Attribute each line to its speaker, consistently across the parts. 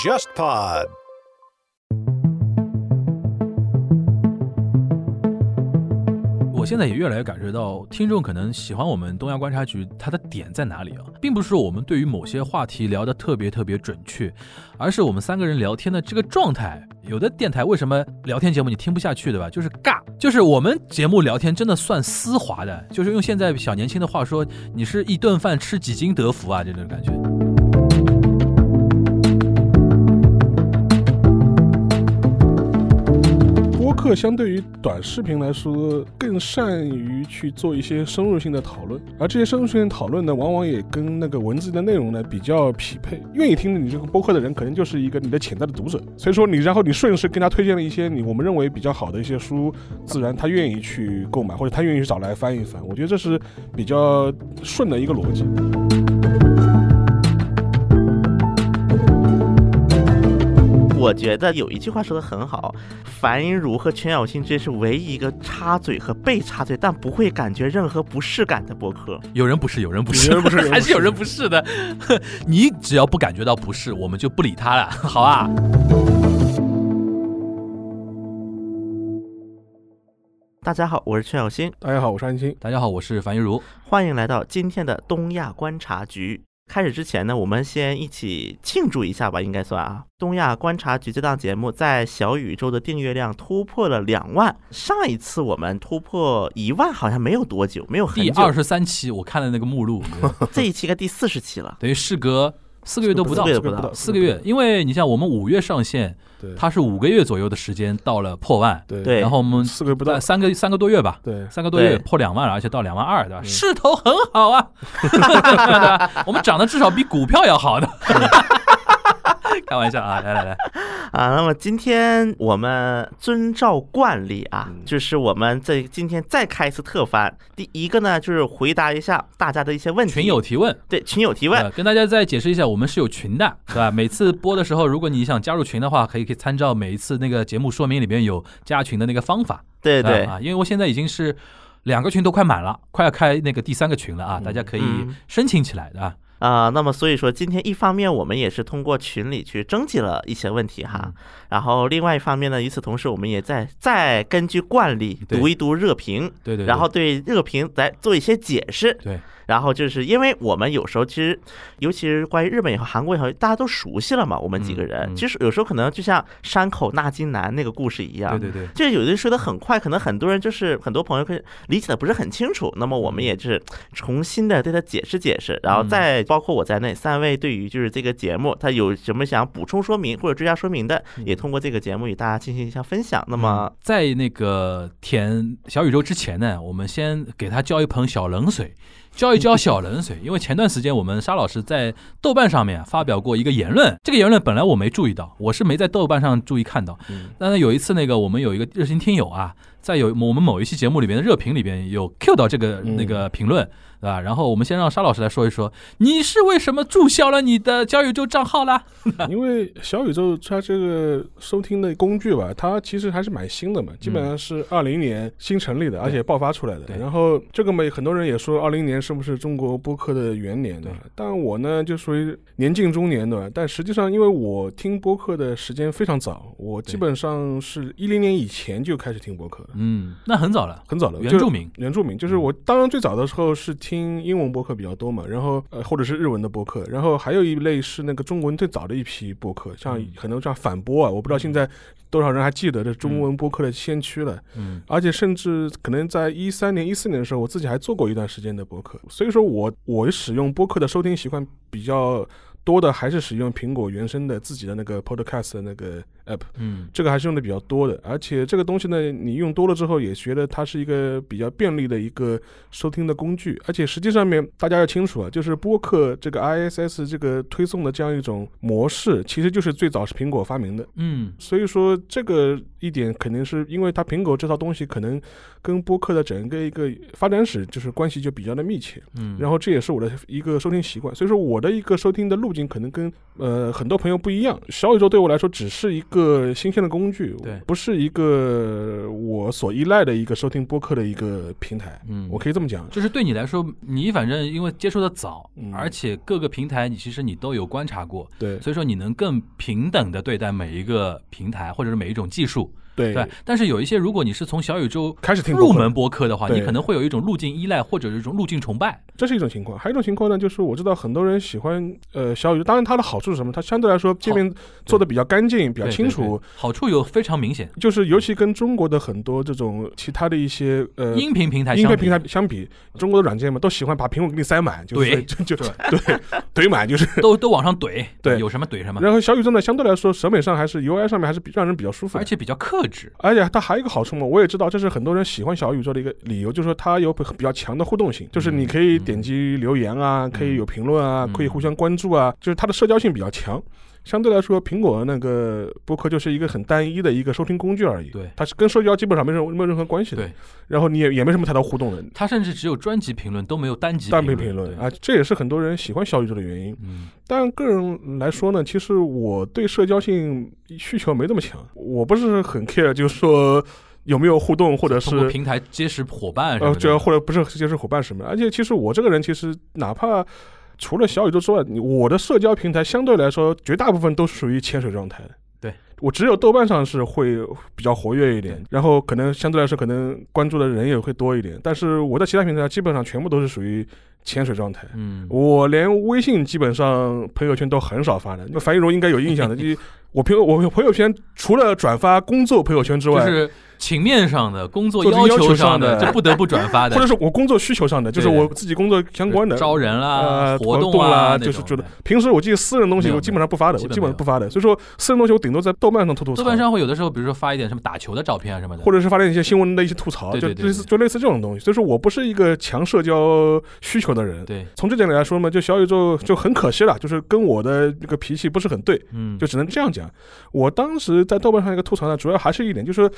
Speaker 1: JustPod。
Speaker 2: 我现在也越来越感觉到，听众可能喜欢我们东亚观察局，它的点在哪里啊？并不是我们对于某些话题聊得特别特别准确，而是我们三个人聊天的这个状态。有的电台为什么聊天节目你听不下去，对吧？就是尬，就是我们节目聊天真的算丝滑的，就是用现在小年轻的话说，你是一顿饭吃几斤德芙啊，这种感觉。
Speaker 3: 播客相对于短视频来说，更善于去做一些深入性的讨论，而这些深入性的讨论呢，往往也跟那个文字的内容呢比较匹配。愿意听你这个播客的人，可能就是一个你的潜在的读者。所以说你，然后你顺势跟他推荐了一些你我们认为比较好的一些书，自然他愿意去购买，或者他愿意去找来翻一翻。我觉得这是比较顺的一个逻辑。
Speaker 4: 我觉得有一句话说的很好，樊一茹和全小新真是唯一一个插嘴和被插嘴，但不会感觉任何不适感的播客。
Speaker 2: 有人不是，有人不是，
Speaker 3: 有人不是有人不 是
Speaker 2: 还是有人不是的。你只要不感觉到不适，我们就不理他了，好吧？
Speaker 4: 大家好，我是全小新，
Speaker 3: 大家好，我是安青。
Speaker 2: 大家好，我是樊一茹。
Speaker 4: 欢迎来到今天的东亚观察局。开始之前呢，我们先一起庆祝一下吧，应该算啊。东亚观察局这档节目在小宇宙的订阅量突破了两万，上一次我们突破一万好像没有多久，没有很
Speaker 2: 第
Speaker 4: 久。
Speaker 2: 二十三期，我看了那个目录，
Speaker 4: 这一期应该第四十期了。
Speaker 2: 等于事隔四个月都不到
Speaker 4: 四个，月
Speaker 3: 这
Speaker 4: 都
Speaker 3: 个
Speaker 4: 不到
Speaker 2: 四个月。因为你像我们五月上线，
Speaker 3: 对，
Speaker 2: 它是五个月左右的时间到了破万，
Speaker 3: 对
Speaker 4: 对
Speaker 2: 然后我们
Speaker 3: 四个月不到
Speaker 2: 在，三个三个多月吧。
Speaker 3: 对，
Speaker 2: 三个多月
Speaker 4: 对
Speaker 2: 破两万了，而且到两万二，对吧？
Speaker 3: 嗯
Speaker 2: 势头很好啊，我们涨得至少比股票要好的。 开玩笑啊，来来来，
Speaker 4: 啊，那么今天我们遵照惯例啊，
Speaker 3: 嗯
Speaker 4: 就是我们这今天再开一次特番。第一个呢，就是回答一下大家的一些问题。
Speaker 2: 群友提问，
Speaker 4: 对群友提问，
Speaker 2: 呃，跟大家再解释一下，我们是有群的，对 吧？每次播的时候，如果你想加入群的话，可以可以参照每一次那个节目说明里面有加群的那个方法，
Speaker 4: 对对
Speaker 2: 吧啊，因为我现在已经是两个群都快满了，快要开那个第三个群了啊，
Speaker 3: 嗯
Speaker 2: 大家可以
Speaker 4: 嗯
Speaker 2: 申请起来的啊。
Speaker 4: 啊、那么所以说今天一方面我们也是通过群里去征集了一些问题哈，
Speaker 2: 嗯
Speaker 4: 然后另外一方面呢，与此同时我们也在再根据惯例
Speaker 2: 对
Speaker 4: 读一读热评，
Speaker 2: 对对对
Speaker 4: 然后对热评来做一些解释。
Speaker 2: 对，
Speaker 4: 然后就是因为我们有时候其实，尤其是关于日本以后、韩国以后，大家都熟悉了嘛，我们几个人，
Speaker 2: 嗯嗯
Speaker 4: 其实有时候可能就像山口纳金男那个故事一样，
Speaker 2: 对对对，
Speaker 4: 这有的说的很快，可能很多人就是很多朋友可以理解的不是很清楚。那么我们也是重新的对他解释解释，然后
Speaker 2: 嗯
Speaker 4: 再包括我在内，三位对于就是这个节目，他有什么想补充说明或者追加说明的，也通过这个节目与大家进行一下分享。那么
Speaker 2: 嗯在那个舔小宇宙之前呢，我们先给他浇一盆小冷水，浇一浇小冷水。因为前段时间我们沙老师在豆瓣上面啊发表过一个言论，这个言论本来我没注意到，我是没在豆瓣上注意看到。但是有一次那个我们有一个热心听友啊，在有我们某一期节目里边的热评里边有 cue 到这个
Speaker 3: 嗯
Speaker 2: 那个评论，对吧？然后我们先让沙老师来说一说，你是为什么注销了你的小宇宙账号啦？
Speaker 3: 因为小宇宙它这个收听的工具吧，它其实还是蛮新的嘛，基本上是二零年新成立的，而且爆发出来的
Speaker 2: 嗯对。
Speaker 3: 然后这个嘛，很多人也说二零年是不是中国播客的元年呢
Speaker 2: 对？
Speaker 3: 但我呢就属于年近中年的，但实际上因为我听播客的时间非常早，我基本上是一零年以前就开始听播客了，
Speaker 2: 嗯，那很早了，
Speaker 3: 很早了，
Speaker 2: 原
Speaker 3: 就
Speaker 2: 住民。
Speaker 3: 原住民，就是我当然最早的时候是听英文播客比较多嘛，然后呃或者是日文的播客，然后还有一类是那个中文最早的一批播客，像
Speaker 2: 嗯
Speaker 3: 很多像反播啊，我不知道现在多少人还记得这中文播客的先驱了，
Speaker 2: 嗯，
Speaker 3: 而且甚至可能在一三年、一四年的时候，我自己还做过一段时间的播客，所以说我我使用播客的收听习惯比较多的还是使用苹果原生的自己的那个 Podcast 的那个 app。
Speaker 2: 嗯
Speaker 3: 这个还是用的比较多的，而且这个东西呢，你用多了之后也觉得它是一个比较便利的一个收听的工具，而且实际上面大家要清楚啊，就是播客这个 ISS 这个推送的这样一种模式，其实就是最早是苹果发明的，
Speaker 2: 嗯
Speaker 3: 所以说这个一点肯定是因为它苹果这套东西可能跟播客的整个一个发展史就是关系就比较的密切，
Speaker 2: 嗯，
Speaker 3: 然后这也是我的一个收听习惯，所以说我的一个收听的路径可能跟呃很多朋友不一样。小宇宙对我来说只是一个新鲜的工具，
Speaker 2: 对
Speaker 3: 不是一个我所依赖的一个收听播客的一个平台，
Speaker 2: 嗯
Speaker 3: 我可以这么讲。
Speaker 2: 就是对你来说，你反正因为接触的早，
Speaker 3: 嗯
Speaker 2: 而且各个平台你其实你都有观察过，
Speaker 3: 对
Speaker 2: 所以说你能更平等的对待每一个平台或者是每一种技术，
Speaker 3: 对
Speaker 2: 对吧。但是有一些，如果你是从小宇宙
Speaker 3: 开始听播
Speaker 2: 入
Speaker 3: 客
Speaker 2: 门播客的话，
Speaker 3: 对
Speaker 2: 你可能会有一种路径依赖或者是一种路径崇拜。
Speaker 3: 这是一种情况，还有一种情况呢，就是我知道很多人喜欢呃小宇宙，当然它的好处是什么？它相对来说界面做的比较干净，比较
Speaker 2: 对
Speaker 3: 清
Speaker 2: 对
Speaker 3: 楚。
Speaker 2: 对好处有非常明显，
Speaker 3: 就是尤其跟中国的很多这种其他的一些呃
Speaker 2: 音频平台
Speaker 3: 音
Speaker 2: 相
Speaker 3: 乐
Speaker 2: 比
Speaker 3: 平台相比，中国的软件嘛，都喜欢把苹果给你塞满，就是
Speaker 2: 怼
Speaker 3: 就就就对 怼 满就是。
Speaker 2: 都都往上怼，
Speaker 3: 对
Speaker 2: 有什么怼什么，
Speaker 3: 然后小宇宙呢，相对来说审美上还是 UI 上面还是比让人比较舒服
Speaker 2: 而
Speaker 3: 的。
Speaker 2: 且比较克制。
Speaker 3: 而且它还有一个好处嘛，我也知道这是很多人喜欢小宇宙的一个理由，就是说它有比较强的互动性，就是你可以点击留言啊，可以有评论啊，
Speaker 2: 嗯
Speaker 3: 可以互相关注啊，就是它的社交性比较强。相对来说，苹果那个播客就是一个很单一的一个收听工具而已，
Speaker 2: 对
Speaker 3: 它是跟社交基本上没什么没有任何关系的。
Speaker 2: 对，
Speaker 3: 然后你也也没什么太多互动的，
Speaker 2: 它甚至只有专辑评论都没有单集
Speaker 3: 单篇
Speaker 2: 评
Speaker 3: 评论
Speaker 2: 对
Speaker 3: 啊，这也是很多人喜欢小宇宙的原因。
Speaker 2: 嗯
Speaker 3: 但个人来说呢，其实我对社交性需求没这么强，我不是很 care，就是说有没有互动，或者
Speaker 2: 通过
Speaker 3: 是
Speaker 2: 平台结识伙伴什
Speaker 3: 呃，
Speaker 2: 么
Speaker 3: 就
Speaker 2: 的，
Speaker 3: 或者不是接触伙伴什么的。而且其实我这个人其实哪怕。除了小宇宙之外，你我的社交平台相对来说，绝大部分都是属于潜水状态的。
Speaker 2: 对
Speaker 3: 我只有豆瓣上是会比较活跃一点，然后可能相对来说可能关注的人也会多一点，但是我在其他平台基本上全部都是属于潜水状态。
Speaker 2: 嗯，
Speaker 3: 我连微信基本上朋友圈都很少发的。那樊一荣应该有印 象的，就是我朋友我朋友圈除了转发工作朋友圈之
Speaker 2: 就
Speaker 3: 外，
Speaker 2: 是情面上的、工作
Speaker 3: 就是要
Speaker 2: 求
Speaker 3: 求
Speaker 2: 上
Speaker 3: 上的
Speaker 2: 这不得不转发的
Speaker 3: 或，者是我工作需求上的，就是
Speaker 2: 对
Speaker 3: 我自己工作相关的
Speaker 2: 招人啦、
Speaker 3: 呃
Speaker 2: 活
Speaker 3: 动
Speaker 2: 啊，
Speaker 3: 啦，
Speaker 2: 那
Speaker 3: 就是
Speaker 2: 种
Speaker 3: 觉得
Speaker 2: 的
Speaker 3: 平时我记得私人东西
Speaker 2: 没有
Speaker 3: 我基本上不发的，
Speaker 2: 没有
Speaker 3: 我基本上不发的。所以说私人东西我顶多在豆瓣上吐吐槽
Speaker 2: 豆，瓣上会有的时候，比如说发一点什么打球的照片啊什么的，
Speaker 3: 或者是发点一些新闻的一些吐槽，
Speaker 2: 对
Speaker 3: 就
Speaker 2: 对对
Speaker 3: 类似
Speaker 2: 对
Speaker 3: 就类似这种东西。所以说我不是一个强社交需求的人。
Speaker 2: 对，
Speaker 3: 从这点来说嘛，就小宇宙就很可惜了，就是跟我的这个脾气不是很对。
Speaker 2: 嗯，
Speaker 3: 就只能这样讲。我当时在豆瓣上一个吐槽呢，主要还是一点，就是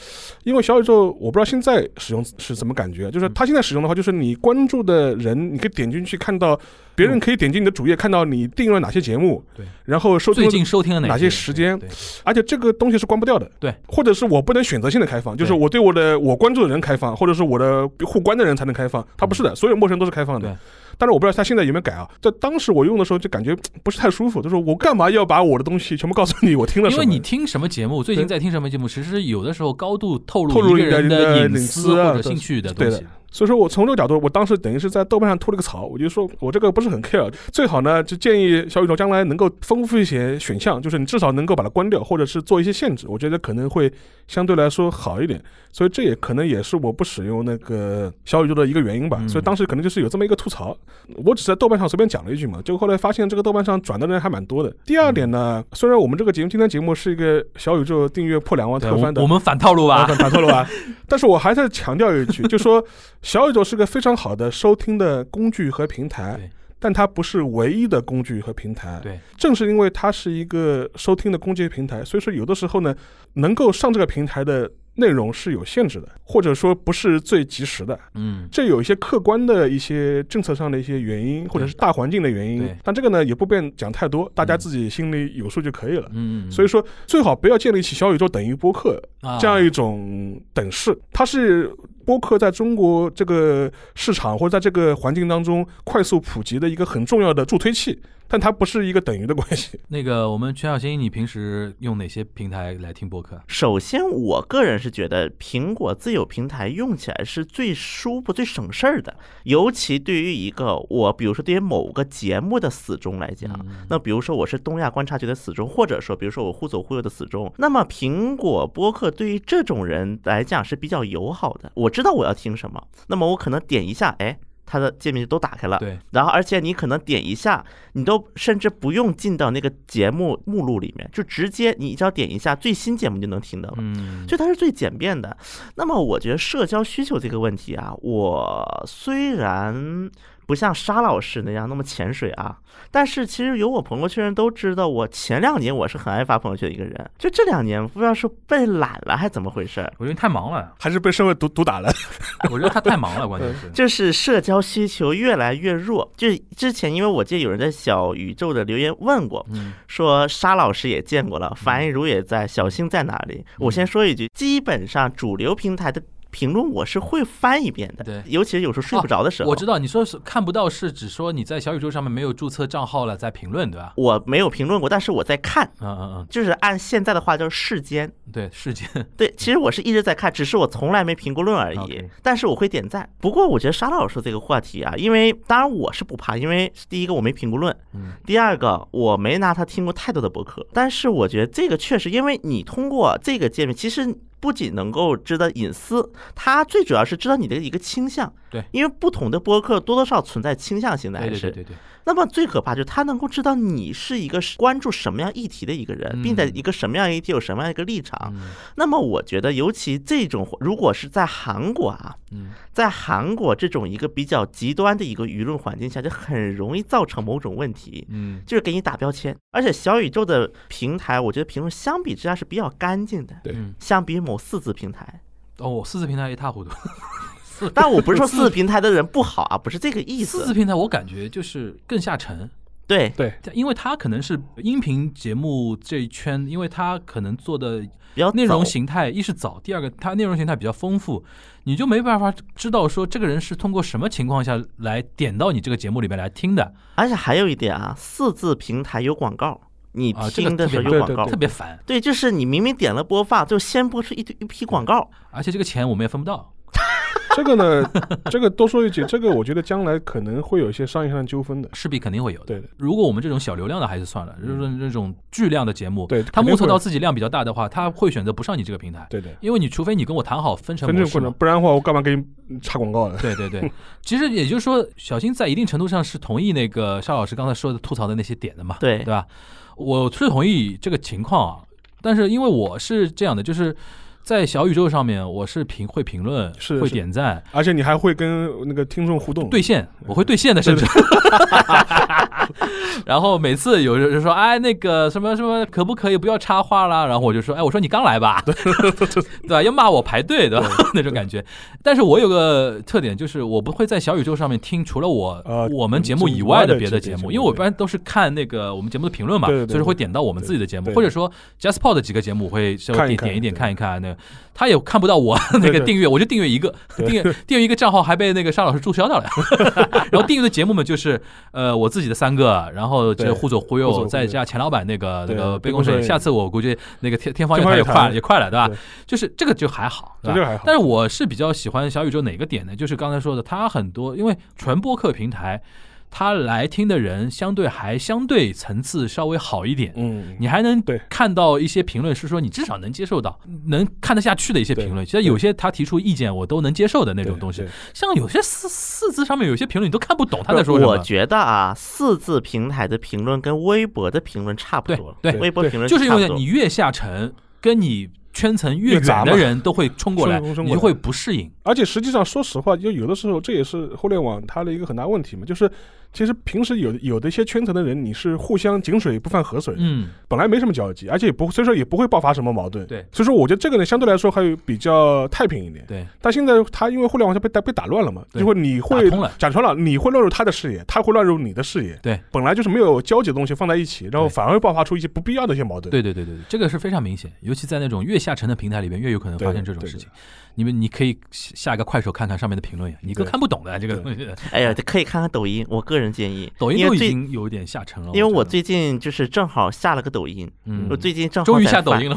Speaker 3: 因为小宇宙，我不知道现在使用是怎么感觉，啊
Speaker 2: 嗯
Speaker 3: 就是它现在使用的话，就是你关注的人，你可以点进去看到，别人可以点进你的主页看到你订阅了哪些节目，
Speaker 2: 嗯对，
Speaker 3: 然后收
Speaker 2: 最
Speaker 3: 听了
Speaker 2: 近收听了
Speaker 3: 哪
Speaker 2: 些
Speaker 3: 些时间
Speaker 2: 对对
Speaker 3: 而且这个东西是关不掉的，
Speaker 2: 对，
Speaker 3: 或者是我不能选择性的开放，就是
Speaker 2: 对
Speaker 3: 我对我的我关注的人开放，或者是我的互关的人才能开放，它不是的，所有陌生人都是开放的
Speaker 2: 嗯对。
Speaker 3: 但是我不知道它现在有没有改啊，在当时我用的时候就感觉不是太舒服，就是我干嘛要把我的东西全部告诉你我听了什
Speaker 2: 因
Speaker 3: 么？
Speaker 2: 为你听什么节目，最近
Speaker 3: 对
Speaker 2: 在听什么节目，其实有的时候高度透
Speaker 3: 透露
Speaker 2: 一个
Speaker 3: 一个
Speaker 2: 人
Speaker 3: 人的
Speaker 2: 隐
Speaker 3: 隐
Speaker 2: 私
Speaker 3: 私啊
Speaker 2: 或者
Speaker 3: 对
Speaker 2: 兴趣的东
Speaker 3: 对的
Speaker 2: 西。
Speaker 3: 所以说我从这个角度，我当时等于是在豆瓣上吐了个槽，我就说我这个不是很 care，最好呢就建议小宇宙将来能够丰富一些选项，就是你至少能够把它关掉，或者是做一些限制，我觉得可能会相对来说好一点。所以这也可能也是我不使用那个小宇宙的一个原因吧。
Speaker 2: 嗯
Speaker 3: 所以当时可能就是有这么一个吐槽，我只是在豆瓣上随便讲了一句嘛，结果后来发现这个豆瓣上转的人还蛮多的。第二点呢，虽然我们这个节目今天节目是一个小宇宙订阅破两万
Speaker 2: 对，
Speaker 3: 特
Speaker 2: 我
Speaker 3: 番的
Speaker 2: 我们反套路吧
Speaker 3: 啊打，打错了吧？ 但是我还是强调一句，就说小宇宙是个非常好的收听的工具和平
Speaker 2: 对
Speaker 3: 台，但它不是唯一的工具和平台。
Speaker 2: 对，
Speaker 3: 正是因为它是一个收听的工具平台，所以说有的时候呢，能够上这个平台的内容是有限制的，或者说不是最及时的。
Speaker 2: 嗯，
Speaker 3: 这有一些客观的一些政策上的一些原因，或者是大环境的原因
Speaker 2: 对。
Speaker 3: 但这个呢，也不便讲太多，大家
Speaker 2: 嗯
Speaker 3: 自己心里有数就可以了。
Speaker 2: 嗯，
Speaker 3: 所以说，最好不要建立起小宇宙等于播客
Speaker 2: 啊
Speaker 3: 这样一种等式，它是播客在中国这个市场或者在这个环境当中快速普及的一个很重要的助推器，但它不是一个等于的关系。
Speaker 2: 那个，我们全小新，你平时用哪些平台来听播客？
Speaker 4: 首先，我个人是觉得苹果自有平台用起来是最舒服、最省事儿的，尤其对于一个我，比如说对于某个节目的死忠来讲，那比如说我是东亚观察局的死忠，或者说比如说我忽左忽右的死忠，那么苹果播客对于这种人来讲是比较友好的。我知道我要听什么，那么我可能点一下，哎。它的界面就都打
Speaker 3: 啊
Speaker 4: 开了，
Speaker 2: 对，
Speaker 4: 然后而且你可能点一下，你都甚至不用进到那个节目目录里面，就直接你只要点一下最新节目就能听到了。
Speaker 2: 嗯，
Speaker 4: 所以它是最简便的。那么我觉得社交需求这个问题啊，我虽然不像沙老师那样那么潜水啊。但是其实有我朋友圈人都知道，我前两年我是很爱发朋友圈的一个人，就这两年不知道是被懒了还怎么回事儿，
Speaker 2: 我觉得你太忙了，
Speaker 3: 还是被社会毒毒打了。
Speaker 2: 我觉得他太忙了，关键是。
Speaker 4: 就是社交需求越来越弱。就是之前因为我记得有人在小宇宙的留言问过，
Speaker 2: 嗯，
Speaker 4: 说沙老师也见过了，樊一茹也在，小星在哪
Speaker 2: 嗯
Speaker 4: 里？我先说一句，基本上主流平台的评论我是会翻一遍的，
Speaker 2: 对哦
Speaker 4: 尤其是有时候睡不着的时候。
Speaker 2: 我知道你说是看不到，是指说你在小宇宙上面没有注册账号了，在评论对吧？
Speaker 4: 我没有评论过，但是我在看，
Speaker 2: 嗯嗯
Speaker 4: 就是按现在的话叫世间。
Speaker 2: 嗯，对，事件
Speaker 4: 对，其实我是一直在看，只是我从来没评过论而已
Speaker 2: OK。
Speaker 4: 但是我会点赞。不过我觉得沙老师这个话题啊，因为当然我是不怕，因为第一个我没评过论，
Speaker 2: 嗯
Speaker 4: 第二个我没拿他听过太多的博客。但是我觉得这个确实，因为你通过这个界面，其实不仅能够知道隐私，它最主要是知道你的一个倾向。
Speaker 2: 对
Speaker 4: 因为不同的播客多多少少存在倾向性的，还
Speaker 2: 对
Speaker 4: 是
Speaker 2: 对对对对，
Speaker 4: 那么最可怕就是他能够知道你是一个是关注什么样议题的一个人，
Speaker 2: 嗯
Speaker 4: 并在一个什么样议题有什么样一个立场。
Speaker 2: 嗯
Speaker 4: 那么我觉得，尤其这种如果是在韩国啊，
Speaker 2: 嗯，
Speaker 4: 在韩国这种一个比较极端的一个舆论环境下，就很容易造成某种问题。
Speaker 2: 嗯，
Speaker 4: 就是给你打标签，而且小宇宙的平台，我觉得评论相比之下是比较干净的，
Speaker 3: 对
Speaker 2: 嗯
Speaker 4: 相比某四字平台。
Speaker 2: 哦，我四字平台一塌糊涂。
Speaker 4: 但我不是说四字平台的人不好啊，不是这个意
Speaker 2: 四字
Speaker 4: 思。
Speaker 2: 平台我感觉就是更下沉，
Speaker 4: 对，
Speaker 3: 对，
Speaker 2: 因为它可能是音频节目这一圈，因为它可能做的
Speaker 4: 比较
Speaker 2: 内容
Speaker 4: 早
Speaker 2: 形态，一是早，第二个它内容形态比较丰富，你就没办法知道说这个人是通过什么情况下来点到你这个节目里面来听的
Speaker 4: 而且还有一点啊，四字平台有广告，你
Speaker 2: 啊这个
Speaker 4: 听的时候
Speaker 2: 特
Speaker 3: 别
Speaker 4: 有
Speaker 3: 麻
Speaker 4: 广
Speaker 3: 烦
Speaker 4: 告，
Speaker 2: 特别烦，
Speaker 4: 对，就是你明明点了播放，就先播出一堆一批广告。
Speaker 2: 而且这个钱我们也分不到。
Speaker 3: 这个呢， 这个多说一句，这个我觉得将来可能会有一些商业上的纠纷的。
Speaker 2: 势必肯定会有的。
Speaker 3: 对的，
Speaker 2: 如果我们这种小流量的还是算了，就是说那种巨量的节目，
Speaker 3: 对
Speaker 2: 他
Speaker 3: 肯定
Speaker 2: 目测
Speaker 3: 会
Speaker 2: 到自己量比较大的话，他会选择不上你这个平台，
Speaker 3: 对的，
Speaker 2: 因为你除非你跟我谈好分成
Speaker 3: 分
Speaker 2: 模
Speaker 3: 正
Speaker 2: 式
Speaker 3: 过
Speaker 2: 嘛
Speaker 3: 程，。不然的话我干嘛给你插广告呢？
Speaker 2: 对对对，其实也就是说，小新在一定程度上是同意那个邵老师刚才说的吐槽的那些点的嘛，
Speaker 4: 对
Speaker 2: 对吧？我是同意这个情况啊，但是因为我是这样的，就是在小宇宙上面，我是评会评论，
Speaker 3: 是
Speaker 2: 会
Speaker 3: 是
Speaker 2: 点赞，
Speaker 3: 而且你还会跟那个听众互动。
Speaker 2: 兑现，我
Speaker 3: 嗯
Speaker 2: 会兑现的，甚至。 然后每次有人就说：“哎，那个什么什么，可不可以不要插话啦？”然后我就说：“哎，我说你刚来 吧，对吧？要骂我排队 的那种感觉。”但是我有个特点，就是我不会在小宇宙上面听除了我、
Speaker 3: 呃
Speaker 2: 我们节目以
Speaker 3: 以外
Speaker 2: 的
Speaker 3: 的
Speaker 2: 别
Speaker 3: 这
Speaker 2: 节
Speaker 3: 节
Speaker 2: 目，
Speaker 3: 目
Speaker 2: 因为我一
Speaker 3: 对
Speaker 2: 般都是看那个我们节目的评论嘛，
Speaker 3: 对对对
Speaker 2: 所以说会点到我们自己的节目，
Speaker 3: 对
Speaker 2: 或者说 JazzPod 的几个节目我会稍微
Speaker 3: 看一
Speaker 2: 点
Speaker 3: 看
Speaker 2: 点一点
Speaker 3: 对
Speaker 2: 看一看。那个他也看不到我 那个
Speaker 3: 对对
Speaker 2: 订阅，我就订阅一个，订 阅订阅一个账号还被那个沙老师注销掉了。然后订阅的节目们就是呃我自己的三个，然后这
Speaker 3: 对
Speaker 2: 互左忽
Speaker 3: 互左
Speaker 2: 右，
Speaker 3: 忽右
Speaker 2: 再加钱老板那个那
Speaker 3: 对
Speaker 2: 个
Speaker 3: 杯
Speaker 2: 杯弓
Speaker 3: 弓蛇
Speaker 2: 蛇影。
Speaker 3: 影
Speaker 2: 下次我估计那个天天方夜谭也
Speaker 3: 天方夜
Speaker 2: 快
Speaker 3: 谭
Speaker 2: 也快了，对吧
Speaker 3: 对？
Speaker 2: 就是这个就还好，对
Speaker 3: 这
Speaker 2: 吧
Speaker 3: 就还好。
Speaker 2: 但是我是比较喜欢小宇宙哪个点呢？就是刚才说的，它很多，因为纯播客平台，它来听的人相对还相对层次稍微好一点，
Speaker 3: 嗯，
Speaker 2: 你还能
Speaker 3: 对
Speaker 2: 看到一些评论，是说你至少能接受到、能看得下去的一些评论。其实有些他提出意见，我都能接受的那种
Speaker 3: 对
Speaker 2: 东西
Speaker 3: 对。
Speaker 2: 像有些四四字上面有些评论，你都看不懂他在说什
Speaker 4: 我
Speaker 2: 么。
Speaker 4: 觉得啊，四字平台的评论跟微博的评论差不
Speaker 2: 对
Speaker 4: 多了，
Speaker 2: 对
Speaker 4: 微博
Speaker 3: 对
Speaker 4: 评论
Speaker 2: 就是因
Speaker 4: 差不
Speaker 2: 为
Speaker 4: 多
Speaker 2: 你越下沉，跟你圈层越
Speaker 3: 越杂
Speaker 2: 远的
Speaker 3: 嘛
Speaker 2: 人都会冲过来，
Speaker 3: 冲冲过
Speaker 2: 你就
Speaker 3: 来
Speaker 2: 会不适应。
Speaker 3: 而且实际上，说实话，就有的时候这也是互联网它的一个很大问题嘛，就是其实平时有有的一些圈层的人，你是互相井水不犯河水，
Speaker 2: 嗯，
Speaker 3: 本来没什么交集，而且也不所以说也不会爆发什么矛盾。
Speaker 2: 对
Speaker 3: 所以说我觉得这个呢，相对来说还有比较太平一点。
Speaker 2: 对，
Speaker 3: 但现在它因为互联网它被打被打乱了嘛，
Speaker 2: 对
Speaker 3: 就会你
Speaker 2: 打
Speaker 3: 会
Speaker 2: 通了
Speaker 3: 讲穿了，你会乱入他的视野，他会乱入你的视野。
Speaker 2: 对，
Speaker 3: 本来就是没有交集的东西放在一起，然后
Speaker 2: 对
Speaker 3: 反而会爆发出一些不必要的一些矛盾。
Speaker 2: 对对对对，对这个是非常明显，尤其在那种越下沉的平台里边，越有可能发
Speaker 3: 对
Speaker 2: 生
Speaker 3: 对
Speaker 2: 这种
Speaker 3: 对
Speaker 2: 事
Speaker 3: 对
Speaker 2: 情。你们你可以下一个快手看看上面的评论呀，你都
Speaker 3: 对
Speaker 2: 看不懂的这个东西。
Speaker 4: 哎呀，可以看看抖音，我个人建议，
Speaker 2: 抖音
Speaker 4: 因
Speaker 2: 都
Speaker 4: 为
Speaker 2: 已
Speaker 4: 最
Speaker 2: 经有点下沉了，
Speaker 4: 因为
Speaker 2: 觉
Speaker 4: 我
Speaker 2: 得
Speaker 4: 最近就是正好下了个抖音，
Speaker 2: 嗯
Speaker 4: 我最近正好
Speaker 2: 终于
Speaker 4: 在
Speaker 2: 下抖
Speaker 4: 翻
Speaker 2: 音了，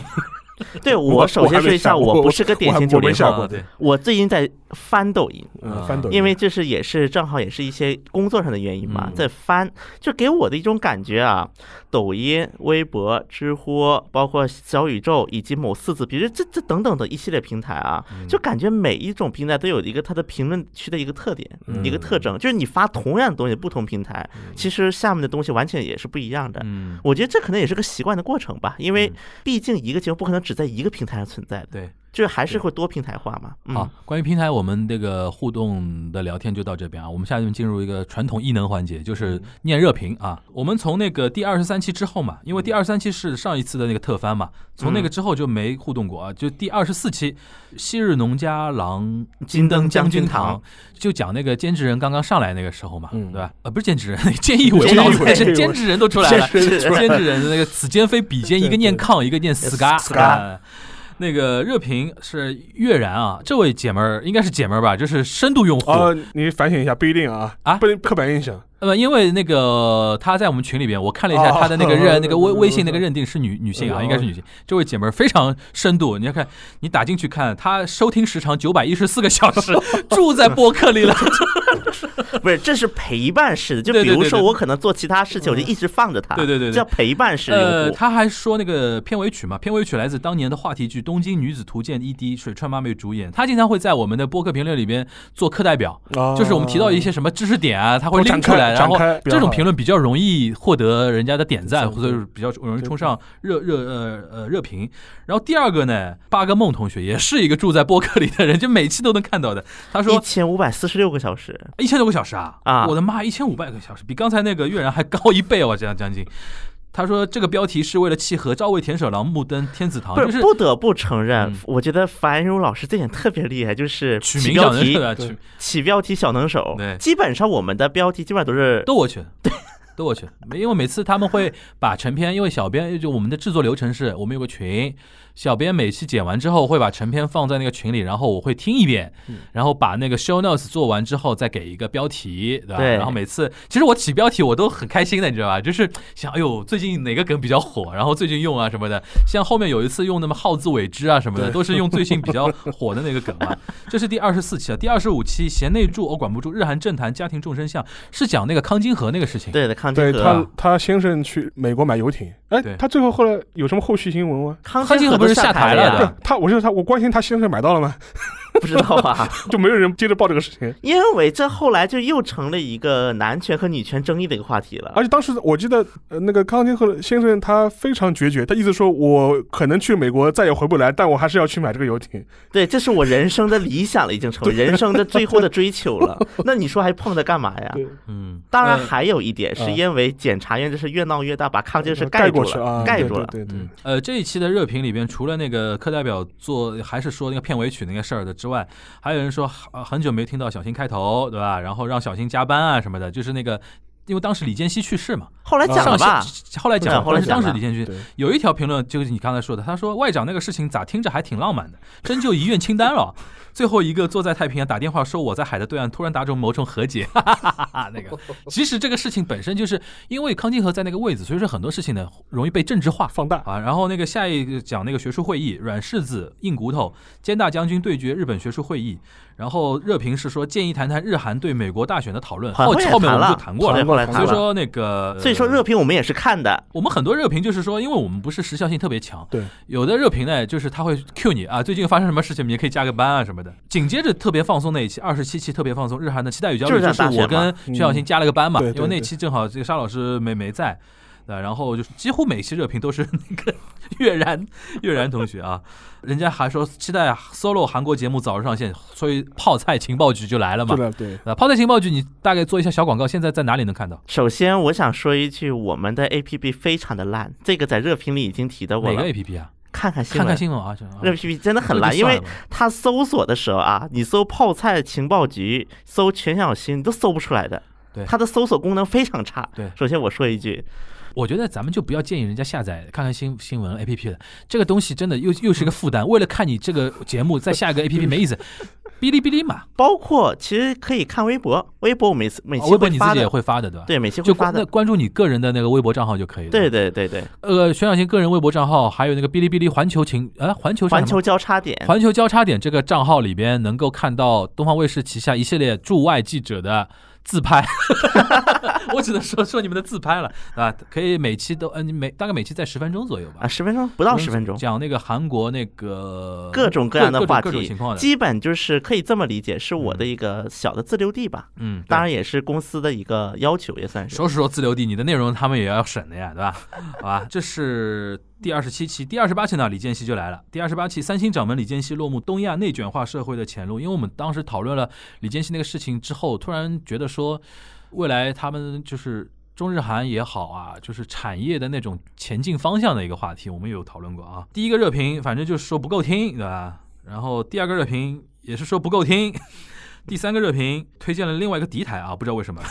Speaker 4: 对
Speaker 3: 我
Speaker 4: 我首
Speaker 3: 我
Speaker 4: 先
Speaker 3: 还
Speaker 4: 说
Speaker 3: 没
Speaker 4: 一下，
Speaker 3: 下过
Speaker 4: 我不
Speaker 3: 我
Speaker 4: 是个典
Speaker 3: 我还
Speaker 4: 型九
Speaker 3: 我没
Speaker 4: 零
Speaker 3: 下
Speaker 4: 后，
Speaker 3: 过
Speaker 2: 啊对
Speaker 4: 我最近在翻抖音，
Speaker 3: 嗯，
Speaker 2: 啊
Speaker 3: 翻抖音，
Speaker 4: 因为这是也是正好也是一些工作上的原因嘛，
Speaker 2: 嗯
Speaker 4: 在翻，就给我的一种感觉啊，抖音、微博、知乎，包括小宇宙以及某四字，比如这这等等的一系列平台啊，
Speaker 2: 嗯
Speaker 4: 就感觉每一种平台都有一个它的评论区的一个特点，
Speaker 2: 嗯
Speaker 4: 一个特征，就是你发同样的东西，不同平台，其实下面的东西完全也是不一样的。
Speaker 2: 嗯，
Speaker 4: 我觉得这可能也是个习惯的过程吧，因为
Speaker 2: 嗯
Speaker 4: 毕竟一个节目不可能只在一个平台上存在的，
Speaker 2: 对，
Speaker 4: 就还是会多平台化嘛。嗯、
Speaker 2: 好，，关于平台，我们这个互动的聊天就到这边啊。我们下面进入一个传统异能环节，
Speaker 4: 嗯
Speaker 2: 就是念热评啊。我们从那个第二十三期之后嘛，因为
Speaker 4: 嗯
Speaker 2: 第二十三期是上一次的那个特番嘛，从那个之后就没互动过啊。就第二十四期《昔日农家郎
Speaker 4: 嗯金灯
Speaker 2: 将
Speaker 4: 将
Speaker 2: 军
Speaker 4: 军
Speaker 2: 堂
Speaker 4: 堂》，
Speaker 2: 就讲那个监制人刚刚上来那个时候嘛，
Speaker 3: 嗯
Speaker 2: 对吧？呃，不是监制人，监义委，
Speaker 4: 监义委
Speaker 2: 监监制人都出来了，
Speaker 4: 监制人
Speaker 2: 监制人那个此间非彼间，一个念抗，一个念死嘎。
Speaker 4: 呃死嘎
Speaker 2: 哎那个热评是月然啊，这位姐们儿应该是姐们儿吧，就是深度用户。
Speaker 3: 啊，你反省一下，不一定啊，
Speaker 2: 啊
Speaker 3: 不能刻板印象。
Speaker 2: 呃，因为那个她在我们群里边，我看了一下她的那个认、
Speaker 3: 哦
Speaker 2: 那个微微信那个认定是女女性啊，
Speaker 3: 嗯
Speaker 2: 应该是女性。这位姐们儿非常深度，你要看你打进去看，她收听时长九百一十四个小时，住在播客里了。
Speaker 4: 不是，这是陪伴式的。就
Speaker 2: 对
Speaker 4: 比
Speaker 2: 对
Speaker 4: 如
Speaker 2: 对
Speaker 4: 说，
Speaker 2: 对嗯
Speaker 4: 我可能做其他事情，我就一直放着它。
Speaker 2: 对对对对
Speaker 4: 叫陪伴式
Speaker 2: 呃，
Speaker 4: 用户。
Speaker 2: 他还说那个片尾曲嘛，片尾曲来自当年的话题剧《东京女子图鉴》，ED 水川麻美主演。他经常会在我们的播客评论里边做课代表，
Speaker 3: 啊
Speaker 2: 就是我们提到一些什么知识点啊，他会
Speaker 3: 多
Speaker 2: 拎
Speaker 3: 展
Speaker 2: 出
Speaker 3: 开
Speaker 2: 来，然
Speaker 3: 展
Speaker 2: 后
Speaker 3: 开比较
Speaker 2: 这种
Speaker 3: 好
Speaker 2: 评论比较容易获得人家的点赞，
Speaker 3: 对
Speaker 2: 或者是比较容易
Speaker 3: 对
Speaker 2: 冲上热热呃呃热评。然后第二个呢，八哥梦同学也是一个住在播客里的人，就每期都能看到的。他
Speaker 4: 一
Speaker 2: 说
Speaker 4: 千五百四十六个小时，
Speaker 2: 一千多个小时啊！
Speaker 4: 啊
Speaker 2: 我的妈，一千五百个小时，比刚才那个月然还高一倍哦，这样将近。他说这个标题是为了契合朝味田舍郎、木登天子堂，
Speaker 4: 不
Speaker 2: 啊就是是
Speaker 4: 不得不承认
Speaker 2: 嗯，
Speaker 4: 我觉得樊茹老师这点特别厉害，就是
Speaker 2: 取
Speaker 4: 起
Speaker 2: 名
Speaker 4: 标
Speaker 2: 讲的是
Speaker 4: 题
Speaker 2: 吧？取
Speaker 3: 对
Speaker 4: 起标题小能手
Speaker 2: 对。
Speaker 4: 基本上我们的标题基本上都是
Speaker 2: 都我选， 对，都我选。没因为每次他们会把成片，因为小编就我们的制作流程是，我们有个群，小编每期剪完之后会把成片放在那个群里，然后我会听一遍，然后把那个 show notes 做完之后再给一个标题，对吧？
Speaker 4: 对
Speaker 2: 然后每次其实我起标题我都很开心的，你知道吧？就是想，哎呦，最近哪个梗比较火，然后最近用啊什么的。像后面有一次用那么耗字尾汁啊什么的，
Speaker 3: 对
Speaker 2: 都是用最近比较火的那个梗嘛。这是第二十四期啊，第二十五期贤内助，我管不住，日韩政坛家庭众生相是讲那个康金河那个事情。
Speaker 4: 对的康
Speaker 3: 对
Speaker 4: 金
Speaker 3: 他
Speaker 4: 河，，
Speaker 3: 他先生去美国买游艇，哎
Speaker 2: 对，
Speaker 3: 他最后后来有什么后续新闻吗？
Speaker 4: 康
Speaker 2: 康金
Speaker 4: 金
Speaker 2: 河
Speaker 4: 河
Speaker 2: 不是
Speaker 4: 都
Speaker 2: 下台
Speaker 4: 台
Speaker 2: 了
Speaker 4: 呀？
Speaker 2: 的
Speaker 3: 他，我就是他，我关心他先生买到了吗？
Speaker 4: 不知道啊，
Speaker 3: 就没有人接着报这个事情。
Speaker 4: 因为这后来就又成了一个男权和女权争议的一个话题了
Speaker 3: 而。且当时我记得，呃，那个康金和先生他非常决绝，他一直说我可能去美国再也回不来，但我还是要去买这个游艇。
Speaker 4: 对，这是我人生的理想了，已经成为人生的最后的追求 了。那你说还碰它干嘛呀？
Speaker 3: 对，
Speaker 2: 嗯，
Speaker 4: 当然
Speaker 2: 呃
Speaker 4: 还有一点是
Speaker 3: 啊
Speaker 4: 因为检察院这是越闹越大，把康金是
Speaker 3: 盖
Speaker 4: 住
Speaker 3: 过去啊
Speaker 4: 了，，盖住了。
Speaker 3: 对对对
Speaker 2: 嗯，呃，这一期的热评里边，除了那个课代表做还是说那个片尾曲那个事儿的之外，还有人说、呃、很久没听到小新开头，对吧？然后让小新加班啊什么的，就是那个，因为当时李健熙去世嘛，
Speaker 4: 后来讲
Speaker 2: 上
Speaker 4: 了吧，
Speaker 2: 线后来讲
Speaker 4: 对
Speaker 2: 了，
Speaker 4: 后来
Speaker 2: 但是
Speaker 4: 讲
Speaker 2: 当时
Speaker 4: 了
Speaker 2: 李健熙
Speaker 3: 对
Speaker 2: 有一条评论就是你刚才说的，他说外长那个事情咋听着还挺浪漫的， 真就遗愿清单了。最后一个坐在太平洋打电话说我在海的对岸突然达成某种和解， 哈哈哈哈那个其实这个事情本身就是因为康金河在那个位置，所以说很多事情呢容易被政治化。
Speaker 3: 放大
Speaker 2: 啊，然后那个下一个讲那个学术会议，软柿子硬骨头，坚大将军对决日本学术会议，然后热评是说建议谈谈日韩对美国大选的讨论，后
Speaker 4: 后面
Speaker 2: 后面我们
Speaker 4: 了，
Speaker 2: 就谈过
Speaker 4: 对
Speaker 2: 了，
Speaker 4: 后来
Speaker 3: 谈
Speaker 2: 所
Speaker 4: 谈
Speaker 2: 以
Speaker 4: 了。
Speaker 2: 说那个，
Speaker 4: 所以说热评我们也是看的，
Speaker 2: 我们很多热评就是说，因为我们不是时效性特别强，
Speaker 3: 对，
Speaker 2: 有的热评呢，就是他会 Q 你啊，最近发生什么事情，你也可以加个班啊什么的。紧接着特别放松那一期，二十七期特别放松，日韩的期待与焦虑，
Speaker 4: 就是
Speaker 2: 就
Speaker 4: 在
Speaker 2: 是
Speaker 4: 大选
Speaker 2: 我跟
Speaker 3: 嘛
Speaker 2: 徐小新加了个班嘛，
Speaker 3: 嗯对
Speaker 2: 因为
Speaker 3: 对
Speaker 2: 那
Speaker 3: 对
Speaker 2: 期正好这个沙老师没没在。啊，然后就是几乎每期热评都是那个 月然月然同学啊，人家还说期待 solo 韩国节目早日上线，所以泡菜情报局就来了嘛
Speaker 3: 对。了对，
Speaker 2: 啊，泡菜情报局，你大概做一下小广告，现在在哪里能看到？
Speaker 4: 首先我想说一句，我们的 APP 非常的烂，这个在热评里已经提到过
Speaker 2: 哪个
Speaker 4: 了。
Speaker 2: A P P 啊？
Speaker 4: 看看新
Speaker 2: 看
Speaker 4: 闻，
Speaker 2: 看新闻啊，这啊
Speaker 4: 热 APP 真的很烂，
Speaker 2: 这就
Speaker 4: 因
Speaker 2: 算了
Speaker 4: 为
Speaker 2: 吧
Speaker 4: 它搜索的时候啊，你搜泡菜情报局、搜全小新，你都搜不出来的。
Speaker 2: 对
Speaker 4: 它的搜索功能非常差。
Speaker 2: 对
Speaker 4: 首先我说一句，
Speaker 2: 我觉得咱们就不要建议人家下载看看新新闻 A P P 了，这个东西真的又又是个负担。为了看你这个节目，再下一个 A P P 没意思。哔哩哔哩嘛，
Speaker 4: 包括其实可以看微博，微博我每次每期
Speaker 2: 啊微博
Speaker 4: 会
Speaker 2: 你自
Speaker 4: 发
Speaker 2: 己也
Speaker 4: 的，
Speaker 2: 会发的，对吧？，
Speaker 4: 对，每期会
Speaker 2: 就
Speaker 4: 发
Speaker 2: 关那
Speaker 4: 的。
Speaker 2: 关注你个人的那个微博账号就可以了。
Speaker 4: 对，对对对，
Speaker 2: 呃，玄小新个人微博账号，还有那个哔哩哔哩环球情啊，环球是
Speaker 4: 环
Speaker 2: 什么
Speaker 4: 球交叉点，
Speaker 2: 环球交叉点这个账号里边，能够看到东方卫视旗下一系列驻外记者的自拍。 我只能说说你们的自拍了啊，可以每期都嗯、你每大概每期在十分钟左右吧
Speaker 4: 啊，。十分钟不
Speaker 2: 嗯
Speaker 4: 到十分钟，
Speaker 2: 讲那个韩国那个
Speaker 4: 各种各样的
Speaker 2: 各
Speaker 4: 话
Speaker 2: 各种各种
Speaker 4: 题
Speaker 2: 情况，的，
Speaker 4: 基本就是可以这么理解，是我的一个小的自留地吧。
Speaker 2: 嗯，对
Speaker 4: 当。然也是公司的一个要求，也算
Speaker 2: 啊
Speaker 4: 是。
Speaker 2: 说是说自留地，你的内容他们也要审的呀，对吧？好吧，这是第二十七期、第二十八期呢，李健熙就来了。第二十八期，三星掌门李健熙落幕，东亚内卷化社会的前路。因为我们当时讨论了李健熙那个事情之后，突然觉得说，未来他们就是中日韩也好啊，就是产业的那种前进方向的一个话题，我们也有讨论过啊。第一个热评，反正就是说不够听，对吧？然后第二个热评也是说不够听。第三个热评推荐了另外一个敌台啊，不知道为什么，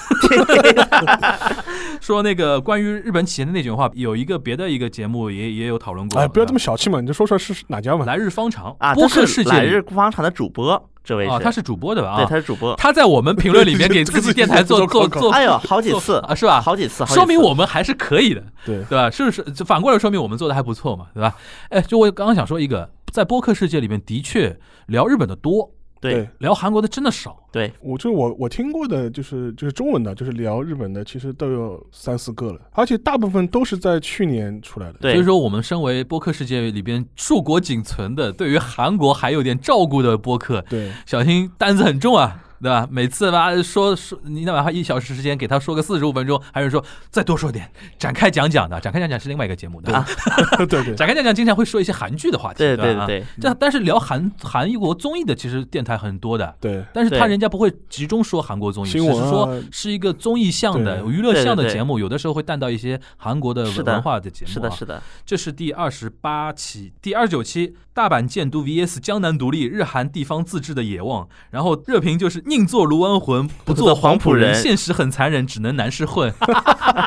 Speaker 2: 说那个关于日本企业的内卷化，有一个别的一个节目也也有讨论过。
Speaker 3: 哎，不要这么
Speaker 2: 对吧
Speaker 3: 小气嘛，你就说出来是哪家嘛。
Speaker 2: 来日方长
Speaker 4: 啊，
Speaker 2: 播
Speaker 4: 这
Speaker 2: 客
Speaker 4: 是
Speaker 2: 世界
Speaker 4: 来
Speaker 2: 里
Speaker 4: 日广场的主播，这位
Speaker 2: 啊，他是主播对吧？
Speaker 4: 对，
Speaker 2: 啊，
Speaker 4: 他是主播。
Speaker 2: 他在我们评论里面给
Speaker 3: 这个
Speaker 2: 自
Speaker 3: 自己
Speaker 2: 己电台做做
Speaker 3: 做
Speaker 2: 做，
Speaker 4: 哎呦，好几
Speaker 2: 做
Speaker 4: 次
Speaker 2: 啊，是吧？
Speaker 4: 好几次，好几次
Speaker 2: 说明我们还是可以的，
Speaker 3: 对
Speaker 2: 对吧？是不是？就反过来说明我们做的还不错嘛，对吧？哎，就我刚刚想说一个，在播客世界里面的确聊日本的多，
Speaker 4: 对
Speaker 2: 聊韩国的真的少。
Speaker 4: 对
Speaker 3: 我就我我听过的就是就是中文的，就是聊日本的，其实都有三四个了，而且大部分都是在去年出来的。
Speaker 2: 所以
Speaker 4: 对
Speaker 2: 说，我们身为播客世界里边硕果仅存的，对于韩国还有点照顾的播客，
Speaker 3: 对，
Speaker 2: 小心担子很重啊，对吧？每次吧说说，你哪怕一小时时间给他说个四十五分钟，还是说再多说点，展开讲讲的，展开讲讲是另外一个节目的。
Speaker 4: 啊
Speaker 3: 对 对对
Speaker 2: 展开讲讲，经常会说一些韩剧的话题，
Speaker 4: 对对
Speaker 2: 吧
Speaker 4: 对？对，
Speaker 2: 这但是聊韩韩国综艺的，其实电台很多的，
Speaker 3: 对，
Speaker 2: 但是他
Speaker 4: 对
Speaker 2: 人家不会集中说韩国综艺，只
Speaker 3: 新闻啊
Speaker 2: 是说是一个综艺向的、
Speaker 3: 对
Speaker 2: 娱乐向
Speaker 4: 对
Speaker 2: 的
Speaker 4: 对对
Speaker 2: 节目，有的时候会带到一些韩国的
Speaker 4: 是
Speaker 2: 文
Speaker 4: 的
Speaker 2: 文化的节目、啊。
Speaker 4: 是的，是的，
Speaker 2: 这是第二十八期、第二十九期，大阪建都 VS 江南独立，日韩地方自治的野望。然后热评就是宁做卢湾 魂，不做黄浦
Speaker 4: 不做黄浦人
Speaker 2: 现实很残忍，只能男士混。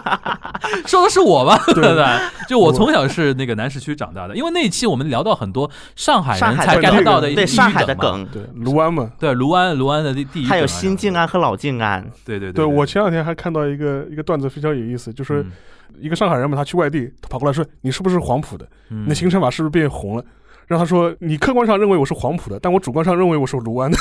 Speaker 2: 说的是我 吧？对吧？就我从小是那个南市区长大的，因为那一期我们聊到很多上海
Speaker 4: 上
Speaker 2: 人
Speaker 4: 海
Speaker 2: 才
Speaker 4: 的
Speaker 2: get
Speaker 4: 梗
Speaker 2: 到的一
Speaker 4: 对
Speaker 2: 地域
Speaker 4: 上海的
Speaker 2: 嘛，
Speaker 4: 梗，
Speaker 3: 对，卢湾嘛。
Speaker 2: 对卢湾卢湾的第第一梗啊，
Speaker 4: 还有新静安和老啊静安，
Speaker 2: 对对
Speaker 3: 对我前两天还看到一个一个段子非常有意思，就是
Speaker 2: 嗯
Speaker 3: 一个上海人嘛，他去外地，他跑过来说你是不是黄浦的？
Speaker 2: 嗯
Speaker 3: 你的行程法是不是变红了？然后他说你客观上认为我是黄浦的，但我主观上认为我是卢湾的。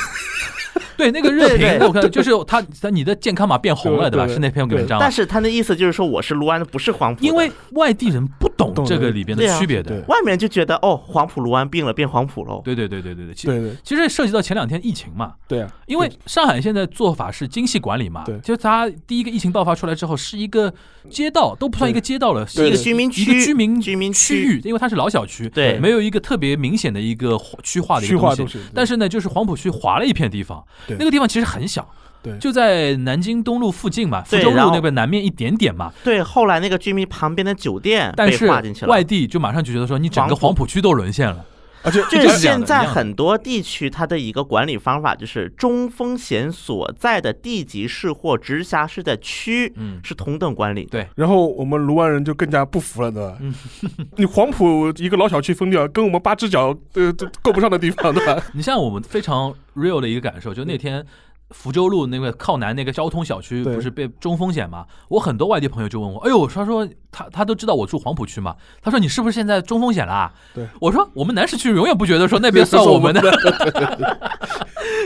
Speaker 2: 对那个热
Speaker 4: 对对
Speaker 2: 评，我看就是他他你的健康码变红了，
Speaker 3: 对
Speaker 2: 对吧？
Speaker 3: 对
Speaker 2: 是那篇文章吗
Speaker 4: 但。是他的意思就是说我是卢湾的，不是黄浦的，
Speaker 2: 啊因为外地人不懂这个里边的
Speaker 4: 啊
Speaker 2: 区别
Speaker 3: 对
Speaker 2: 的。
Speaker 4: 外面人就觉得哦，黄浦卢湾病了，变黄浦喽。
Speaker 2: 对对对对对对，其
Speaker 3: 对对
Speaker 2: 其实涉及到前两天疫情嘛，
Speaker 3: 对啊，
Speaker 2: 因为上海现在做法是精细管理嘛
Speaker 3: 对，
Speaker 2: 就是它第一个疫情爆发出来之后，是一个街道都不算一个街道了，是
Speaker 3: 对
Speaker 2: 一个
Speaker 4: 居民区
Speaker 2: 一个居民
Speaker 4: 居民
Speaker 2: 区域，因为它是老小区，
Speaker 4: 对
Speaker 2: 没有一个特别明显的一个区划的一
Speaker 3: 虚
Speaker 2: 个
Speaker 3: 化
Speaker 2: 东
Speaker 3: 东
Speaker 2: 西。
Speaker 3: 西。
Speaker 2: 但是呢，就是黄浦区划了一片地方，
Speaker 3: 对
Speaker 2: 那个地方其实很小，
Speaker 3: 对
Speaker 2: 就在南京东路附近嘛，福
Speaker 4: 对
Speaker 2: 州路
Speaker 4: 然后
Speaker 2: 那边南面一点点嘛，
Speaker 4: 对，后来那个居民旁边的酒店
Speaker 2: 但
Speaker 4: 被
Speaker 2: 是
Speaker 4: 划进去了。
Speaker 2: 外地就马上就觉得说你整个
Speaker 4: 黄
Speaker 2: 黄
Speaker 4: 浦
Speaker 2: 浦区都沦陷了。
Speaker 3: 而且
Speaker 4: 就
Speaker 2: 这
Speaker 4: 是
Speaker 2: 是这样
Speaker 4: 现
Speaker 2: 的
Speaker 4: 在
Speaker 2: 一样的
Speaker 4: 很多地区，它的一个管理方法就是中风险所在的地级市或直辖市的区
Speaker 2: 嗯
Speaker 4: 是同等管理的。
Speaker 2: 对
Speaker 3: 然后我们卢湾人就更加不服了，对吧？
Speaker 2: 嗯
Speaker 3: 你黄浦一个老小区封掉，跟我们八只脚呃 都够不上的地方，对吧？
Speaker 2: 你像我们非常 real 的一个感受，就那天福州路那个靠南那个交通小区
Speaker 3: 对
Speaker 2: 不是被中风险嘛？我很多外地朋友就问我，哎呦，他说他他都知道我住黄浦区嘛，他说你是不是现在中风险啦、啊
Speaker 3: 对，
Speaker 2: 我说我们南市区永远不觉得 说那边算我们的，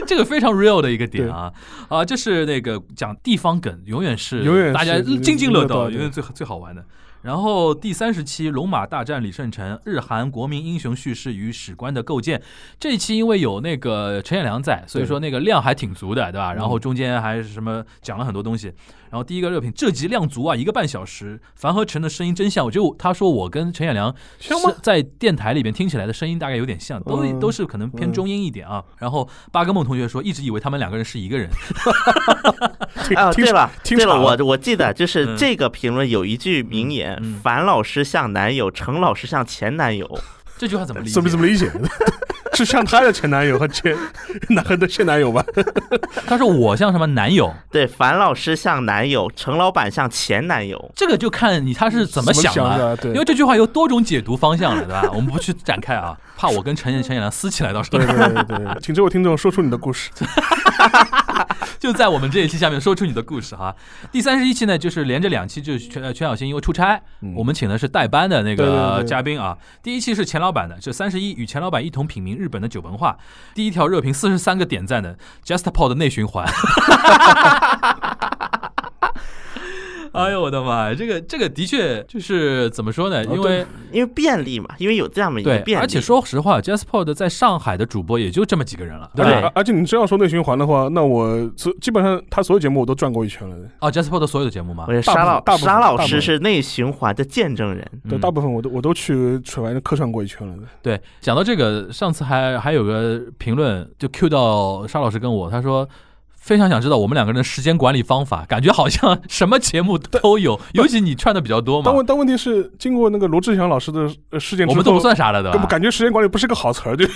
Speaker 2: 这个非常 real 的一个点啊啊，这是那个讲地方梗，永远是
Speaker 3: 永远是
Speaker 2: 大家
Speaker 3: 就是
Speaker 2: 津津乐道，
Speaker 3: 乐道对
Speaker 2: 永远最最好玩的。然后第三十期《龙马大战李舜臣：日韩国民英雄叙事与史观的构建》这一期因为有那个陈彦良在，所以说那个量还挺足的，对
Speaker 3: 嗯
Speaker 2: 吧？然后中间还是什么讲了很多东西。然后第一个热评，这集量足啊，一个半小时。樊和成的声音真像，我觉得他说我跟陈彦良
Speaker 3: 像吗
Speaker 2: 是在电台里边听起来的声音大概有点像，都、
Speaker 3: 嗯
Speaker 2: 都是可能偏中音一点啊。然后八哥梦同学说，一直以为他们两个人是一 个人，
Speaker 4: 啊，
Speaker 3: 听
Speaker 4: 对了，
Speaker 3: 听
Speaker 4: 对
Speaker 3: 傻
Speaker 4: 了，
Speaker 3: 了
Speaker 4: 我我记得就是
Speaker 2: 嗯
Speaker 4: 这个评论有一句名言：
Speaker 2: 嗯嗯
Speaker 4: 樊老师像男友，程老师像前男友。
Speaker 2: 这句话怎么理解？
Speaker 3: 怎么怎么理解？ 是像她的前男友和前男和的现男友吧？
Speaker 2: 他说我像什么男友，
Speaker 4: 对，樊老师像男友，程老板像前男友。
Speaker 2: 这个就看你他是 怎么想
Speaker 3: 怎么想的
Speaker 2: 了。
Speaker 3: 对
Speaker 2: 因为这句话有多种解读方向了，对吧？我们不去展开啊，怕我跟陈彦陈彦良撕起来，到时候
Speaker 3: 对对对对， 请这位听众说出你的故事。
Speaker 2: 就在我们这一期下面说出你的故事哈。 第三十一期呢，就是连着两期，就是全呃全小新因为出差，
Speaker 3: 嗯
Speaker 2: 我们请的是代班的那
Speaker 3: 对对
Speaker 2: 个
Speaker 3: 对
Speaker 2: 嘉宾啊。第一期是钱老板的，这三十一与钱老板一同品茗日本的酒文化。第一条热评四十三个点赞的 JustPod 内循环。 哎呦我的妈呀，这个这个的确就是怎么说呢？
Speaker 3: 哦
Speaker 2: 因为
Speaker 4: 因为便利嘛，因为有这么一个
Speaker 2: 对，
Speaker 4: 便利，
Speaker 2: 而且说实话，JazzPod 在上海的主播也就这么几个人了。
Speaker 3: 而
Speaker 4: 对
Speaker 3: 且而而且你真要说内循环的话，那我所基本上他所有节目我都转过一圈了，
Speaker 2: 哦，JazzPod 的所有的节目吗
Speaker 4: 我？觉得
Speaker 3: 大部
Speaker 4: 沙
Speaker 3: 分大
Speaker 4: 老
Speaker 3: 部分
Speaker 4: 沙老
Speaker 3: 大部
Speaker 4: 师
Speaker 3: 分
Speaker 4: 是内循环的见证人，
Speaker 3: 对，
Speaker 2: 嗯
Speaker 3: 大部分我都我都去全完客串过一圈了。
Speaker 2: 对，讲到这个，上次还还有个评论就 Q 到沙老师跟我，他说非常想知道我们两个人的时间管理方法，感觉好像 什么节目都有，尤其你串的比较多嘛
Speaker 3: 但，问但问题是，经过那个罗志祥老师的呃事件之后，
Speaker 2: 我们都不算啥了，对
Speaker 3: 根本
Speaker 2: 吧？
Speaker 3: 感觉时间管理不是个好词儿，就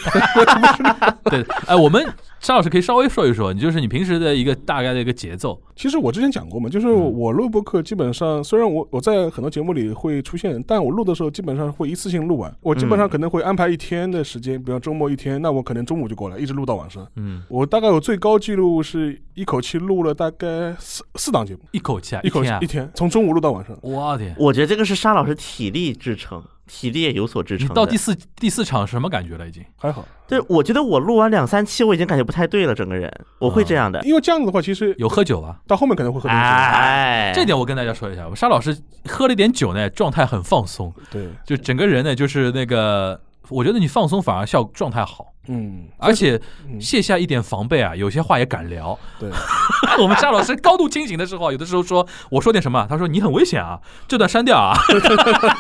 Speaker 2: 对，哎，我们沙老师可以稍微说一说，你就是你平时的一个大概的一个节奏，
Speaker 3: 其实我之前讲过嘛，就是我录播客基本上，虽然我我在很多节目里会出现，但我录的时候基本上会一次性录完。我基本上可能会安排一天的时间，比方周末一天，那我可能中午就过来，一直录到晚上。
Speaker 2: 嗯，
Speaker 3: 我大概有最高记录是一口气录了大概四四档节目，
Speaker 2: 一口气啊，
Speaker 3: 一口气
Speaker 2: 天啊
Speaker 3: 一，天，从中午录到晚上。
Speaker 2: 我天，
Speaker 4: 我觉得这个是沙老师体力支撑，体力也有所支
Speaker 2: 你
Speaker 4: 撑的。
Speaker 2: 到第四第四场什么感觉了已经？
Speaker 3: 还好，
Speaker 4: 对，我觉得我录完两三期，我已经感觉不太对了，整个人我会这样的。
Speaker 3: 因为这样子的话，其实
Speaker 2: 有喝酒啊？
Speaker 3: 到后面可能会喝东西。
Speaker 4: 哎，
Speaker 2: 这点我跟大家说一下，我们沙老师喝了一点酒呢，状态很放松，
Speaker 3: 对，
Speaker 2: 就整个人呢就是那个，我觉得你放松反而效状态好。
Speaker 3: 嗯，
Speaker 2: 而且
Speaker 3: 嗯
Speaker 2: 卸下一点防备啊，有些话也敢聊。
Speaker 3: 对，
Speaker 2: 我们沙老师高度清醒的时候，有的时候说我说点什么，他说你很危险啊，这段删掉啊。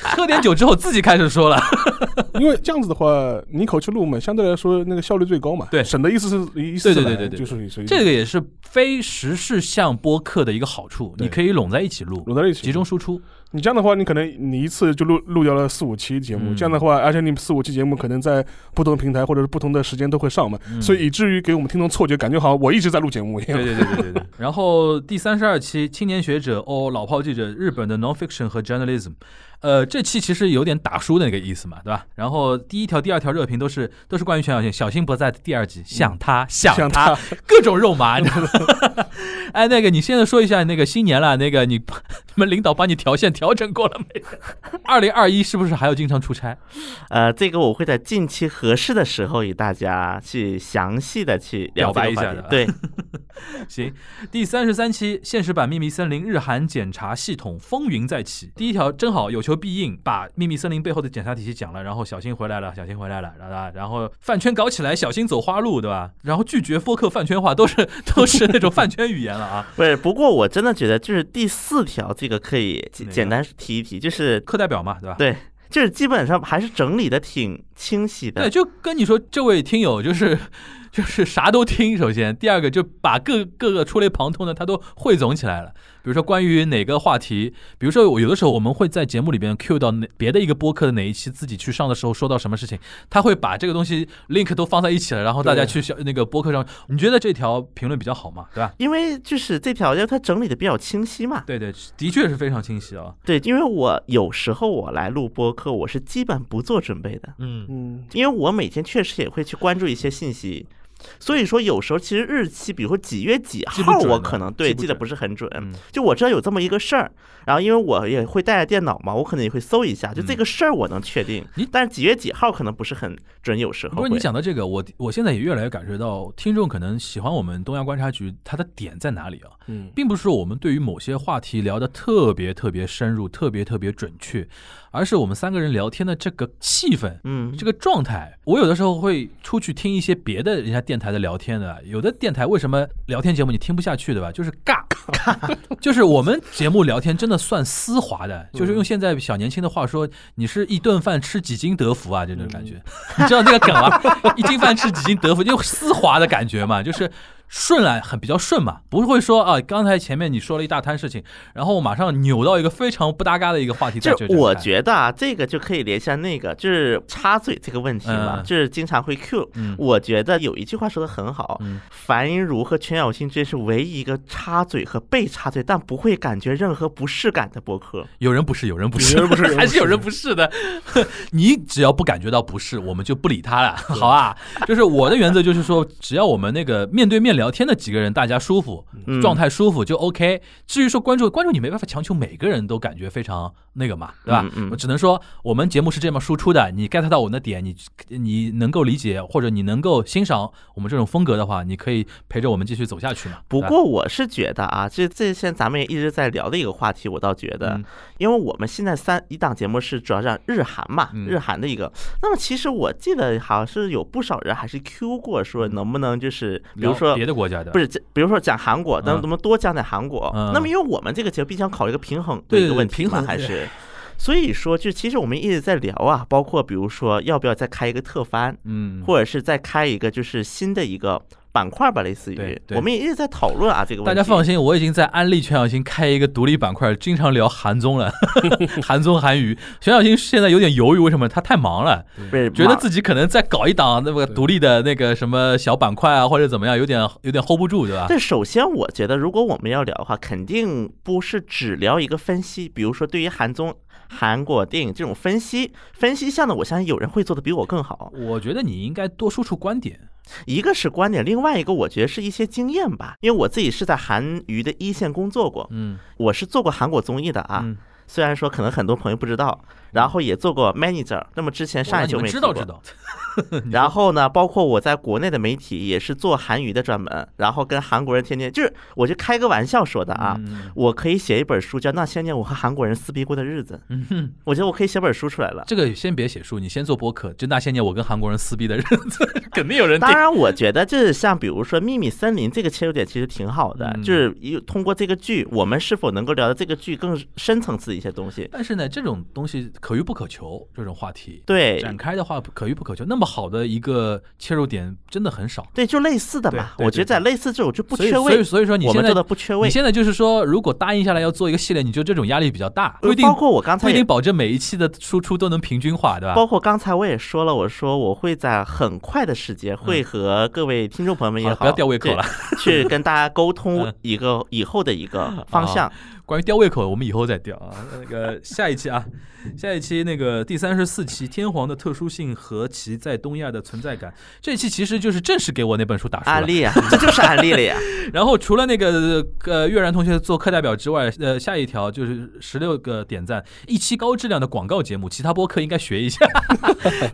Speaker 2: 喝点酒之后自己开始说了，
Speaker 3: 因为这样子的话，你一口气录嘛，相对来说那个效率最高嘛。
Speaker 2: 对
Speaker 3: 省的意思是一次
Speaker 2: 对对
Speaker 3: 来
Speaker 2: 对对对
Speaker 3: 就是属于
Speaker 2: 这个也是非时事向播客的一个好处，
Speaker 3: 对
Speaker 2: 你可以拢在一起录
Speaker 3: 拢，在一起
Speaker 2: 集中输出。
Speaker 3: 你这样的话，你可能你一次就录录掉了四五期节目，
Speaker 2: 嗯
Speaker 3: 这样的话，而且你四五期节目可能在不同平台或者是不同的时间都会上嘛，所以以至于给我们听众错觉，感觉好像我一直在录节目一样
Speaker 2: 嗯对。对对对对对。 然后第三十二期青年学者哦，老炮记者，日本的 nonfiction 和 journalism，呃，这期其实有点打书的那个意思嘛，对吧？然后第一条、第二条热评都是都是关于全小新，小新不在第二集，想他嗯想
Speaker 3: 像
Speaker 2: 他，
Speaker 3: 他，
Speaker 2: 各种肉麻，你知道吗？ 哎，那个你现在说一下那个新年了，那个你 你们领导帮你调线调整过了没？ 二零二一是不是还要经常出差？
Speaker 4: 呃，这个我会在近期合适的时候与大家去详细的去聊
Speaker 2: 表白
Speaker 4: 这个
Speaker 2: 一
Speaker 4: 话
Speaker 2: 下
Speaker 4: 题
Speaker 2: 的
Speaker 4: 对，
Speaker 2: 行，第三十三期现实版《秘密森林》日韩检查系统风云再起。第一条正好有求必应，把《秘密森林》背后的检查体系讲了，然后小新回来了，小新回来了，然后然后饭圈搞起来，小新走花路，对吧？然后拒绝播客饭圈化，都是都是那种饭圈语言了啊。
Speaker 4: 不是。不过我真的觉得，就是第四条这个可以简
Speaker 2: 哪个
Speaker 4: 简单提一提，就是
Speaker 2: 课代表嘛，对吧？
Speaker 4: 对，就是基本上还是整理的挺清晰的
Speaker 2: 对，。就跟你说，这位听友就是。 就是啥都听，首先，第二个就把各各个触类旁通的他都汇总起来了。比如说关于哪个话题，比如说我有的时候我们会在节目里边 cue 到哪别的一个播客的哪一期自己去上的时候说到什么事情，他会把这个东西 link 都放在一起了，然后大家
Speaker 3: 对
Speaker 2: 去小那个播客上，你觉得这条评论比较好吗？对吧？
Speaker 4: 因为就是这条，因为它整理的比较清晰嘛。
Speaker 2: 对对，的确是非常清晰啊。
Speaker 4: 对，因为我有时候我来录播客，我是基本不做准备的，
Speaker 2: 嗯
Speaker 3: 嗯，
Speaker 4: 因为我每天确实也会去关注一些信息，所以说有时候其实日期，比如说几月几
Speaker 2: 记不
Speaker 4: 号，
Speaker 2: 准
Speaker 4: 我
Speaker 2: 的
Speaker 4: 可能对
Speaker 2: 记不
Speaker 4: 记得
Speaker 2: 准
Speaker 4: 不是很准。
Speaker 2: 嗯
Speaker 4: 就我知道有这么一个事儿，然后因为我也会带着电脑嘛，我可能也会搜一下，就这个事儿我能确定。
Speaker 2: 嗯你
Speaker 4: 但是几月几号可能不是很准，有时候
Speaker 2: 不是
Speaker 4: 会
Speaker 2: 你讲到这个，我我现在也越来越感觉到，听众可能喜欢我们东亚观察局，它的点在哪里啊？
Speaker 3: 嗯
Speaker 2: 并不是说我们对于某些话题聊得特别特别深入、特别特别准确，而是我们三个人聊天的这个气氛。
Speaker 4: 嗯，
Speaker 2: 这个状态，我有的时候会出去听一些别的人家电台的聊天的，啊有的电台为什么聊天节目你听不下去对吧？就是尬， 就是我们节目聊天真的算丝滑的，就是用现在小年轻的话说，你是一顿饭吃几斤德芙啊，这种感
Speaker 4: 嗯
Speaker 2: 觉，你知道这个梗啊，一斤饭吃几斤德芙，就丝滑的感觉嘛，就是。顺来很比较顺嘛，不会说啊，刚才前面你说了一大摊事情，然后我马上扭到一个非常不搭嘎的一个话题再
Speaker 4: 就
Speaker 2: 去展开。
Speaker 4: 我觉得啊，这个就可以连下那个，就是插嘴这个问题嘛，
Speaker 2: 嗯
Speaker 4: 就是经常会 Q、
Speaker 2: 嗯
Speaker 4: 我觉得有一句话说的很好，
Speaker 2: 嗯
Speaker 4: 樊音茹和全小新之间是唯一一个插嘴和被插嘴，但不会感觉任何不适感的播客。
Speaker 2: 有人不是，有人不是，
Speaker 3: 有人不 是
Speaker 2: 还是有人不是的。你只要不感 啊觉到不适，我们就不理他了，好吧？就是我的原则就是说，只要我们那个面对面聊天的几个人，大家舒服，
Speaker 4: 嗯
Speaker 2: 状态舒服就 OK。至于说关注，关注你没办法强求每个人都感觉非常那个嘛，对吧？
Speaker 4: 嗯嗯
Speaker 2: 我只能说我们节目是这么输出的，你 get 到我们的点，你你能够理解或者你能够欣赏我们这种风格的话，你可以陪着我们继续走下去嘛。
Speaker 4: 不
Speaker 2: 对吧
Speaker 4: 过我是觉得啊，这这现在咱们也一直在聊的一个话题，我倒觉得，
Speaker 2: 嗯
Speaker 4: 因为我们现在三一档节目是主要讲日韩嘛，
Speaker 2: 嗯
Speaker 4: 日韩的一个。那么其实我记得好像是有不少人还是 Q 过说能不能就是，比如
Speaker 2: 嗯聊
Speaker 4: 说
Speaker 2: 别的国家的，
Speaker 4: 不
Speaker 2: 是
Speaker 4: 是，这比如说讲韩国，能
Speaker 2: 嗯
Speaker 4: 能不能多讲点韩国？
Speaker 2: 嗯
Speaker 4: 那么因为我们这个节目毕竟要考虑一个平衡
Speaker 2: 对
Speaker 4: 一个问
Speaker 2: 对
Speaker 4: 题
Speaker 2: 平
Speaker 4: 嘛，
Speaker 2: 衡
Speaker 4: 还
Speaker 2: 对
Speaker 4: 是。所以说，就其实我们一直在聊啊，包括比如说要不要再开一个特番，
Speaker 2: 嗯，
Speaker 4: 或者是再开一个就是新的一个板块吧，类似于
Speaker 2: 对，对
Speaker 4: 我们也一直在讨论啊这个问
Speaker 2: 大
Speaker 4: 题。
Speaker 2: 家放心，我已经在安利全小新开一个独立板块，经常聊韩综了， 韩综韩娱。全小新现在有点犹豫，为什么？他太忙了，
Speaker 4: 不是，
Speaker 2: 觉得
Speaker 4: 己
Speaker 2: 自己可能再搞一档那个独立的那个什么小板块啊，或者怎么样，有点有点 hold 不住，对吧？
Speaker 4: 但首先，我觉得如果我们要聊的话，肯定不是只聊一个分析，比如说对于韩综、韩国电影这种分析，分析项的，我相信有人会做的比我更好。
Speaker 2: 我觉得你应该多输出观点。
Speaker 4: 一个是观点，另外一个我觉得是一些经验吧，因为我自己是在韩娱的一线工作过，
Speaker 2: 嗯
Speaker 4: 我是做过韩国综艺的啊。
Speaker 2: 嗯
Speaker 4: 虽然说可能很多朋友不知道，然后也做过 manager，那么之前上
Speaker 2: 我让
Speaker 4: 一
Speaker 2: 你
Speaker 4: 节我
Speaker 2: 们
Speaker 4: 们也
Speaker 2: 知
Speaker 4: 提
Speaker 2: 道
Speaker 4: 过
Speaker 2: 知道，
Speaker 4: 然后呢，包括我在国内的媒体也是做韩语的专门，然后跟韩国人天天就是，我就开个玩笑说的啊，
Speaker 2: 嗯
Speaker 4: 我可以写一本书叫《那些年我和韩国人撕逼过的日子》，
Speaker 2: 嗯 哼，
Speaker 4: 我觉得我可以写本书出来了。
Speaker 2: 这个先别写书，你先做播客。就那些年我跟韩国人撕逼的日子， 肯定有人听
Speaker 4: 当。然，我觉得这像比如说《秘密森林》这个切入点其实挺好的，
Speaker 2: 嗯
Speaker 4: 就是一通过这个剧，我们是否能够聊到这个剧更深层次的一些东西。
Speaker 2: 但是呢，这种东西可遇不可求，这种话题。
Speaker 4: 对，
Speaker 2: 展开的话可遇不可求，那么好的一个切入点真的很少。
Speaker 4: 对，就类似的嘛。
Speaker 2: 对对
Speaker 4: 我觉得在类似这种就不
Speaker 2: 所以
Speaker 4: 缺
Speaker 2: 所以
Speaker 4: 位，
Speaker 2: 所以说你
Speaker 4: 我
Speaker 2: 现
Speaker 4: 们
Speaker 2: 在
Speaker 4: 做的不缺位
Speaker 2: 你。现在就是说，如果答应下来要做一个系列，你就这种压力比较大，不一定
Speaker 4: 呃包括我刚
Speaker 2: 不
Speaker 4: 才
Speaker 2: 一
Speaker 4: 也
Speaker 2: 定保证每一期的输出都能平均化，对吧？
Speaker 4: 包括刚才我也说了，我说我会在很快的时间会和各位听众朋友们也
Speaker 2: 好了不
Speaker 4: 好，
Speaker 2: 要吊胃口了。
Speaker 4: 去去跟大家沟通
Speaker 2: 嗯
Speaker 4: 一个以后的一个方
Speaker 2: 哦
Speaker 4: 向。
Speaker 2: 关于吊胃口，我们以后再吊啊。那个下一期啊，下一期那个第三十四期《天皇的特殊性和其在东亚的存在感》这一期其实就是正式给我那本书打书
Speaker 4: 案
Speaker 2: 了。
Speaker 4: 例啊，这就是案例了呀。
Speaker 2: 然后除了那个呃月然同学做课代表之外，呃下一条就是十六个点赞，一期高质量的广告节目，其他播客应该学一下。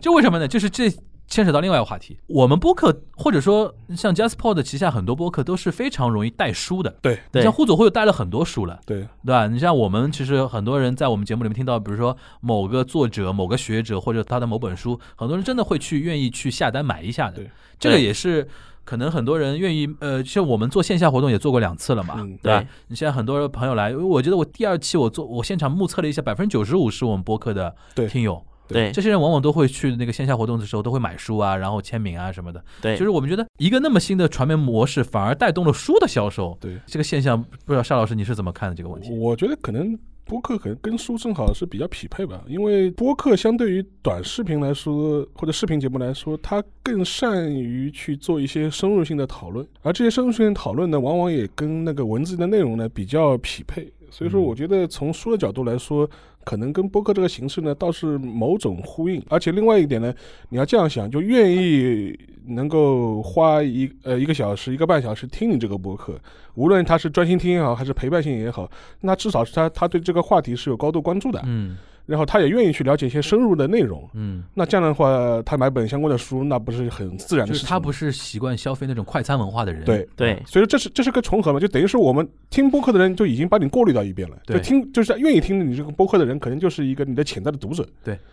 Speaker 2: 就为什么呢？就是这。牵扯到另外一个话题，我们播客或者说像 JustPod 的旗下很多播客都是非常容易带书的，
Speaker 3: 对
Speaker 2: 你
Speaker 4: 对
Speaker 2: 像互左会有带了很多书了，
Speaker 3: 对，
Speaker 2: 对吧？你像我们其实很多人在我们节目里面听到，比如说某个作者、某个学者或者他的某本书，很多人真的会去愿意去下单买一下的
Speaker 3: 对。
Speaker 2: 这个
Speaker 4: 对
Speaker 2: 也是可能很多人愿意，呃，像我们做线下活动也做过两次了嘛，
Speaker 3: 嗯
Speaker 2: 对吧
Speaker 4: 对？
Speaker 2: 你现在很多朋友来，因为我觉得我第二期我做我现场目测了一下，百分之九十五是我们播客的
Speaker 3: 对
Speaker 2: 听友，
Speaker 4: 对
Speaker 2: 这些人往往都会去那个线下活动的时候都会买书啊，然后签名啊什么的。
Speaker 4: 对，
Speaker 2: 就是我们觉得一个那么新的传媒模式，反而带动了书的销售。
Speaker 3: 对
Speaker 2: 这个现象，不知道沙老师你是怎么看的这个问题？
Speaker 3: 我觉得可能播客可能跟书正好是比较匹配吧，因为播客相对于短视频来说，或者视频节目来说，它更善于去做一些深入性的讨论，而这些深入性的讨论呢，往往也跟那个文字的内容呢比较匹配。所以说，
Speaker 2: 嗯
Speaker 3: 我觉得从书的角度来说，可能跟播客这个形式呢倒是某种呼应。而且另外一点呢，你要这样想，就愿意能够花一呃一个小时、一个半小时听你这个播客，无论他是专心听也好，还是陪伴性也好，那至少是他他对这个话题是有高度关注的，
Speaker 2: 嗯
Speaker 3: 然后他也愿意去了解一些深入的内容。
Speaker 2: 嗯，
Speaker 3: 那这样的话，他买本相关的书，那不是很自然的
Speaker 2: 就
Speaker 3: 事
Speaker 2: 是
Speaker 3: 情？
Speaker 2: 他不是习惯消费那种快餐文化的人。
Speaker 3: 对。
Speaker 4: 对
Speaker 3: 所以说这是这是个重合嘛，就等于说我们听播客的人就已经把你过滤到一边了，
Speaker 2: 对
Speaker 3: 就听就是愿意听你这个播客的人，可能就是一个你的潜在的读者，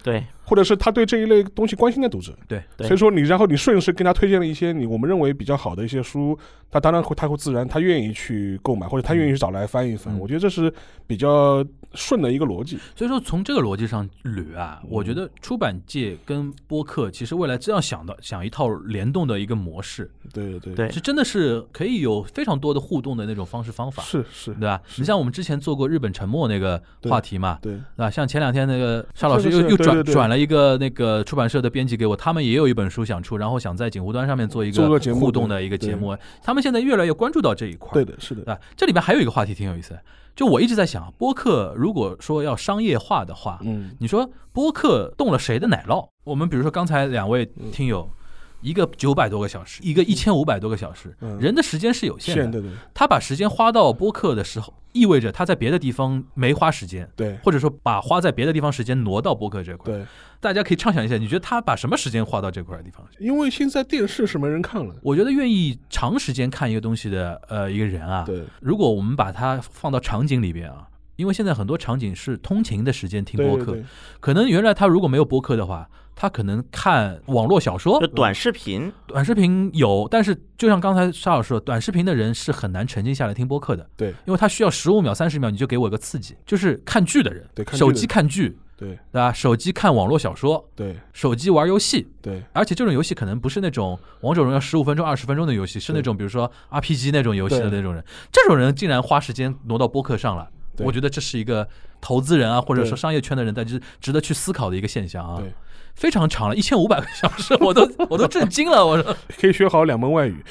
Speaker 4: 对
Speaker 3: 或者是他对这一类东西关心的读者。
Speaker 2: 对
Speaker 4: 对
Speaker 3: 所以说你然后你顺势跟他推荐了一些你我们认为比较好的一些书，他当然会他会自然他愿意去购买，或者他愿意去找来翻一翻。
Speaker 2: 嗯
Speaker 3: 我觉得这是比较顺的一个逻辑。
Speaker 2: 所以说从这个逻辑上捋啊，我
Speaker 3: 嗯
Speaker 2: 觉得出版界跟播客其实未来这样想的，想一套联动的一个模式，
Speaker 3: 对对
Speaker 4: 对
Speaker 2: 是真的是可以有非常多的互动的那种方式方法，
Speaker 3: 是是
Speaker 2: 对，吧？你像我们之前做过日本沉没那个话题嘛。
Speaker 3: 对
Speaker 2: 对吧？像前两天那个沙老师又
Speaker 3: 是是
Speaker 2: 又
Speaker 3: 对
Speaker 2: 转
Speaker 3: 对对
Speaker 2: 转了一个那个出版社的编辑给我，他们也有一本书想出，然后想在锦湖端上面做一
Speaker 3: 做个节目
Speaker 2: 互动的一个节目。他们现在越来越关注到这一块，
Speaker 3: 对的，是的，
Speaker 2: 啊，这里边还有一个话题挺有意思，就我一直在想，播客如果说要商业化的话，
Speaker 3: 嗯，嗯
Speaker 2: 你说播客动了谁的奶酪？我们比如说刚才两位听友，一个九百多个小时，一个一千五百多个小时，
Speaker 3: 嗯
Speaker 2: 人的时间是有限的。
Speaker 3: 现的对
Speaker 2: 他把时间花到播客的时候，意味着他在别的地方没花时间，
Speaker 3: 对
Speaker 2: 或者说把花在别的地方时间挪到播客这块。
Speaker 3: 对，
Speaker 2: 大家可以畅想一下，你觉得他把什么时间花到这块地方去？
Speaker 3: 因为现在电视是没人看了，
Speaker 2: 我觉得愿意长时间看一个东西的呃一个人啊，
Speaker 3: 对
Speaker 2: 如果我们把它放到场景里边啊，因为现在很多场景是通勤的时间听
Speaker 3: 对
Speaker 2: 播
Speaker 3: 对
Speaker 2: 客，
Speaker 3: 对
Speaker 2: 可能原来他如果没有播客的话，他可能看网络小说
Speaker 3: 哦呃
Speaker 4: 就、短视频，
Speaker 2: 短视频有，但是就像刚才沙老师说，短视频的人是很难沉浸下来听播客的，
Speaker 3: 对
Speaker 2: 因为他需要十五秒、三十秒，你就给我一个刺激。就是看剧的人，
Speaker 3: 对看剧的
Speaker 2: 手
Speaker 3: 人
Speaker 2: 机看剧，
Speaker 3: 对
Speaker 2: 对吧？手机看网络小说，
Speaker 3: 对
Speaker 2: 手机玩游戏，
Speaker 3: 对
Speaker 2: 而且这种游戏可能不是那种王者荣耀十五分钟、二十分钟的游戏，是
Speaker 3: 对
Speaker 2: 那种比如说 RPG 那种游戏的
Speaker 3: 对
Speaker 2: 那种人，这种人竟然花时间挪到播客上了。
Speaker 3: 对
Speaker 2: 我觉得这是一个投资人啊，或者
Speaker 3: 对
Speaker 2: 说商业圈的人，但是值得去思考的一个现象啊
Speaker 3: 对，，
Speaker 2: 非常长了，一千五百个小时，我都 我都震惊了。我说，
Speaker 3: 可以学好两门外语，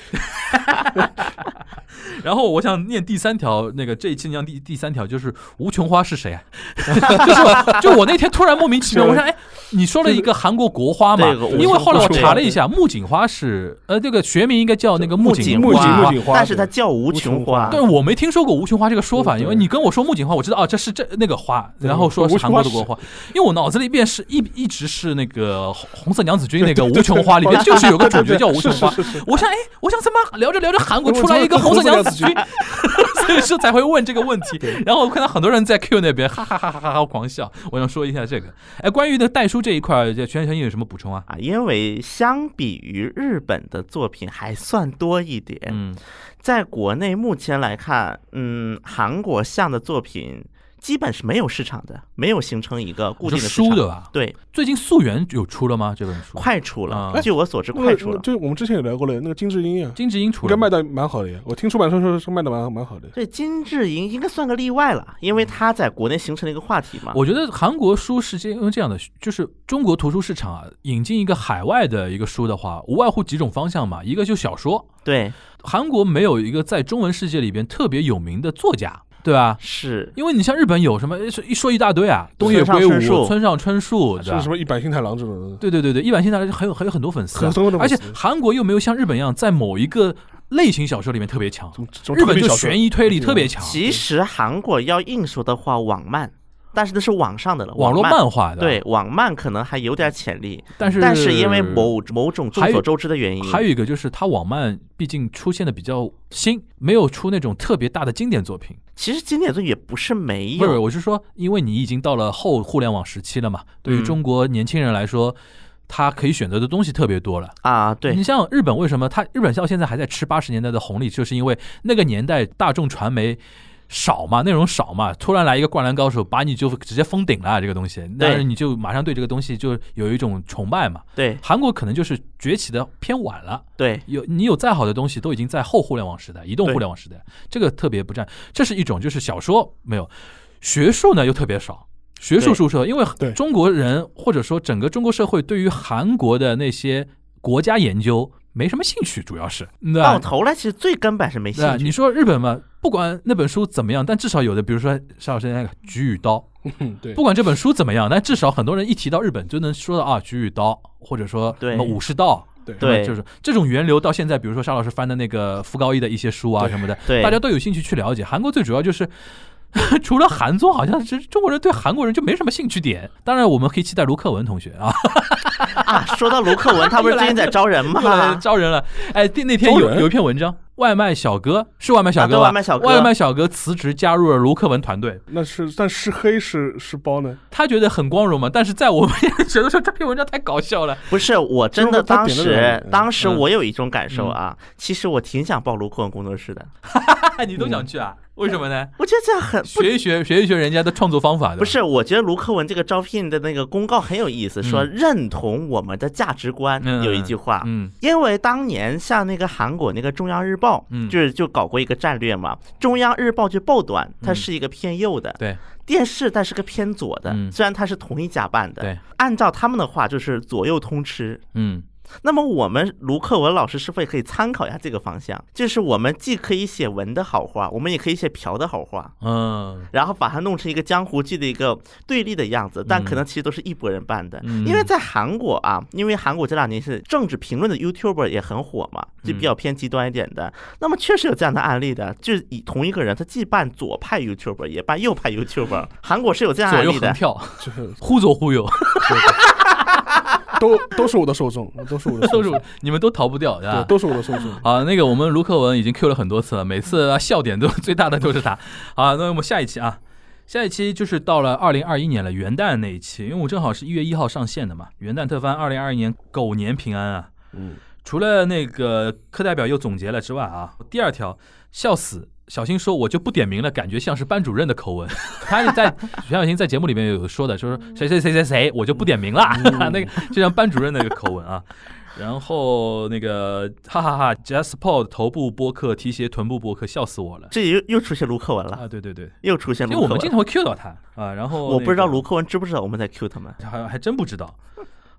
Speaker 2: 然后我想念第三条，那个这一期讲第第三条就是吴琼花是谁啊？ 就是我就我那天突然莫名其妙，我想哎，你说了一个韩国国花嘛
Speaker 4: 对我，
Speaker 2: 因为后来我查了一下，木槿花是呃这个学名应该叫那个木
Speaker 4: 槿
Speaker 2: 槿
Speaker 3: 木
Speaker 4: 花，
Speaker 3: 木槿花
Speaker 4: 但是它叫无
Speaker 3: 无
Speaker 4: 穷
Speaker 3: 穷花
Speaker 4: 花，
Speaker 2: 对，我没听说过无穷花这个说法，
Speaker 3: 对
Speaker 2: 因为你跟我说木槿花，我知道啊，这是这那个花，
Speaker 3: 对
Speaker 2: 然后说是韩国的国
Speaker 3: 无
Speaker 2: 花，因为我脑子里边是一一直是那个红红色娘子军那个无穷花里边就是有个主角叫无穷花，我想哎，我想怎么聊着聊着韩国出来一个红色娘子军， 所以说才会问这个问题。然后我看到很多人在 Q 那边哈哈哈哈哈哈狂笑，我想说一下这个。哎，关于的代书这一块儿，这全全有什么补充啊？
Speaker 4: 啊，因为相比于日本的作品还算多一点，
Speaker 2: 嗯，
Speaker 4: 在国内目前来看，嗯，韩国向的作品基本是没有市场的，没有形成一个固定
Speaker 2: 是
Speaker 4: 的市场
Speaker 2: 书的吧？
Speaker 4: 对，
Speaker 2: 最近《溯源》有出了吗？这本书？
Speaker 4: 快出了，
Speaker 2: 啊
Speaker 4: 据我所知，
Speaker 3: 那
Speaker 4: 快出
Speaker 3: 个
Speaker 4: 了。
Speaker 3: 就我们之前也聊过了，那个金智英啊，
Speaker 2: 金智英
Speaker 3: 应
Speaker 2: 出
Speaker 3: 该
Speaker 2: 了吗
Speaker 3: 卖的蛮好的呀，我听出版社说是卖的蛮蛮好的，
Speaker 4: 对金智英应该算个例外了，因为她在国内形成了一个话题嘛。
Speaker 2: 嗯我觉得韩国书是这因为这样的，就是中国图书市场啊，引进一个海外的一个书的话，无外乎几种方向嘛，一个就小说，
Speaker 4: 对，
Speaker 2: 韩国没有一个在中文世界里边特别有名的作家，对吧？
Speaker 4: 是
Speaker 2: 因为你像日本有什么一说一说一大堆啊，东野
Speaker 4: 村
Speaker 2: 圭
Speaker 4: 上春
Speaker 2: 吾、
Speaker 4: 树啊
Speaker 2: 村上春树，啊对
Speaker 3: 是
Speaker 2: 吧嗯
Speaker 3: 什？么一百星太郎这种的，
Speaker 2: 对对对对，一般现在很有很有很多粉丝啊
Speaker 3: 很多的，
Speaker 2: 而
Speaker 3: 粉丝
Speaker 2: 且韩国又没有像日本一样在某一个类型小说里面特别强，
Speaker 3: 从从
Speaker 2: 日本就
Speaker 3: 疑
Speaker 2: 悬。疑推理特别强，
Speaker 4: 其实韩国要硬说的话，网漫，但是那是网上的了，
Speaker 2: 网络
Speaker 4: 漫。
Speaker 2: 漫画的，
Speaker 4: 对，网漫可能还有点潜力，
Speaker 2: 但是
Speaker 4: 但是因为某某种众
Speaker 2: 嗯还有
Speaker 4: 所周知的原因，
Speaker 2: 还有一个就是它网漫毕竟出现的比较新，没有出那种特别大的经典作品。
Speaker 4: 其实经典作也不是没
Speaker 2: 不是，
Speaker 4: 有，
Speaker 2: 我是说，因为你已经到了后互联网时期了嘛，对于
Speaker 4: 嗯
Speaker 2: 中国年轻人来说，他可以选择的东西特别多了。
Speaker 4: 啊，对
Speaker 2: 你，像日本，为什么它日本到现在还在吃八十年代的红利，就是因为那个年代大众传媒少嘛，内容少嘛，突然来一个灌篮高手，把你就直接封顶了、啊这个东西，但是你就马上对这个东西就有一种崇拜嘛。
Speaker 4: 对
Speaker 2: 韩国可能就是崛起的偏晚了。
Speaker 4: 对，
Speaker 2: 有你有再好的东西，都已经在后互联网时代、移动互联网时代，这个特别不占。这是一种，就是小说没有，学术呢又特别少。学术
Speaker 4: 对
Speaker 2: 输出，因为
Speaker 3: 对
Speaker 2: 中国人或者说整个中国社会对于韩国的那些国家研究没什么兴趣，主要是对
Speaker 4: 到
Speaker 2: 吧？
Speaker 4: 头来其实最根本是没
Speaker 2: 对吧
Speaker 4: 兴？
Speaker 2: 你
Speaker 4: 趣。
Speaker 2: 说日本嘛，不管那本书怎么样，但至少有的，比如说邵老师那个《菊与刀》，
Speaker 3: 嗯对
Speaker 2: 不管这本书怎么样，但至少很多人一提到日本就能说到啊，《菊与刀》，或者说
Speaker 4: 对
Speaker 2: 什么武士道，
Speaker 3: 对
Speaker 4: 对
Speaker 2: 就是这种源流到现在，比如说沙老师翻的那个傅高义的一些书啊
Speaker 3: 对
Speaker 2: 什么的，
Speaker 4: 对
Speaker 2: 大家都有兴趣去了解。韩国最主要就是。 除了韩综，好像是中国人对韩国人就没什么兴趣点。当然，我们可以期待卢克文同学 啊，
Speaker 4: 啊，说到卢克文，他不是最近在招人
Speaker 2: 又来
Speaker 4: 吗？
Speaker 2: 招人了。哎，第那天
Speaker 3: 招
Speaker 2: 有
Speaker 3: 人
Speaker 2: 有一篇文章，外卖小哥是外卖小哥吧？
Speaker 4: 啊对外卖小哥
Speaker 2: 外卖小哥辞职加入了卢克文团队，
Speaker 3: 那是但是黑是是包呢，
Speaker 2: 他觉得很光荣嘛。但是在我们眼里，觉得说这篇文章太搞笑了。
Speaker 4: 不是，我真
Speaker 3: 中
Speaker 4: 的
Speaker 3: 国他
Speaker 4: 当
Speaker 3: 点了
Speaker 4: 时
Speaker 3: 人，
Speaker 4: 当时
Speaker 2: 嗯
Speaker 4: 我有一种感受啊，其实我挺想报卢克文工作室的，
Speaker 2: 哎，你都想去啊？为什么呢？
Speaker 4: 我觉得这样很不
Speaker 2: 学一学，学一学人家的创作方法的。
Speaker 4: 不是，我觉得卢克文这个招聘的那个公告很有意思，说认同我们的价值观，
Speaker 2: 嗯
Speaker 4: 有一句话。
Speaker 2: 嗯，
Speaker 4: 因为当年像那个韩国那个中央日报，
Speaker 2: 嗯
Speaker 4: 就是就搞过一个战略嘛。中央日报就报短，它
Speaker 2: 嗯
Speaker 4: 是一个偏右的；
Speaker 2: 对，
Speaker 4: 电视它是个偏左的。
Speaker 2: 嗯
Speaker 4: 虽然它是同一家办的，
Speaker 2: 对，
Speaker 4: 按照他们的话就是左右通吃。
Speaker 2: 嗯，
Speaker 4: 那么我们卢克文老师是否也可以参考一下这个方向？就是我们既可以写文的好话，我们也可以写朴的好话，
Speaker 2: 嗯
Speaker 4: 然后把它弄成一个江湖剧的一个对立的样子，但可能其实都是一拨人办的。
Speaker 2: 嗯
Speaker 4: 因为在韩国啊，因为韩国这两年是政治评论的 YouTuber 也很火嘛，就比较偏极端一点
Speaker 2: 嗯
Speaker 4: 的。那么确实有这样的案例的，就是以同一个人，他既办左派 YouTuber 也办右 派 YouTuber，韩国是有这样的
Speaker 2: 左
Speaker 4: 案
Speaker 2: 右
Speaker 4: 例
Speaker 2: 横
Speaker 4: 的。
Speaker 2: 跳，
Speaker 3: 这
Speaker 2: 忽左忽右，
Speaker 3: 都都是我的受众，都是我的受
Speaker 2: 都
Speaker 3: 众，
Speaker 2: 是你们都逃不掉，是吧
Speaker 3: 对，？都是我的受众。
Speaker 2: 啊，那个我们卢克文已经 Q 了很多次了，每次、啊、笑点都 最大的都是他。好，那我们下一期啊，下一期就是到了二零二一年了，元旦那一期，因为我正好是一月一号上线的嘛，元旦特番二零二一年狗年平安啊。
Speaker 3: 嗯，
Speaker 2: 除了那个课代表又总结了之外啊，第二条笑死。小新说：“我就不点名了，感觉像是班主任的口吻。 他也在徐小新在节目里面有说的，就是谁谁谁谁谁，我就不点名了， 那个就像班主任那个口吻啊。然后那个哈哈哈 j a s p o d 头部播客、提携臀部播客，笑死我了
Speaker 4: 这又又出现卢克文了，
Speaker 2: 啊！对对对，
Speaker 4: 又出现
Speaker 2: 因为
Speaker 4: 卢
Speaker 2: 我
Speaker 4: 克
Speaker 2: 们经
Speaker 4: 文。
Speaker 2: 常会 cue 到他啊。然后
Speaker 4: 我不知道
Speaker 2: 那个
Speaker 4: 卢克文知不知道我们在 Q 他们。
Speaker 2: 还还真不知道。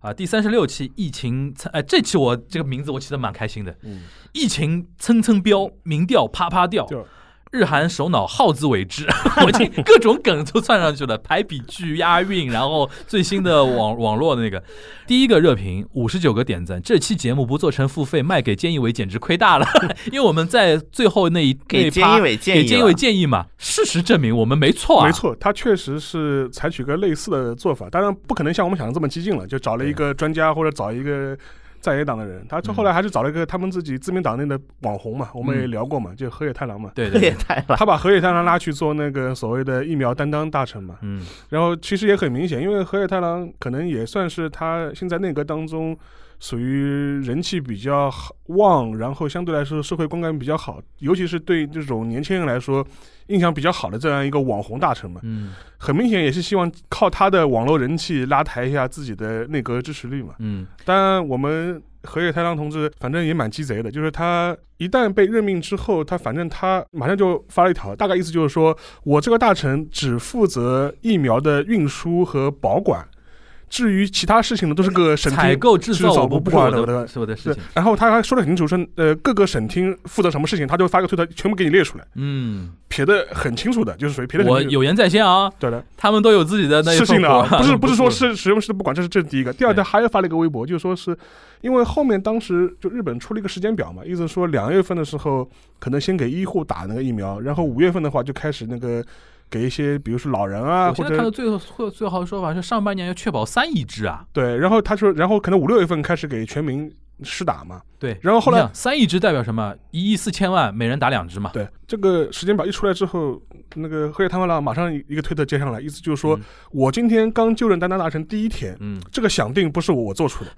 Speaker 2: 啊，第三十六期疫情参，哎，这期我这个名字我起的蛮开心的。
Speaker 3: 嗯
Speaker 2: 疫情蹭蹭飙，民调啪啪掉，
Speaker 3: 掉
Speaker 2: 日韩首脑耗资为之， 我 这各种梗都算上去了，排比句、押韵，然后最新的网网络那个第一个热评五十九个点赞，这期节目不做成付费卖给菅义伟简直亏大了， 因为我们在最后那一那
Speaker 4: 给
Speaker 2: 一
Speaker 4: 菅
Speaker 2: 趴
Speaker 4: 义伟建
Speaker 2: 给
Speaker 4: 议
Speaker 2: 菅义
Speaker 4: 了
Speaker 2: 伟，建议嘛，事实证明我们没错啊，
Speaker 3: 没错，他确实是采取个类似的做法，当然不可能像我们想的这么激进了，就找了一个专家或者找一个在野党的人，他这后来还是找了一个他们自己自民党内的网红嘛，我们也聊过嘛，就河野太郎嘛，
Speaker 2: 对对
Speaker 4: 这 也
Speaker 2: 嗯对，
Speaker 4: 太了。
Speaker 3: 他把河野太郎拉去做那个所谓的疫苗担当大臣嘛，
Speaker 2: 嗯
Speaker 3: 然后其实也很明显，因为河野太郎可能也算是他现在内阁当中属于人气比较好旺，然后相对来说社会观感比较好，尤其是对这种年轻人来说印象比较好的这样一个网红大臣嘛。
Speaker 2: 嗯
Speaker 3: 很明显也是希望靠他的网络人气拉抬一下自己的内阁支持率嘛。
Speaker 2: 嗯
Speaker 3: 当然，我们河野太郎同志反正也蛮鸡贼的，就是他一旦被任命之后，他反正他马上就发了一条，大概意思就是说我这个大臣只负责疫苗的运输和保管，至于其他事情呢，都是个省
Speaker 2: 采
Speaker 3: 厅。
Speaker 2: 购制
Speaker 3: 制
Speaker 2: 造
Speaker 3: 造
Speaker 2: 我
Speaker 3: 不
Speaker 2: 不是
Speaker 3: 管
Speaker 2: 我
Speaker 3: 了我
Speaker 2: 的
Speaker 3: 的
Speaker 2: 是我的事
Speaker 3: 是
Speaker 2: 情，，
Speaker 3: 然后他还说的很清楚，说呃各个省厅负责什么事情，他就发个推特，全部给你列出来，
Speaker 2: 嗯，
Speaker 3: 撇的很清楚的，就是属于撇的很
Speaker 2: 我
Speaker 3: 清楚。
Speaker 2: 有言在先啊，
Speaker 3: 对的，
Speaker 2: 他们都有自己的那一
Speaker 3: 事
Speaker 2: 份
Speaker 3: 情的啊
Speaker 2: 活，
Speaker 3: 不是不是说
Speaker 2: 是。
Speaker 3: 是使用室不管，这是这是第一个。第二，
Speaker 2: 对
Speaker 3: 他还有发了一个微博，就说是因为后面当时就日本出了一个时间表嘛，意思说两月份的时候可能先给医护打那个疫苗，然后五月份的话就开始那个给一些比如说老人啊
Speaker 2: 我
Speaker 3: 或
Speaker 2: 现在看到
Speaker 3: 者
Speaker 2: 最后最最好的说法是上半年要确保三亿只啊，
Speaker 3: 对，然后他说，然后可能五六月份开始给全民施打嘛。
Speaker 2: 对。
Speaker 3: 然后后来
Speaker 2: 你想三亿只代表什么？一亿四千万，每人打两只嘛。
Speaker 3: 对，这个时间表一出来之后，那个河野太郎郎马上一个推特接上来，意思就是说、
Speaker 2: 嗯
Speaker 3: 我今天刚就任担当大臣第一天。
Speaker 2: 嗯，
Speaker 3: 这个想定不是我我做出的，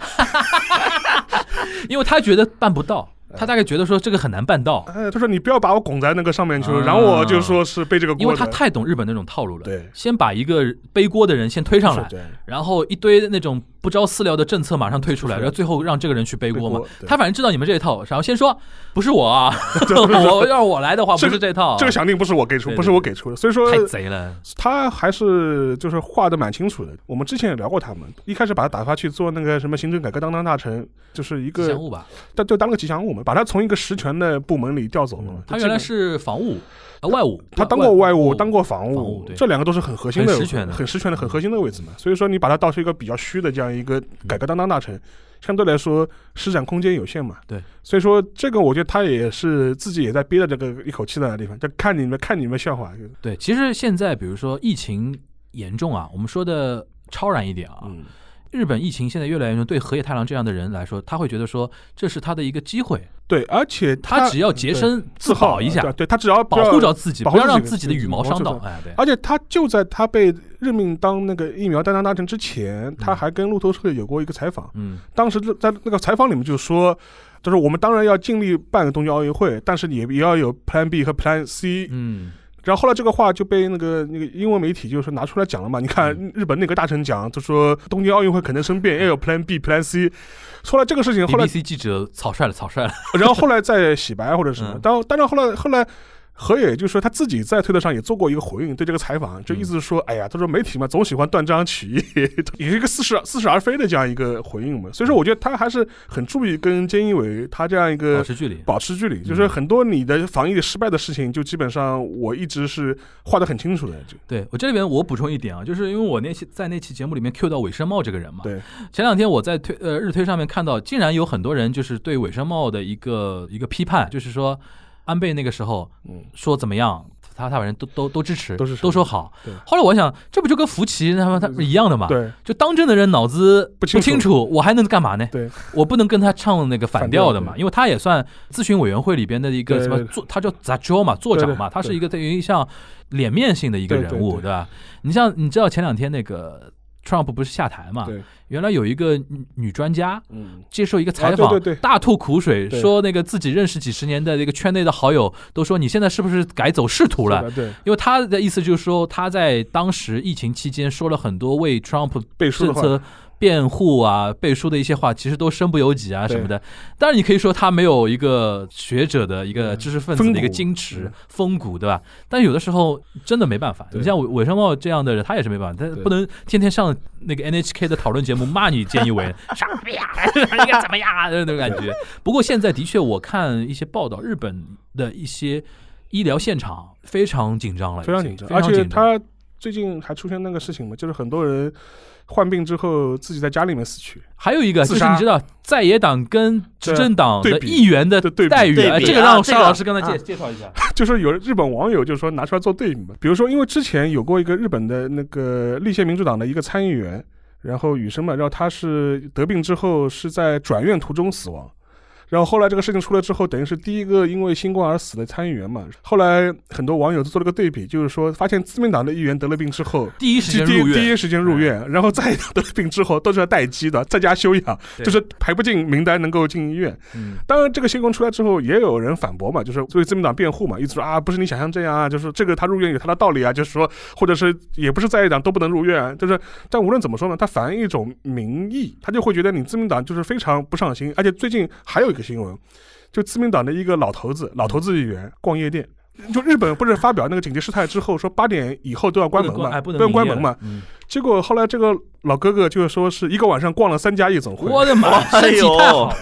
Speaker 2: 因为他觉得办不到，他大概觉得说这个很难办到，
Speaker 3: 哎，他说你不要把我拱在那个上面去，
Speaker 2: 啊
Speaker 3: 然后我就说是背这个
Speaker 2: 因
Speaker 3: 锅
Speaker 2: 为
Speaker 3: 的，
Speaker 2: 他太懂日本那种套路了。
Speaker 3: 对
Speaker 2: 先把一个背锅的人先推上来，啊
Speaker 3: 对
Speaker 2: 然后一堆那种不着饲料的政策马上推出来，
Speaker 3: 是
Speaker 2: 然后最后让这个人去背锅嘛
Speaker 3: 背锅。对
Speaker 2: 他反正知道你们这一套，然后先说不是我 啊，我要是我来的话
Speaker 3: 这
Speaker 2: 不
Speaker 3: 个
Speaker 2: 是这套啊，
Speaker 3: 这个想定不是我给出，
Speaker 2: 对对
Speaker 3: 不是我给出的，所以说
Speaker 2: 太贼了。
Speaker 3: 他还是就是画的蛮清楚的。我们之前也聊过他们，一开始把他打发去做那个什么行政改革当当大臣，就是一
Speaker 2: 吉祥
Speaker 3: 个
Speaker 2: 物吧，
Speaker 3: 但就当个吉祥物嘛，把他从一个实权的部门里调走了嘛。
Speaker 2: 嗯他
Speaker 3: 就
Speaker 2: 原来
Speaker 3: 基
Speaker 2: 是防务，啊外务，
Speaker 3: 本他当过外务，
Speaker 2: 务，
Speaker 3: 当过防
Speaker 2: 防
Speaker 3: 务
Speaker 2: 务对，
Speaker 3: 这两个都是很核心的、
Speaker 2: 很实权的
Speaker 3: 很实权的、很核心的位置嘛。所以说你把他倒是一个比较虚的这样一个
Speaker 2: 嗯
Speaker 3: 改革当当大臣，相对来说施展空间有限嘛。
Speaker 2: 对，
Speaker 3: 所以说这个我觉得他也是自己也在憋着这个一口气在那地方，就看你们看你们笑话。就是
Speaker 2: 对，其实现在比如说疫情严重啊，我们说的超然一点啊，
Speaker 3: 嗯，
Speaker 2: 日本疫情现在越来越严重，对河野太郎这样的人来说，他会觉得说这是他的一个机会，
Speaker 3: 对，而且
Speaker 2: 他只要洁身
Speaker 3: 自
Speaker 2: 自保一下
Speaker 3: 对，，对他只要不
Speaker 2: 保
Speaker 3: 要
Speaker 2: 护着自己，
Speaker 3: 保
Speaker 2: 不
Speaker 3: 护
Speaker 2: 要让
Speaker 3: 自己
Speaker 2: 自己的羽毛伤到。哎，对，
Speaker 3: 而且他就在他被任命当那个疫苗担当大臣之前，他
Speaker 2: 嗯
Speaker 3: 还跟路透社有过一个采访，
Speaker 2: 嗯
Speaker 3: 当时在那个采访里面就说，就是我们当然要尽力办东京奥运会，但是也也要有 Plan B 和 Plan C。
Speaker 2: 嗯，
Speaker 3: 然后后来这个话就被那个那个英文媒体就是拿出来讲了嘛。你看日本那个大臣讲，就说东京奥运会可能生变，要有 Plan B、Plan C。说了这个事情，后来
Speaker 2: BBC 记者草率了，草率了，
Speaker 3: 然后后来再洗白或者什么
Speaker 2: 嗯，
Speaker 3: 但但是后来后来。何野就说他自己在推特上也做过一个回应，对这个采
Speaker 2: 嗯
Speaker 3: 访就意思是说，哎呀，他说媒体嘛总喜欢断章取义， 也是一个似是似是而非的这样一个回应嘛。所以说，我觉得他还是很注意跟菅义伟他这样一
Speaker 2: 保
Speaker 3: 个
Speaker 2: 持距离。
Speaker 3: 保持距
Speaker 2: 嗯
Speaker 3: 离，就是很多你的防疫失败的事情，就基本上我一直是画的很清楚的，就
Speaker 2: 对我这里边我补充一点啊，就是因为我那期在那期节目里面 Q 到韦生茂这个人嘛，
Speaker 3: 对，
Speaker 2: 前两天我在推呃日推上面看到，竟然有很多人就是对韦生茂的一个一个批判，就是说安倍那个时候
Speaker 3: 嗯，
Speaker 2: 说怎么样，他他反正都都都支持，
Speaker 3: 都支持
Speaker 2: 都说好
Speaker 3: 对。
Speaker 2: 后来我想，这不就跟福奇他们他一样的嘛？，
Speaker 3: 对。
Speaker 2: 就当政的人脑子
Speaker 3: 不
Speaker 2: 不
Speaker 3: 清
Speaker 2: 清
Speaker 3: 楚
Speaker 2: 我还能干嘛呢？
Speaker 3: 对，
Speaker 2: 我不能跟他唱那个反调的
Speaker 3: 反调
Speaker 2: 嘛，
Speaker 3: 对
Speaker 2: 因为他也算咨询委员会里边的一个
Speaker 3: 对
Speaker 2: 什么
Speaker 3: 对对
Speaker 2: 做，他叫杂交嘛，座长嘛，
Speaker 3: 对对
Speaker 2: 他是一个等于像脸面性的一个
Speaker 3: 对
Speaker 2: 人
Speaker 3: 对
Speaker 2: 物，
Speaker 3: 对
Speaker 2: 吧？你像你知道前两天那个 Trump 不是下台嘛？
Speaker 3: 对，
Speaker 2: 原来有一个女女专家。
Speaker 3: 嗯，
Speaker 2: 接受一个采
Speaker 3: 啊
Speaker 2: 访，
Speaker 3: 对对对
Speaker 2: 大吐苦水，
Speaker 3: 对
Speaker 2: 说那个自己认识几十年的那个圈内的好友都说你现在是不是改走仕途了？
Speaker 3: 是的，对，
Speaker 2: 因为他的意思就是说，他在当时疫情期间说了很多为 Trump
Speaker 3: 背书的
Speaker 2: 政
Speaker 3: 话，
Speaker 2: 策辩护啊、背书的一些话，其实都身不由己啊
Speaker 3: 对
Speaker 2: 什么的。当然，你可以说他没有一个学者的一个
Speaker 3: 嗯
Speaker 2: 知识分子
Speaker 3: 风
Speaker 2: 的一个
Speaker 3: 骨
Speaker 2: 矜持
Speaker 3: 嗯、
Speaker 2: 风骨，对吧？但有的时候真的没办法。
Speaker 3: 对
Speaker 2: 你像韦韦生茂这样的人，他也是没办法，他
Speaker 3: 对
Speaker 2: 不能天天上那个 NHK 的讨论节目骂你菅义 伟傻逼啊，应该怎么样啊那种感觉。不过现在的确，我看一些报道，日本的一些医疗现场非常紧张了，已
Speaker 3: 非常
Speaker 2: 经
Speaker 3: 紧张，
Speaker 2: 非
Speaker 3: 而
Speaker 2: 常
Speaker 3: 且
Speaker 2: 紧张
Speaker 3: 他最近还出现那个事情嘛，就是很多人患病之后自己在家里面死去，
Speaker 2: 还有一个就
Speaker 3: 自
Speaker 2: 是
Speaker 3: 杀
Speaker 2: 你知道在野党跟执政党
Speaker 3: 对
Speaker 2: 的
Speaker 3: 对比
Speaker 2: 议员的
Speaker 3: 对对比
Speaker 2: 待遇，
Speaker 4: 对
Speaker 2: 哎
Speaker 4: 比
Speaker 2: 这个
Speaker 4: 啊
Speaker 2: 让
Speaker 4: 这
Speaker 2: 沙
Speaker 4: 个
Speaker 2: 老师刚才介
Speaker 4: 啊
Speaker 2: 介绍一下。
Speaker 3: 就是有日本网友就说拿出来做对比嘛，比如说因为之前有过一个日本的那个立宪民主党的一个参议员，然后羽生嘛，然后他是得病之后是在转院途中死亡。然后后来这个事情出来之后，等于是第一个因为新冠而死的参议员嘛。后来很多网友就做了个对比，就是说发现自民党的议员得了病之后，
Speaker 2: 第一时
Speaker 3: 第
Speaker 2: 间
Speaker 3: 第
Speaker 2: 入
Speaker 3: 第
Speaker 2: 院，嗯
Speaker 3: 一时间入院，然后再得了病之后都是要待机的，在家休养，
Speaker 2: 对
Speaker 3: 就是排不进名单能够进医院。
Speaker 2: 嗯
Speaker 3: 当然，这个新闻出来之后，也有人反驳嘛，就是为自民党辩护嘛，一直说啊，不是你想象这样啊，就是这个他入院有他的道理啊，就是说，或者是也不是在野党都不能入院啊，就是但无论怎么说呢，他反映一种民意，他就会觉得你自民党就是非常不上心，而且最近还有一个新闻，就自民党的一个老头子，老头子议员逛夜店。就日本不是发表那个紧急事态之后，说八点以后都要关门
Speaker 2: 不能
Speaker 3: 嘛，
Speaker 2: 哎不
Speaker 3: 不
Speaker 2: 能
Speaker 3: 能关
Speaker 2: 营业
Speaker 3: 门
Speaker 2: 了
Speaker 3: 嘛，。结果后来这个老哥哥就是说是一个晚上逛了三家夜总会。
Speaker 2: 我的啊妈，身
Speaker 4: 哎
Speaker 2: 体太好了，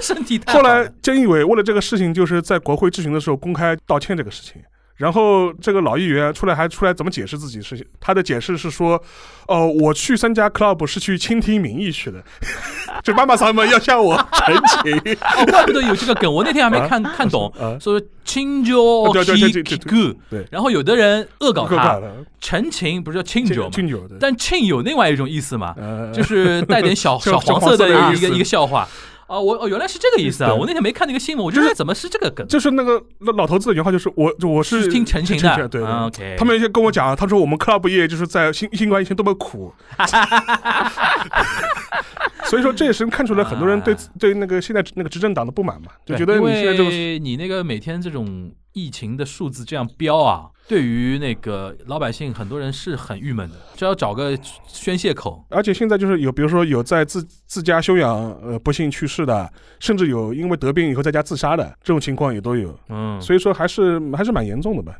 Speaker 2: 身体太好
Speaker 3: 后
Speaker 2: 了。
Speaker 3: 来菅义伟为了这个事情，就是在国会质询的时候公开道歉这个事情。然后这个老议员出来还出来怎么解释自己事情？他的解释是说，哦、我去三家 club 是去倾听民意去的， 就妈妈桑们要向我陈情。
Speaker 2: 哦，怪不得有这个梗，我那天还没看看懂，
Speaker 3: 啊，
Speaker 2: 说青椒
Speaker 3: 对对对对
Speaker 2: k
Speaker 3: 对
Speaker 2: good，
Speaker 3: 对
Speaker 2: 然后有的人恶搞
Speaker 3: 够大
Speaker 2: 他，
Speaker 3: 了，
Speaker 2: 陈情不是叫庆酒吗？
Speaker 3: 敬酒的，
Speaker 2: 但庆有另外一种意思嘛，
Speaker 3: 呃，
Speaker 2: 就是带点小
Speaker 3: 就
Speaker 2: 小黄色
Speaker 3: 就黄色
Speaker 2: 的一
Speaker 3: 的
Speaker 2: 个
Speaker 3: 意思
Speaker 2: 一个笑话。啊，我哦原来是这个意思啊！
Speaker 3: 对
Speaker 2: 我那天没看那个新闻，我就
Speaker 3: 就是
Speaker 2: 说哎怎么是这个梗？
Speaker 3: 就是那个老老头子的原话，就是我就我是
Speaker 2: 是听陈情的，
Speaker 3: 对对
Speaker 2: 啊 OK，
Speaker 3: 他们就跟我讲，他说我们 club 业就是在新新冠疫情多 么苦，所以说这也是看出来很多人对
Speaker 2: 啊
Speaker 3: 对那个现在那个执政党的不满嘛，就觉得
Speaker 2: 因
Speaker 3: 你现在这个
Speaker 2: 为你那个每天这种疫情的数字这样飙啊，对于那个老百姓很多人是很郁闷的，就要找个宣泄口。
Speaker 3: 而且现在就是有，比如说有在自自家休养，呃，不幸去世的，甚至有因为得病以后在家自杀的这种情况也都有，
Speaker 2: 嗯
Speaker 3: 所以说还是还是蛮严重的吧。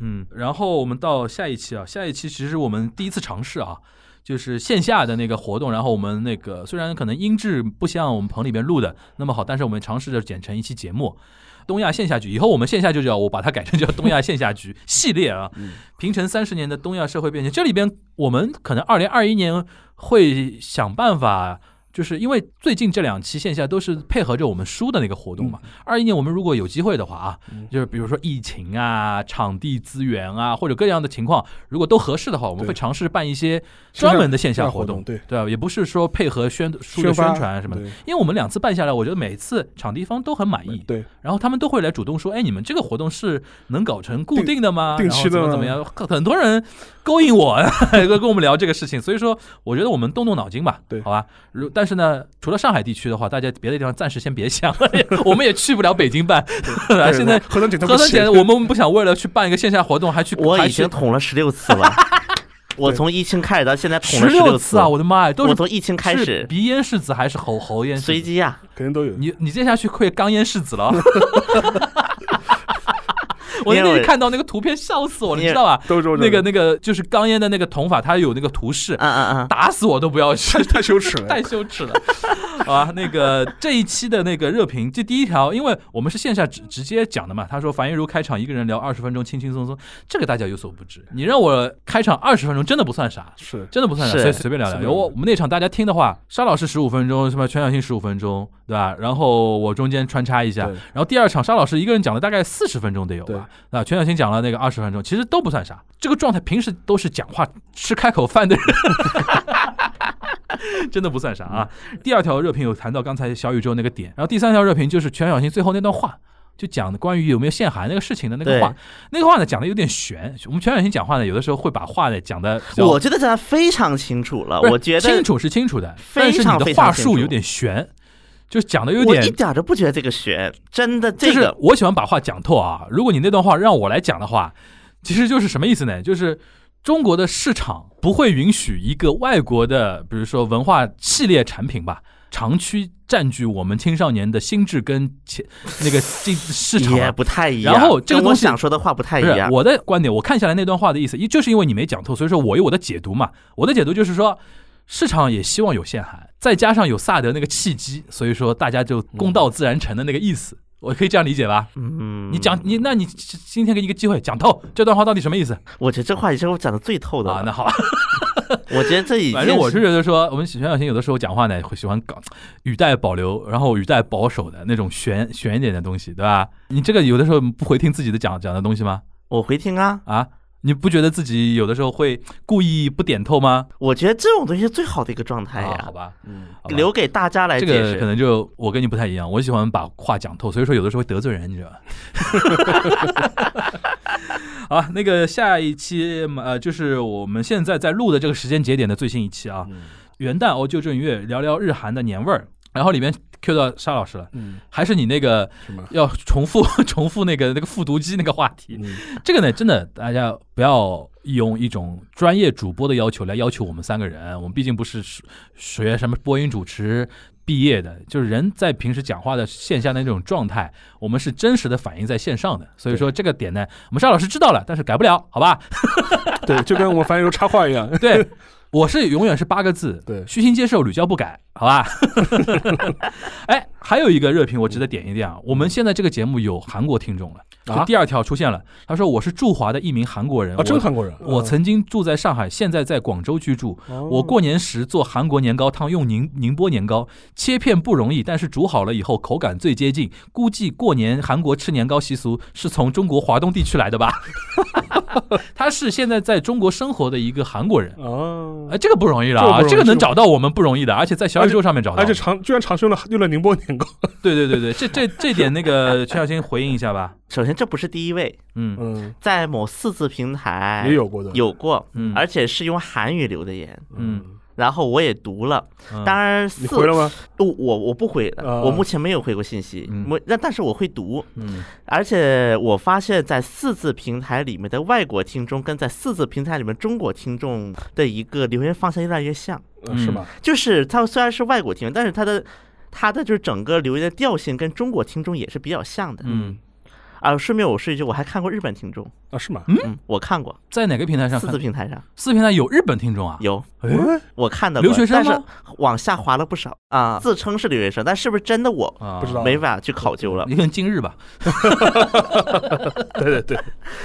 Speaker 2: 嗯，然后我们到下一期啊，下一期其实我们第一次尝试啊。就是线下的那个活动，然后我们那个虽然可能音质不像我们棚里边录的那么好，但是我们尝试着剪成一期节目，东亚线下局。以后我们线下就叫我把它改成叫东亚线下 局系列啊，
Speaker 3: 嗯
Speaker 2: 平成三十年的东亚社会变迁，这里边我们可能二零二一年会想办法，就是因为最近这两期线下都是配合着我们书的那个活动
Speaker 3: 嗯
Speaker 2: 嘛。二一年我们如果有机会的话啊，就是比如说疫情啊、场地资源啊，或者各样的情况，如果都合适的话，我们
Speaker 3: 对
Speaker 2: 会尝试办一些专门的线
Speaker 3: 线
Speaker 2: 下
Speaker 3: 下活
Speaker 2: 动，
Speaker 3: 动对
Speaker 2: 对吧？也不是说配合宣书的
Speaker 3: 宣发
Speaker 2: 宣传什么的
Speaker 3: 对。
Speaker 2: 因为我们两次办下来，我觉得每次场地方都很满意，
Speaker 3: 对，
Speaker 2: 然后他们都会来主动说：“哎，你们这个活动是能搞成固定的吗？
Speaker 3: 定定期的
Speaker 2: 然后怎么怎么样？”很很多人勾引我， 跟跟我们聊这个事情，所以说我觉得我们动动脑筋吧，
Speaker 3: 对
Speaker 2: 好吧。如但是呢，除了上海地区的话，大家别的地方暂时先别想了， 我们也去不了北京办。 啊
Speaker 3: 对
Speaker 2: 现在
Speaker 3: 核酸检测不
Speaker 2: 核酸
Speaker 3: 行
Speaker 2: 检，我们不想为了去办一个线下活动还去
Speaker 4: 我
Speaker 2: 还
Speaker 4: 已经
Speaker 2: 去
Speaker 4: 捅了十六次 了，我从疫情开始到现在捅
Speaker 2: 十
Speaker 4: 了
Speaker 2: 六
Speaker 4: 六
Speaker 2: 次啊！我的妈呀，都
Speaker 4: 我
Speaker 2: 是
Speaker 4: 从疫情开
Speaker 2: 是
Speaker 4: 始
Speaker 2: 鼻咽拭子还是喉喉咽拭子？
Speaker 4: 随机啊呀、
Speaker 3: 肯定都有。
Speaker 2: 你你接下去会钢烟世子了。我那
Speaker 4: 因为
Speaker 2: 天一看到那个图片，笑死我了，你知道吧？
Speaker 3: 都说
Speaker 2: 那个那个就是啊钢烟的那个铜法，它有那个图示，
Speaker 4: 嗯嗯嗯，
Speaker 2: 打死我都不要 去，
Speaker 3: 太羞耻了
Speaker 2: 太。羞耻了。好吧，那个这一期的那个热评，这第一条，因为我们是线下直直接讲的嘛，他说樊一茹开场一个人聊二十分钟，轻轻松松，这个大家有所不知。你让我开场二十分钟，真的不算啥。
Speaker 3: 是
Speaker 2: 真的不算啥，
Speaker 4: 是
Speaker 2: 随随便聊
Speaker 3: 随
Speaker 2: 聊。
Speaker 3: 便
Speaker 2: 有我我们那场大家听的话，沙老师十五分钟，什么全小新十五分钟，对吧？然后我中间穿插一下，
Speaker 3: 对
Speaker 2: 然后第二场沙老师一个人讲了大概四十分钟得有
Speaker 3: 对
Speaker 2: 吧？那全小新讲了那个二十分钟，其实都不算啥。这个状态平时都是讲话吃开口饭的人， 真的不算啥啊。第二条热评有谈到刚才小宇宙那个点，然后第三条热评就是全小新最后那段话。就讲关于有没有限韩那个事情的那个
Speaker 4: 对
Speaker 2: 话，那个话呢讲的有点悬。我们全小新讲话呢，有的时候会把话呢讲的
Speaker 4: 我觉得他非常清楚了，
Speaker 2: 不是
Speaker 4: 啊我觉
Speaker 2: 清
Speaker 4: 得
Speaker 2: 楚是清楚的，
Speaker 4: 非
Speaker 2: 但是
Speaker 4: 常
Speaker 2: 你的
Speaker 4: 非常
Speaker 2: 话
Speaker 4: 清
Speaker 2: 术
Speaker 4: 楚
Speaker 2: 有点悬，就是讲的有
Speaker 4: 我一
Speaker 2: 点。
Speaker 4: 点儿都不觉得这个悬，真的
Speaker 2: 就
Speaker 4: 这
Speaker 2: 是
Speaker 4: 个
Speaker 2: 我喜欢把话讲透啊。如果你那段话让我来讲的话，其实就是什么意思呢？就是中国的市场不会允许一个外国的，比如说文化系列产品吧，长期占据我们青少年的心智跟前那个这市场啊
Speaker 4: 也不太一样。
Speaker 2: 然后这个
Speaker 4: 跟
Speaker 2: 东
Speaker 4: 我
Speaker 2: 西
Speaker 4: 想说的话不太一
Speaker 2: 不是
Speaker 4: 样。
Speaker 2: 我的观点，我看下来那段话的意思，一就是因为你没讲透，所以说我有我的解读嘛。我的解读就是说，市场也希望有限韩，再加上有萨德那个契机，所以说大家就公道自然成的那个意思，我可以这样理解吧？
Speaker 4: 嗯，
Speaker 2: 你讲你，那你今天给你一个机会讲透这段话到底什么意思
Speaker 4: 我觉得这话也是我讲的最透的了。
Speaker 2: 啊？那好，
Speaker 4: 我觉得这已 经
Speaker 2: 反正我是觉得说，我们选小新有的时候讲话呢，会喜欢搞语带保留，然后语带保守的那种悬悬一点的东西，对吧？你这个有的时候不回听自己的讲讲的东西吗？
Speaker 4: 我回听啊，
Speaker 2: 啊，你不觉得自己有的时候会故意不点透吗？
Speaker 4: 我觉得这种东西是最好的一个状哎态呀、
Speaker 2: 啊，好吧，
Speaker 3: 嗯，
Speaker 2: 好吧
Speaker 4: 留给大家来
Speaker 2: 这
Speaker 4: 解
Speaker 2: 个可
Speaker 4: 释。
Speaker 2: 能就我跟你不太一样，我喜欢把话讲透，所以说有的时候会得罪人，你知道吧？ 好吧，那个下一期嗯呃，就是我们现在在录的这个时间节点的最新一期啊，元旦哦，就正月聊聊日韩的年味儿，然后里面 Q 到沙老师了，
Speaker 3: 嗯，
Speaker 2: 还是你那个
Speaker 3: 什么？
Speaker 2: 要重复 重复那个那个复读机那个话题，
Speaker 3: 嗯，
Speaker 2: 这个呢，真的大家不要用一种专业主播的要求来要求我们三个人，我们毕竟不是学学什么播音主持毕业的，就是人在平时讲话的线下的那种状态，我们是真实的反映在线上的，所以说这个点呢，我们沙老师知道了，但是改不了，好吧？
Speaker 3: 对，就跟我们翻译如插话一 样。
Speaker 2: 对。我是永远是八个字，
Speaker 3: 对
Speaker 2: 虚心接受，屡教不改，好吧？哎，还有一个热评，我值得点一点啊。我们现在这个节目有韩国听众了，就
Speaker 3: 啊
Speaker 2: 第二条出现了，他说我是驻华的一名韩国人，
Speaker 3: 啊，
Speaker 2: 我
Speaker 3: 真韩国人。
Speaker 2: 我曾经住在上海，现在在广州居住。
Speaker 3: 哦
Speaker 2: 我过年时做韩国年糕汤，用宁宁波年糕切片不容易，但是煮好了以后口感最接近。估计过年韩国吃年糕习俗是从中国华东地区来的 吧？他是现在在中国生活的一个韩国人，
Speaker 3: 哦
Speaker 2: 哎，，这个不容易了
Speaker 3: 这个
Speaker 2: 啊，
Speaker 3: 不容易
Speaker 2: 这个能找到我们不容易的，而且在小宇宙上面找到
Speaker 3: 而。且长居然长修了用了宁波年糕。
Speaker 2: 对对对对，这这这点那个 陈小新回应一下吧。
Speaker 4: 首先，这不是第一位，
Speaker 2: 嗯哎
Speaker 3: 嗯，
Speaker 4: 在某四字平台
Speaker 3: 也有过的。
Speaker 4: 有过，
Speaker 2: 嗯
Speaker 3: 哎
Speaker 4: 而且是用韩语留的言，
Speaker 2: 嗯，
Speaker 4: 然后我也读了。
Speaker 2: 嗯
Speaker 4: 当然
Speaker 3: 你
Speaker 4: 四，
Speaker 3: 回了吗？
Speaker 4: 我我我不回了，
Speaker 3: 啊
Speaker 4: 我目前没有回过信息
Speaker 2: 嗯，
Speaker 4: 我那但是我会读，
Speaker 2: 嗯
Speaker 4: 而且我发现，在四字平台里面的外国听众跟在四字平台里面中国听众的一个留言方向越来越像，
Speaker 3: 呃是
Speaker 2: 嗯
Speaker 3: 吧？
Speaker 4: 就是他虽然是外国听众，但是他的他的就是整个留言的调性跟中国听众也是比较像的。
Speaker 2: 嗯，
Speaker 4: 啊，顺便我说一句，我还看过日本听众，
Speaker 3: 啊，是吗？
Speaker 4: 嗯，我看过
Speaker 2: 在哪个平台上
Speaker 4: 四
Speaker 2: 看
Speaker 4: 字？平台上
Speaker 2: 四平台有日本听众啊？
Speaker 4: 有，
Speaker 2: 哎
Speaker 4: 我看到过
Speaker 2: 留学生
Speaker 4: 但
Speaker 2: 吗
Speaker 4: 是？往下滑了不少啊，自称是留学生，但是不是真的我
Speaker 2: 啊
Speaker 3: 不知道
Speaker 4: 没法去考究了，
Speaker 2: 你看今日吧，
Speaker 3: 对对对，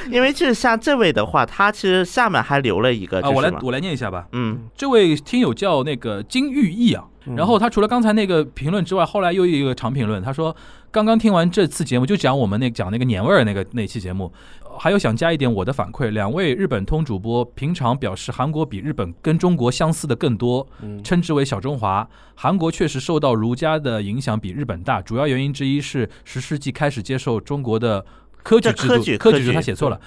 Speaker 4: 因为就是像这位的话，他其实下面还留了一个，
Speaker 2: 啊，
Speaker 4: 就
Speaker 2: 我
Speaker 4: 呃是
Speaker 2: 来
Speaker 4: 嘛，
Speaker 2: 我来念一下吧。
Speaker 4: 嗯，
Speaker 2: 这位听友叫那个金玉意啊，
Speaker 3: 嗯
Speaker 2: 然后他除了刚才那个评论之外，后来又有一个长评论，他说刚刚听完这次节目，就讲我们那讲那个年味儿那个那期节目，呃还有想加一点我的反馈，两位日本通主播平常表示韩国比日本跟中国相似的更多，
Speaker 3: 嗯
Speaker 2: 称之为小中华。韩国确实受到儒家的影响比日本大，主要原因之一是十世纪开始接受中国的科举
Speaker 4: 这
Speaker 2: 制度，
Speaker 4: 科举
Speaker 2: 科
Speaker 4: 科
Speaker 2: 举制
Speaker 4: 举
Speaker 2: 他写错了。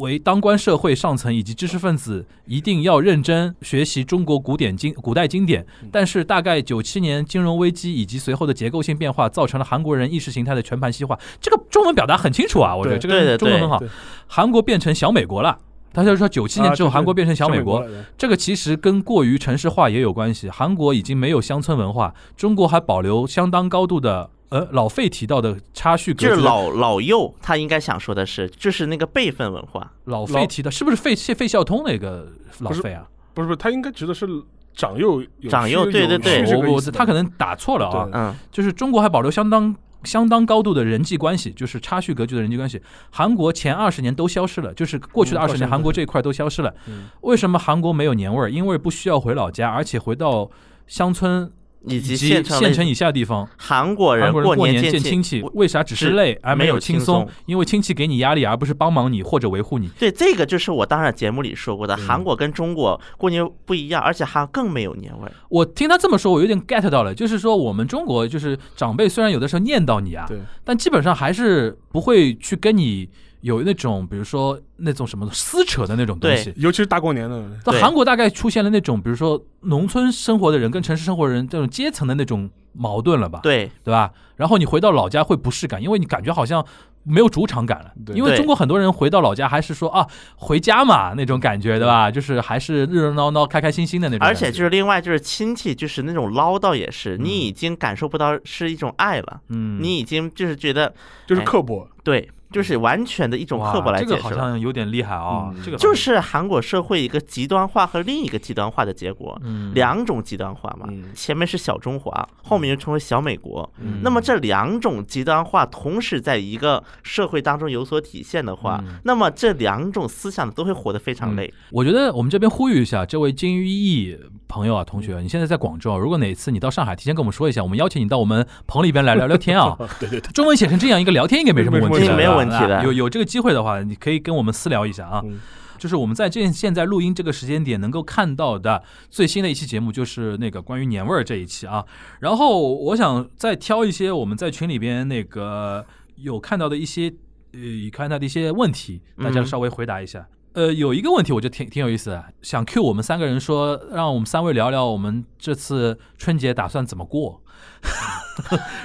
Speaker 2: 为当官社会上层以及知识分子，一定要认真学习中国古典经古代经典。但是，大概九七年金融危机以及随后的结构性变化，造成了韩国人意识形态的全盘西化。这个中文表达很清楚啊，我觉得
Speaker 3: 对
Speaker 2: 这
Speaker 4: 对
Speaker 2: 个
Speaker 4: 的
Speaker 2: 中文很好
Speaker 3: 对对。
Speaker 2: 韩国变成小美国了，他就说九七年之后韩国变成小美国，
Speaker 3: 了
Speaker 2: 这个其实跟过于城市化也有关系。韩国已经没有乡村文化，中国还保留相当高度的呃老费提到的插叙格
Speaker 4: 就
Speaker 2: 子，
Speaker 4: 是老老幼，他应该想说的是，就是那个辈分文化。
Speaker 2: 老费提到是不是费费孝通那个老
Speaker 3: 不是
Speaker 2: 费啊？
Speaker 3: 不是不是，他应该指的是长幼有
Speaker 4: 长幼
Speaker 3: 序
Speaker 4: 对对
Speaker 3: 有
Speaker 4: 对
Speaker 3: 序这
Speaker 2: 我
Speaker 3: 个
Speaker 2: 我
Speaker 3: 意思
Speaker 2: 他可能打错了啊
Speaker 3: 对，
Speaker 4: 嗯，
Speaker 2: 就是中国还保留相当相当高度的人际关系，就是差序格局的人际关系。韩国前二十年都消失了，就是过去的
Speaker 3: 嗯
Speaker 2: 二十
Speaker 3: 到现
Speaker 2: 年，
Speaker 3: 在
Speaker 2: 韩国这一块都消失了。
Speaker 3: 嗯
Speaker 2: 为什么韩国没有年味儿？因为不需要回老家，而且回到乡村
Speaker 4: 以及
Speaker 2: 及
Speaker 4: 县城
Speaker 2: 县城以下地方，
Speaker 4: 韩国
Speaker 2: 韩
Speaker 4: 人
Speaker 2: 国人过
Speaker 4: 年
Speaker 2: 见亲
Speaker 4: 亲
Speaker 2: 戚
Speaker 4: 我，
Speaker 2: 为啥只是累而
Speaker 4: 没有
Speaker 2: 有轻
Speaker 4: 轻松
Speaker 2: 松？因为亲戚给你压力，啊而不是帮忙你或者维护你。
Speaker 4: 对，这个就是我当然节目里说过的，
Speaker 2: 嗯
Speaker 4: 韩国跟中国过年不一样，而且韩更没有年味儿。
Speaker 2: 我听他这么说，我有点 get 到了，就是说我们中国就是长辈虽然有的时候念叨你啊，
Speaker 3: 对，
Speaker 2: 但基本上还是不会去跟你有那种，比如说那种什么撕扯的那种东西。
Speaker 3: 尤其是大过年的，
Speaker 2: 到
Speaker 4: 对
Speaker 2: 韩国大概出现了那种，比如说农村生活的人跟城市生活的人这种阶层的那种矛盾了吧？
Speaker 4: 对，
Speaker 2: 对吧？然后你回到老家会不适感，因为你感觉好像没有主场感了。
Speaker 3: 对
Speaker 2: 因为中国很多人回到老家还是说啊，回家嘛那种感觉，对吧？就是还是热热闹闹、开开心心的那种感
Speaker 4: 而
Speaker 2: 觉。
Speaker 4: 且就是另外就是亲戚，就是那种唠叨也是，你已经感受不到是一种爱了，
Speaker 2: 嗯，
Speaker 4: 你已经就是觉得
Speaker 3: 就是
Speaker 4: 哎
Speaker 3: 刻薄，
Speaker 4: 对，就是完全的一种
Speaker 2: 哇
Speaker 4: 刻薄来
Speaker 2: 这
Speaker 4: 解
Speaker 2: 个好
Speaker 4: 释了。
Speaker 2: 像有点厉害啊、
Speaker 3: 嗯
Speaker 2: 这个好像
Speaker 4: 就是韩国社会一个极端化和另一个极端化的结果，
Speaker 2: 嗯
Speaker 4: 两种极端化嘛，
Speaker 3: 嗯
Speaker 4: 前面是小中华，后面又成为小美国。
Speaker 2: 嗯
Speaker 4: 那么这两种极端化同时在一个社会当中有所体现的话，
Speaker 2: 嗯
Speaker 4: 那么这两种思想都会活得非常累。
Speaker 2: 我觉得我们这边呼吁一下这位金玉义朋友啊，同
Speaker 3: 嗯
Speaker 2: 学，你现在在广州啊，如果哪次你到上海，提前跟我们说一下，我们邀请你到我们棚里边来聊聊天啊。
Speaker 3: 对对对，
Speaker 2: 中文写成这样，应该聊天应该没什么问题
Speaker 3: 没什
Speaker 2: 的，
Speaker 3: 么
Speaker 4: 没有问
Speaker 2: 对吧
Speaker 4: 题的
Speaker 2: 有有这个机会的话，你可以跟我们私聊一下啊。
Speaker 3: 嗯
Speaker 2: 就是我们在这现在录音这个时间点能够看到的最新的一期节目，就是那个关于年味儿这一期啊。然后我想再挑一些我们在群里边那个有看到的一些呃看到的一些问题，大家
Speaker 4: 嗯
Speaker 2: 稍微回答一下。呃，有一个问题我觉得挺挺有意思的，想 Q 我们三个人说，让我们三位聊聊我们这次春节打算怎么过。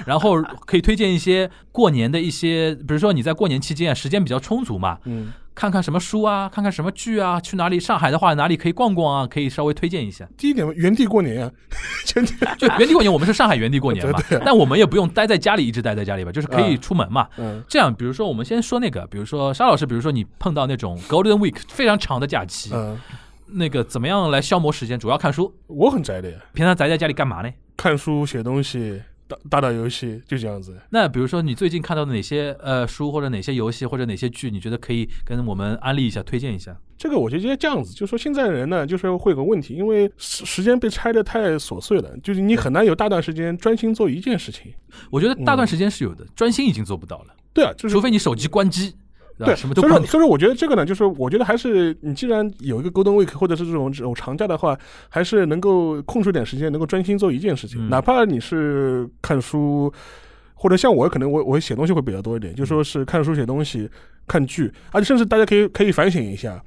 Speaker 2: 然后可以推荐一些过年的一些，比如说你在过年期间啊时间比较充足嘛，
Speaker 3: 嗯，
Speaker 2: 看看什么书啊，看看什么剧啊，去哪里？上海的话，哪里可以逛逛啊？可以稍微推荐一下。
Speaker 3: 第一点原地过年啊，真的，
Speaker 2: 就原地过年，我们是上海原地过年嘛
Speaker 3: 对对
Speaker 2: 但我们也不用待在家里，一直待在家里吧，就是可以
Speaker 3: 嗯
Speaker 2: 出门嘛。
Speaker 3: 嗯，
Speaker 2: 这样，比如说我们先说那个，比如说沙老师，比如说你碰到那种 Golden Week 非常长的假期，
Speaker 3: 嗯，
Speaker 2: 那个怎么样来消磨时间？主要看书，
Speaker 3: 我很宅的呀，
Speaker 2: 平常宅在家里干嘛呢？
Speaker 3: 看书、写东西、打打打游戏，就这样子。
Speaker 2: 那比如说你最近看到的哪些呃书或者哪些游戏或者哪些剧，你觉得可以跟我们安利一下、推荐一下？
Speaker 3: 这个我觉得应该这样子，就说现在人呢，就是会有个问题，因为时时间被拆得太琐碎了，就是你很难有大段时间专心做一件事情。
Speaker 2: 我觉得大段时间是有的，专心已经做不到了，
Speaker 3: 对啊，嗯就是
Speaker 2: 除非你手机关机，对吧
Speaker 3: 对，
Speaker 2: 什么都
Speaker 3: 所以
Speaker 2: 关
Speaker 3: 说，
Speaker 2: 掉。
Speaker 3: 所以说，我觉得这个呢，就是我觉得还是你既然有一个 Golden Week 或者是这种这种长假的话，还是能够空出点时间，能够专心做一件事情，
Speaker 2: 嗯
Speaker 3: 哪怕你是看书，或者像我可能我我写东西会比较多一点，就说是看书、写东西、看剧，而且甚至大家可以可以反省一下，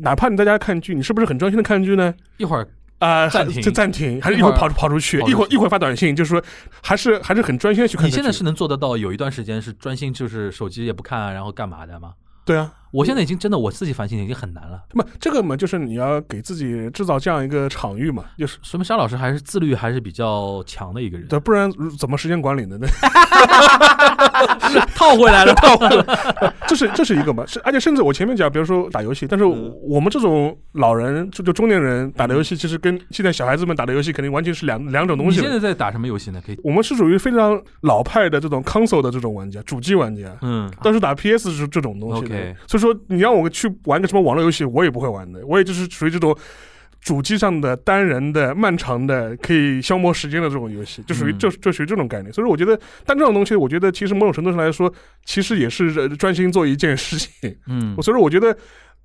Speaker 3: 哪怕你在家看剧，你是不是很专心的看剧呢？
Speaker 2: 一会儿
Speaker 3: 啊、还
Speaker 2: 暂停
Speaker 3: 就暂停，还是
Speaker 2: 一
Speaker 3: 一
Speaker 2: 会
Speaker 3: 会
Speaker 2: 儿
Speaker 3: 儿跑跑出去
Speaker 2: 跑，出
Speaker 3: 一会儿
Speaker 2: 去
Speaker 3: 一会儿发短信，就是说还是还是很专心的去看这
Speaker 2: 你
Speaker 3: 剧。
Speaker 2: 现在是能做得到有一段时间是专心，就是手机也不看、啊，然后干嘛的吗？
Speaker 3: 对啊，
Speaker 2: 我现在已经真的我自己反省已经很难了。
Speaker 3: 那么这个嘛，就是你要给自己制造这样一个场域嘛，就是。
Speaker 2: 说明沙老师还是自律还是比较强的一个人，
Speaker 3: 对，不然如怎么时间管理呢？那
Speaker 2: 套回来了，套回来了。
Speaker 3: 这是这是一个嘛？是而且甚至我前面讲，比如说打游戏，但是我我们这种老人就就中年人打的游戏，其实跟现在小孩子们打的游戏肯定完全是两两种东
Speaker 2: 你
Speaker 3: 西
Speaker 2: 现
Speaker 3: 了。
Speaker 2: 在在打什么游戏呢？可以，
Speaker 3: 我们是属于非常老派的这种 console 的这种玩家，主机玩家。
Speaker 2: 嗯，
Speaker 3: 但是打 PS 是这种东西的
Speaker 2: OK
Speaker 3: 所以说你让我去玩个什么网络游戏，我也不会玩的，我也就是属于这种主机上的单人的漫长的可以消磨时间的这种游戏，就属于
Speaker 2: 嗯
Speaker 3: 就就属于这种概念。所以说，我觉得，但这种东西，我觉得其实某种程度上来说，其实也是呃专心做一件事情。
Speaker 2: 嗯
Speaker 3: 所以说，我觉得。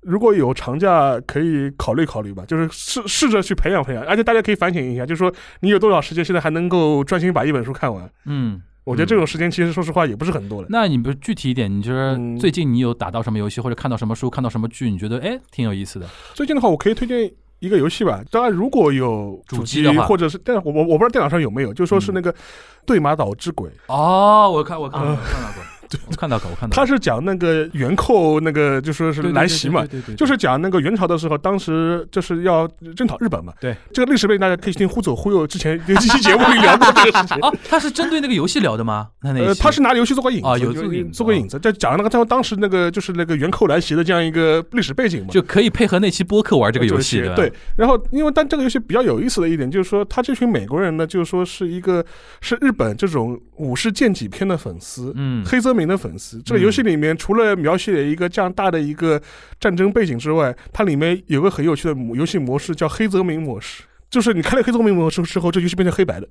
Speaker 3: 如果有长假，可以考虑考虑吧，就是试试着去培养培养，而且大家可以反省一下，就是说你有多少时间现在还能够专心把一本书看完？
Speaker 2: 嗯。
Speaker 3: 我觉得这种时间其实说实话也不是很多了。
Speaker 2: 那你不具体一点，你觉得
Speaker 3: 嗯
Speaker 2: 最近你有打到什么游戏，或者看到什么书，看到什么剧，你觉得哎挺有意思的？
Speaker 3: 最近的话，我可以推荐一个游戏吧。当然，如果有
Speaker 2: 主机
Speaker 3: 机
Speaker 2: 的话嗯
Speaker 3: 或者是，但我我我不知道电脑上有没有，就说是那个《对马岛之鬼》
Speaker 2: 哦，我看我看我看到过，
Speaker 3: 对，
Speaker 2: 我看到过，我看到
Speaker 3: 他
Speaker 2: 过
Speaker 3: 是讲那个元寇那个就说是
Speaker 2: 对对
Speaker 3: 来袭嘛，
Speaker 2: 对对对对对
Speaker 3: 就是讲那个元朝的时候，当时就是要征讨日本嘛。
Speaker 2: 对，。
Speaker 3: 这个历史背景大家可以听《忽左忽右》之前有几期节目里聊过这个事情
Speaker 2: 哦，他是针对那个游戏聊的吗？他那一
Speaker 3: 呃，
Speaker 2: 期
Speaker 3: 他是拿游戏做过引子
Speaker 2: 啊有
Speaker 3: 就
Speaker 2: 做过引子
Speaker 3: 做过引子，就讲那个他们当时那个就是那个元寇来袭的这样一个历史背景嘛。
Speaker 2: 就可以配合那期播客玩这个游戏，
Speaker 3: 这个
Speaker 2: 吧
Speaker 3: 对，然后因为但这个游戏比较有意思的一点就是说，他这群美国人呢，就是说是一个是日本这种武士剑戟片的粉丝，
Speaker 2: 嗯，
Speaker 3: 黑泽明的粉丝。这个游戏里面除了描写一个这样大的一个战争背景之外，它里面有个很有趣的模游戏模式叫黑泽明模式。就是你开了黑泽明模式之后，这游戏变成黑白的，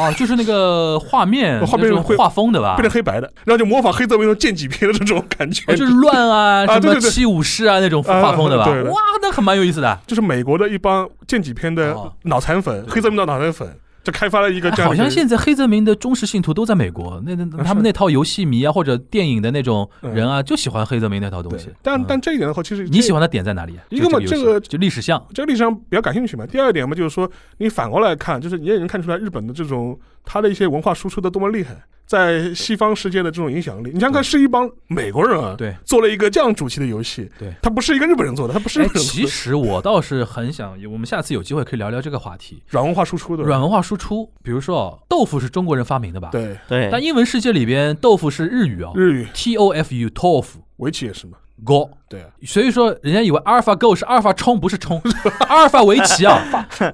Speaker 2: 哦，就是那个画面，
Speaker 3: 画面
Speaker 2: 那种
Speaker 3: 会
Speaker 2: 画风的吧
Speaker 3: 变？成黑白的，然后就模仿黑泽明的剑戟片的这种感觉，
Speaker 2: 啊哦就是乱啊，
Speaker 3: 啊
Speaker 2: 什
Speaker 3: 对
Speaker 2: 么
Speaker 3: 对对
Speaker 2: 七武士啊那种
Speaker 3: 啊
Speaker 2: 画风的吧？
Speaker 3: 对对
Speaker 2: 哇，那很蛮有意思的，
Speaker 3: 就是美国的一帮剑戟片的
Speaker 2: 哦
Speaker 3: 脑残粉，黑泽明的脑残粉，就开发了一个这
Speaker 2: 哎
Speaker 3: 样
Speaker 2: 好
Speaker 3: 的。
Speaker 2: 像现在黑泽明的忠实信徒都在美国，那那
Speaker 3: 啊
Speaker 2: 他们
Speaker 3: 是嗯
Speaker 2: 那套游戏迷啊或者电影的那种人啊，就喜欢黑泽明那套东
Speaker 3: 对
Speaker 2: 西。，
Speaker 3: 但
Speaker 2: 嗯
Speaker 3: 但这一点的话，其实
Speaker 2: 你
Speaker 3: 这
Speaker 2: 喜欢的点在哪里？啊
Speaker 3: 一个嘛
Speaker 2: 就这
Speaker 3: 这
Speaker 2: 游
Speaker 3: 个
Speaker 2: 戏就历史像，
Speaker 3: 这个历史上比较感兴趣嘛。第二点嘛，就是说你反过来看，就是你也能看出来日本的这种它的一些文化输出的多么厉害，在西方世界的这种影响力。你想想看，是一帮美国人啊，
Speaker 2: 对
Speaker 3: 做了一个这样主题的游戏，
Speaker 2: 对
Speaker 3: 它不是一个日本人做的，它不是日
Speaker 2: 哎
Speaker 3: 本，人做
Speaker 2: 其
Speaker 3: 的，
Speaker 2: 实我倒是很想，我们下次有机会可以聊聊这个话题，
Speaker 3: 软文化输出的，
Speaker 2: 软文化输出。比如说哦，豆腐是中国人发明的吧？。
Speaker 3: 对
Speaker 4: 对，
Speaker 2: 但英文世界里边，豆腐是日语哦
Speaker 3: 日语、
Speaker 2: ，T O F U tofu
Speaker 3: 围棋也是嘛，
Speaker 2: go。
Speaker 3: 对啊，
Speaker 2: 所以说，人家以为阿尔法 Go 是阿尔法冲，不是 冲，阿尔法围棋啊，对，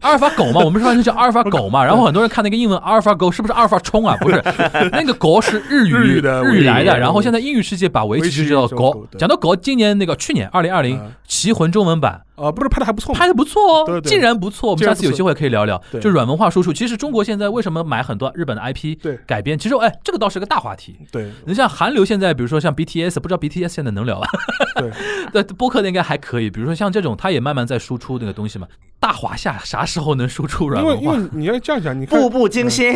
Speaker 2: 阿尔法狗嘛，我们说就叫阿尔法狗 嘛。然后很多人看那个英文阿尔法 Go 是不是阿尔法冲啊？不是，那个狗是日语
Speaker 3: 日语的
Speaker 2: 日语来的。
Speaker 3: 围棋
Speaker 2: 然后现在英语世界把围棋就叫
Speaker 3: 围棋叫
Speaker 2: 狗
Speaker 3: go，。对
Speaker 2: 讲到狗，今年那个去年二零二零
Speaker 3: 嗯
Speaker 2: 棋魂中文版
Speaker 3: 啊，不是拍的还不错嘛，
Speaker 2: 拍的不错
Speaker 3: 对
Speaker 2: 哦，
Speaker 3: 对
Speaker 2: 竟然不错。我们
Speaker 3: 竟
Speaker 2: 下
Speaker 3: 然
Speaker 2: 次有
Speaker 3: 不错
Speaker 2: 机会可以聊聊，
Speaker 3: 对
Speaker 2: 就软文化输出。其实中国现在为什么买很多日本的 IP
Speaker 3: 对
Speaker 2: 改编？其实哎，这个倒是个大话题。
Speaker 3: 对
Speaker 2: 你像韩流现在，比如说像 BTS，不知道 BTS 现在能聊吧？
Speaker 3: 对，
Speaker 2: 对，播客的应该还可以。比如说像这种，他也慢慢在输出那个东西嘛。大华夏啥时候能输出 软
Speaker 3: 因为
Speaker 2: 文
Speaker 3: 因
Speaker 2: 化？
Speaker 3: 为你要这样讲，你看
Speaker 4: 步
Speaker 2: 嗯
Speaker 4: 步惊心，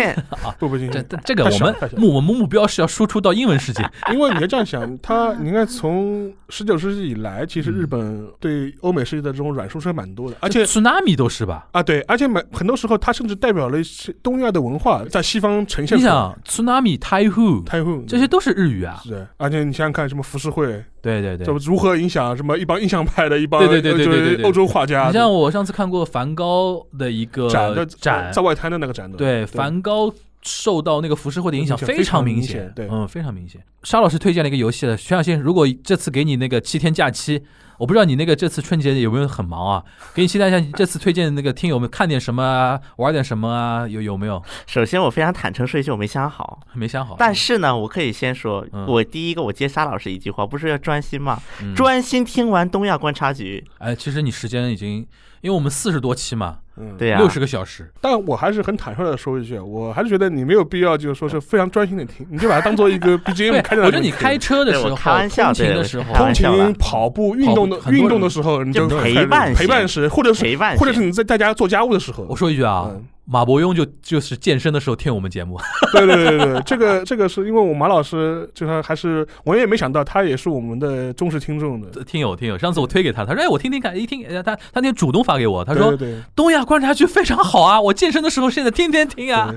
Speaker 3: 步步惊
Speaker 2: 这
Speaker 3: 心。
Speaker 2: 这这个
Speaker 3: 太
Speaker 2: 我
Speaker 3: 少
Speaker 2: 们
Speaker 3: 太少
Speaker 2: 目我们目标是要输出到英文世 界。
Speaker 3: 因为你要这样想，它你看从十九世纪以来，其
Speaker 2: 嗯
Speaker 3: 实日本对欧美世界的这种软输出还蛮多的，而且
Speaker 2: tsunami 都是吧？
Speaker 3: 啊，对，而且蛮很多时候，它甚至代表了是东亚的文化在西方呈现
Speaker 2: 你
Speaker 3: 出来。
Speaker 2: 想 tsunami、taihu
Speaker 3: 台湾
Speaker 2: 这些都是日语啊。
Speaker 3: 是的，而且你想想看，什么浮世绘，
Speaker 2: 对对对
Speaker 3: 这。如何影响什么一帮印象派的一帮
Speaker 2: 对对对对
Speaker 3: 呃就
Speaker 2: 对对
Speaker 3: 是
Speaker 2: 对
Speaker 3: 欧洲画家
Speaker 2: 你像我上次看过梵高的一个
Speaker 3: 展的
Speaker 2: 展
Speaker 3: 在，外滩的那个展的，
Speaker 2: 对梵高受到那个浮世绘的影响
Speaker 3: 影响
Speaker 2: 非常
Speaker 3: 非常
Speaker 2: 明
Speaker 3: 明
Speaker 2: 显
Speaker 3: 显，对
Speaker 2: 嗯，非常明显。沙老师推荐了一个游戏的，徐小新，如果这次给你那个七天假期，我不知道你那个这次春节有没有很忙啊？给你期待一下，你这次推荐那个听友们看点什么啊，玩点什么啊，有有没有？
Speaker 4: 首先我非常坦诚说一句，我没想好。
Speaker 2: 没想好，
Speaker 4: 但是呢，我可以先说
Speaker 2: 哦嗯，
Speaker 4: 我第一个我接沙老师一句话，不是要专心吗？
Speaker 2: 嗯
Speaker 4: 专心听完东亚观察局，
Speaker 2: 哎，其实你时间已经，因为我们四十多期嘛，
Speaker 3: 嗯，
Speaker 4: 对呀、啊
Speaker 2: 六十个小时，
Speaker 3: 但我还是很坦率的说一句，我还是觉得你没有必要，就是说是非常专心的听，你就把它当做一 个
Speaker 2: 对
Speaker 3: BGM 开，着。
Speaker 2: 我觉得你开车的
Speaker 4: 对
Speaker 2: 时
Speaker 4: 我
Speaker 2: 候，
Speaker 4: 开玩笑
Speaker 2: 通勤
Speaker 4: 对
Speaker 2: 的
Speaker 4: 我
Speaker 2: 时候，
Speaker 4: 开
Speaker 3: 通
Speaker 4: 玩笑
Speaker 3: 勤、
Speaker 4: 啦
Speaker 3: 跑步、运动的
Speaker 2: 很多人
Speaker 3: 运动的时候，你
Speaker 4: 就
Speaker 3: 都
Speaker 4: 陪伴
Speaker 3: 陪伴
Speaker 4: 型
Speaker 3: 时，或者是
Speaker 4: 陪伴
Speaker 3: 或者是
Speaker 4: 型
Speaker 3: 你在在家做家务的时候，
Speaker 2: 我 说一句啊，
Speaker 3: 嗯
Speaker 2: 马伯庸就就是健身的时候听我们节目，
Speaker 3: 对对对对对，这个这个是因为我马老师就是还是我也没想到他也是我们的忠实听众的。
Speaker 2: 听友听友，上次我推给他，他说哎我听听看，一听哎他他那天主动发给我，他说
Speaker 3: 对对对，
Speaker 2: 东亚观察局非常好啊，我健身的时候现在天天听啊，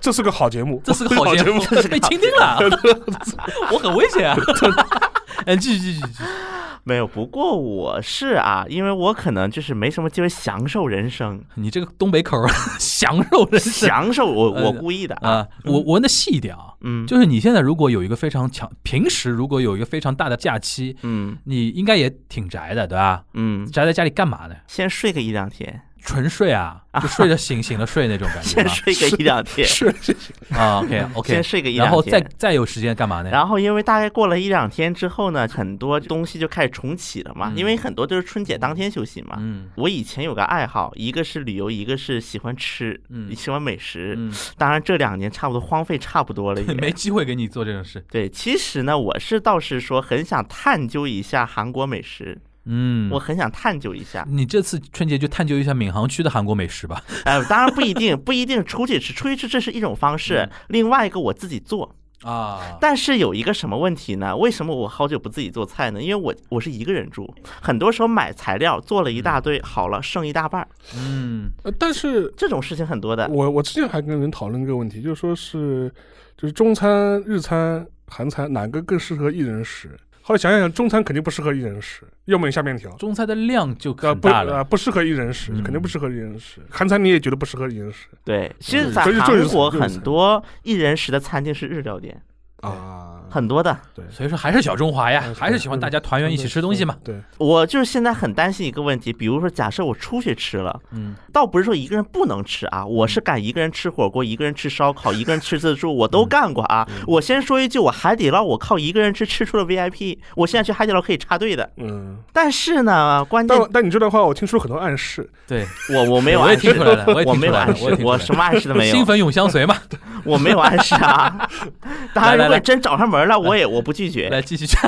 Speaker 3: 这是个好节目，
Speaker 2: 这是个好节目， 被倾听了，我很危险啊。 嗯，继续继续继续，
Speaker 4: 没有。不过我是啊，因为我可能就是没什么机会享受人 生，
Speaker 2: 你这个东北口儿 享受人生
Speaker 4: 享受我
Speaker 2: 嗯
Speaker 4: 我故意的啊，
Speaker 2: 啊！我我问的细一点啊，
Speaker 4: 嗯，
Speaker 2: 就是你现在如果有一个非常强，平时如果有一个非常大的假期，
Speaker 4: 嗯
Speaker 2: 你应该也挺宅的，对吧？
Speaker 4: 嗯，
Speaker 2: 宅在家里干嘛呢？
Speaker 4: 先睡个一两 天，
Speaker 2: 纯睡啊，就睡着醒，醒了睡那种感觉
Speaker 4: 先
Speaker 2: 吧。
Speaker 4: 睡个一 两天，
Speaker 3: 是
Speaker 2: 啊，OK OK，
Speaker 4: 先睡个一两天，
Speaker 2: 然后再再有时间干嘛呢？
Speaker 4: 然后因为大概过了一两天之后呢，很多东西就开始重启了嘛，
Speaker 2: 嗯
Speaker 4: 因为很多就是春节当天休息嘛。
Speaker 2: 嗯
Speaker 4: 我以前有个爱好，一个是旅游，一个是喜欢吃，
Speaker 2: 嗯
Speaker 4: 喜欢美食。
Speaker 2: 嗯，
Speaker 4: 当然这两年差不多荒废差不多了 也。
Speaker 2: 没机会给你做这种事。
Speaker 4: 对，其实呢，我是倒是说很想探究一下韩国美食，
Speaker 2: 嗯，
Speaker 4: 我很想探究一下。
Speaker 2: 你这次春节就探究一下闵行区的韩国美食吧。
Speaker 3: 嗯
Speaker 4: 呃，当然不一定，不一定出去吃，出去吃这是一种方式，另外一个我自己做。
Speaker 2: 啊，
Speaker 4: 但是有一个什么问题呢？为什么我好久不自己做菜呢？因为我我是一个人住，很多时候买材料做了一
Speaker 3: 嗯
Speaker 4: 大堆，好了剩一大半儿，
Speaker 2: 嗯
Speaker 3: 呃， 但是
Speaker 4: 这种事情很多的。
Speaker 3: 我我之前还跟人讨论这个问题，就是说是就是中餐、日餐、韩餐哪个更适合一人食？后来想想，中餐肯定不适合一人食，要么你下面条，
Speaker 2: 中餐的量就
Speaker 3: 啊
Speaker 2: 很
Speaker 3: 不
Speaker 2: 大
Speaker 3: 啊、
Speaker 2: 了，
Speaker 3: 不适合一人食，
Speaker 2: 嗯
Speaker 3: 肯定不适合一人食。韩餐你也觉得不适合一人食
Speaker 4: 对，其实
Speaker 3: 嗯
Speaker 4: 在
Speaker 3: 所以这
Speaker 4: 韩
Speaker 3: 就是
Speaker 4: 国
Speaker 3: 这就是
Speaker 4: 很多一人食的餐厅是日料店，
Speaker 3: 啊？
Speaker 4: 很多的。
Speaker 3: 对，
Speaker 2: 所以说还是小中华哎呀，
Speaker 3: 嗯
Speaker 2: 还是喜欢大家团圆一起吃东西嘛。
Speaker 3: 对，
Speaker 4: 我就是现在很担心一个问题，比如说假设我出去吃了，
Speaker 2: 嗯，
Speaker 4: 倒不是说一个人不能吃啊，我是敢一个人吃火锅，一个人吃烧
Speaker 2: 嗯
Speaker 4: 烤，一个人吃自助，我都干过啊。我先说一句，我海底捞我靠一个人吃吃出了 VIP，我现在去海底捞可以插队的。
Speaker 3: 嗯。
Speaker 4: 但是呢，关键
Speaker 3: 但但你这段话，我听出了很多暗示。
Speaker 2: 嗯对，
Speaker 4: 我我没有
Speaker 2: 我也
Speaker 4: 暗
Speaker 2: 听
Speaker 4: 示
Speaker 2: 出来了，我也听
Speaker 4: 没
Speaker 2: 出
Speaker 4: 有
Speaker 2: 来了
Speaker 4: 暗，
Speaker 2: 我也听，
Speaker 4: 示
Speaker 2: 出来
Speaker 4: 我
Speaker 2: 了
Speaker 4: 什么暗示都没
Speaker 2: 新
Speaker 4: 有，
Speaker 2: 粉永相随嘛，
Speaker 4: 我没有暗示 啊。当
Speaker 2: 来
Speaker 4: 然，
Speaker 2: 来
Speaker 4: 如果
Speaker 2: 来
Speaker 4: 真找上门了，我也我不拒绝。
Speaker 2: 来继 续讲，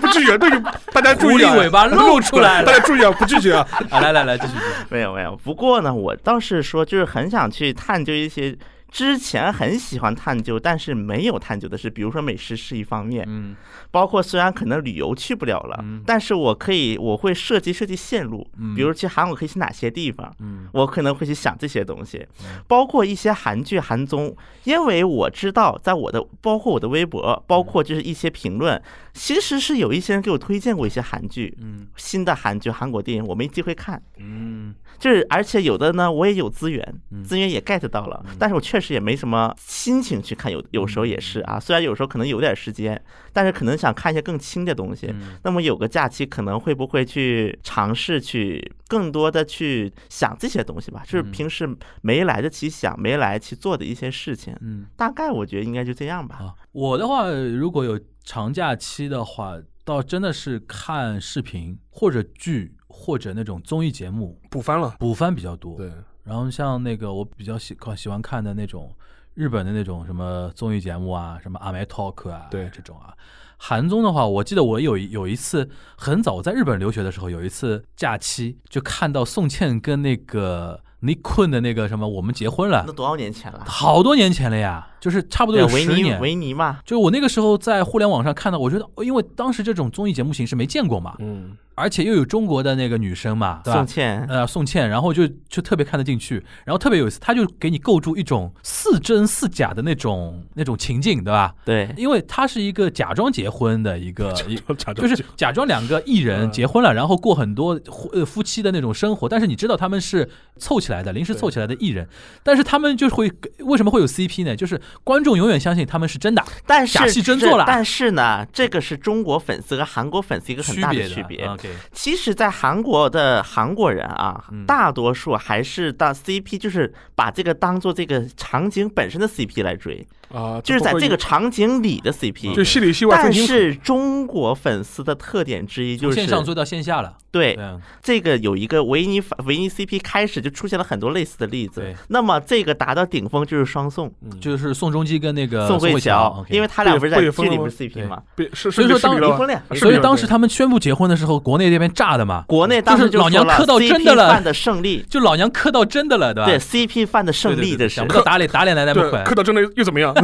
Speaker 3: 不拒绝，对，大家注意啊
Speaker 2: 狐狸尾巴露出来了
Speaker 3: 大家注意啊，不拒绝啊。
Speaker 2: 啊来来来继续，
Speaker 4: 没有没有，不过呢，我倒是说，就是很想去探究一些之前很喜欢探究，但是没有探究的事，比如说美食是一方面，
Speaker 2: 嗯
Speaker 4: 包括虽然可能旅游去不了了，
Speaker 2: 嗯
Speaker 4: 但是我可以，我会设计设计线路，
Speaker 2: 嗯
Speaker 4: 比如去韩国可以去哪些地方。
Speaker 2: 嗯
Speaker 4: 我可能会去想这些东西，包括一些韩剧、韩综，因为我知道，在我的包括我的微
Speaker 2: 嗯
Speaker 4: 博，包括就是一些评论，其实是有一些人给我推荐过一些韩剧，
Speaker 2: 嗯
Speaker 4: 新的韩剧、韩国电影，我没机会看，
Speaker 2: 嗯
Speaker 4: 就是而且有的呢，我也有资源
Speaker 2: 嗯，
Speaker 4: 资源也 get 到了，但是我确实也没什么心情去看，有有时候也是
Speaker 2: 嗯
Speaker 4: 啊，虽然有时候可能有点时间，但是可能想看一些更轻的东西。
Speaker 2: 嗯
Speaker 4: 那么有个假期，可能会不会去尝试去更多的去想这些东西吧？就是
Speaker 2: 嗯
Speaker 4: 平时没来得及想、没来去做的一些事情。
Speaker 2: 嗯
Speaker 4: 大概我觉得应该就这样吧。
Speaker 2: 啊，我的话如果有长假期的话，倒真的是看视频或者剧或者那种综艺节目
Speaker 3: 补番了，
Speaker 2: 补番比较多，
Speaker 3: 对，
Speaker 2: 然后像那个我比较喜欢喜欢看的那种日本的那种什么综艺节目啊，什么《阿梅 Talk》啊，
Speaker 3: 对
Speaker 2: 这种啊。韩综的话，我记得我有一有一次很早我在日本留学的时候，有一次假期就看到宋茜跟那个 n i k u n 的那个什么我们结婚了
Speaker 4: 那，多少年前了？
Speaker 2: 好多年前了呀，就是差不多
Speaker 4: 对，啊
Speaker 2: 有
Speaker 4: 维
Speaker 2: 十
Speaker 4: 尼
Speaker 2: 年。
Speaker 4: 维尼嘛，
Speaker 2: 就我那个时候在互联网上看到，我觉得，因为当时这种综艺节目形式没见过嘛，
Speaker 3: 嗯，
Speaker 2: 而且又有中国的那个女生嘛，对吧
Speaker 4: 宋茜，
Speaker 2: 呃，宋茜，然后就就特别看得进去，然后特别有意思，他就给你构筑一种似真似假的那种那种情境，对吧？
Speaker 4: 对，
Speaker 2: 因为他是一个假装结婚的一个，一
Speaker 3: 假
Speaker 2: 就
Speaker 3: 装
Speaker 2: 是假装两个艺人
Speaker 3: 嗯
Speaker 2: 结婚了，然后过很多婚呃夫妻的那种生活，但是你知道他们是凑起来的，临时
Speaker 3: 对
Speaker 2: 凑起来的艺人，但是他们就会为什么会有 CP 呢？就是观众永远相信他们是真的，
Speaker 4: 但是
Speaker 2: 假戏真
Speaker 4: 这
Speaker 2: 做了
Speaker 4: 但是呢，这个是中国粉丝和韩国粉丝一个很
Speaker 2: 区
Speaker 4: 大
Speaker 2: 别
Speaker 4: 区别。
Speaker 2: o k
Speaker 4: 其实，在韩国的韩国人啊，
Speaker 2: 嗯
Speaker 4: 大多数还是当 CP，就是把这个当做这个场景本身的 CP 来追，
Speaker 3: 啊，
Speaker 4: 就是在
Speaker 3: 包括
Speaker 4: 这个场景里的 CP。
Speaker 3: 就戏里戏外分
Speaker 4: 但
Speaker 3: 清楚。
Speaker 4: 是中国粉丝的特点之一就
Speaker 2: 从线上
Speaker 4: 是，
Speaker 2: 做到线下了，嗯
Speaker 4: 对
Speaker 2: 对，
Speaker 4: 这个有一个维尼维尼 CP 开始就出现了很多类似的例子
Speaker 2: 对。
Speaker 4: 那么这个达到顶峰就是双宋、
Speaker 2: 嗯就是呃宋仲基跟那个
Speaker 4: 宋
Speaker 2: 慧
Speaker 4: 慧乔，
Speaker 2: ，OK
Speaker 4: 因为他俩不是在
Speaker 3: 不也
Speaker 4: 剧
Speaker 3: 分
Speaker 4: 里
Speaker 3: 了
Speaker 4: 不
Speaker 3: 吗
Speaker 4: 是 CP
Speaker 2: 对
Speaker 4: 吗？
Speaker 3: 别是
Speaker 2: 所以
Speaker 3: 是
Speaker 2: 说
Speaker 3: 是
Speaker 2: 当
Speaker 3: 离
Speaker 4: 离
Speaker 3: 了
Speaker 4: 婚
Speaker 3: 吧啊
Speaker 4: 了呀。
Speaker 3: 是
Speaker 2: 所以
Speaker 3: 有
Speaker 2: 当
Speaker 3: 对
Speaker 2: 时他们宣布结婚的时候，国内这边炸的嘛，
Speaker 4: 国内当时
Speaker 2: 就是老娘
Speaker 4: 说了
Speaker 2: 磕到真的
Speaker 4: CP
Speaker 2: 了
Speaker 4: 犯的胜利，
Speaker 2: 就老娘磕到真的了，对吧？
Speaker 4: 对 CP 犯的胜
Speaker 2: 对对
Speaker 4: 利
Speaker 2: 对
Speaker 4: 的是
Speaker 2: 想。不到打脸打脸来那么
Speaker 3: 对，
Speaker 2: 快
Speaker 3: 磕，到真的又怎么样？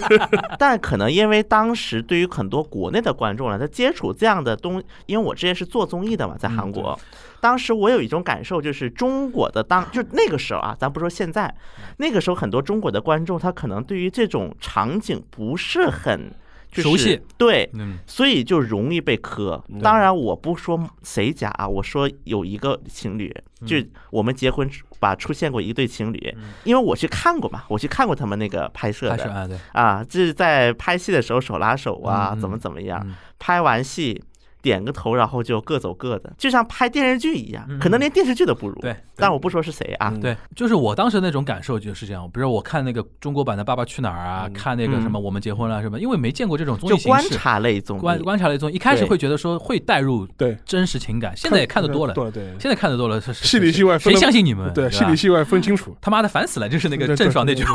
Speaker 4: 但可能因为当时对于很多国内的观众呢，他接触这样的东，因为我之前是做综艺的嘛，
Speaker 2: 嗯
Speaker 4: 在韩国，当时我有一种感受，就是中国的当就那个时候啊，咱不说现在，那个时候很多中国的观众他可能对于这种场景不是很、就是
Speaker 2: 熟悉，
Speaker 4: 对。
Speaker 2: 嗯，
Speaker 4: 所以就容易被磕。当然，我不说谁家啊，我说有一个情侣，
Speaker 2: 嗯
Speaker 4: 就是我们结婚之吧出现过一对情侣，因为我去看过嘛，我去看过他们那个拍摄
Speaker 2: 还是
Speaker 4: 的
Speaker 2: 啊，对，
Speaker 4: 啊，这是在拍戏的时候手拉手啊，
Speaker 2: 嗯
Speaker 4: 怎么怎么样
Speaker 2: 嗯，
Speaker 4: 拍完戏。点个头，然后就各走各的，就像拍电视剧一样
Speaker 2: 嗯，
Speaker 4: 可能连电视剧都不如。
Speaker 2: 对对
Speaker 4: 但我不说是谁啊。
Speaker 3: 嗯
Speaker 2: 对，就是我当时那种感受就是这样。比如我看那个中国版的《爸爸去哪儿》啊，
Speaker 3: 嗯
Speaker 2: 看那个什么《我们结婚了》什么，因为没见过这种综
Speaker 4: 就
Speaker 2: 艺形
Speaker 4: 观
Speaker 2: 式，
Speaker 4: 察类综
Speaker 2: 观
Speaker 4: 艺，
Speaker 2: 观察了一综艺，一开始
Speaker 4: 对
Speaker 2: 会觉得说会带入
Speaker 3: 对，
Speaker 2: 真实情感，现在也看得多了，
Speaker 3: 对对，
Speaker 2: 现在看得多了，是是
Speaker 3: 戏里
Speaker 2: 是
Speaker 3: 戏外
Speaker 2: 谁
Speaker 3: 分得
Speaker 2: 相信你们？
Speaker 3: 对，
Speaker 2: 吧
Speaker 3: 戏里戏外分清楚。
Speaker 2: 他妈的烦死了，就是那个
Speaker 3: 对
Speaker 2: 郑爽那句话。，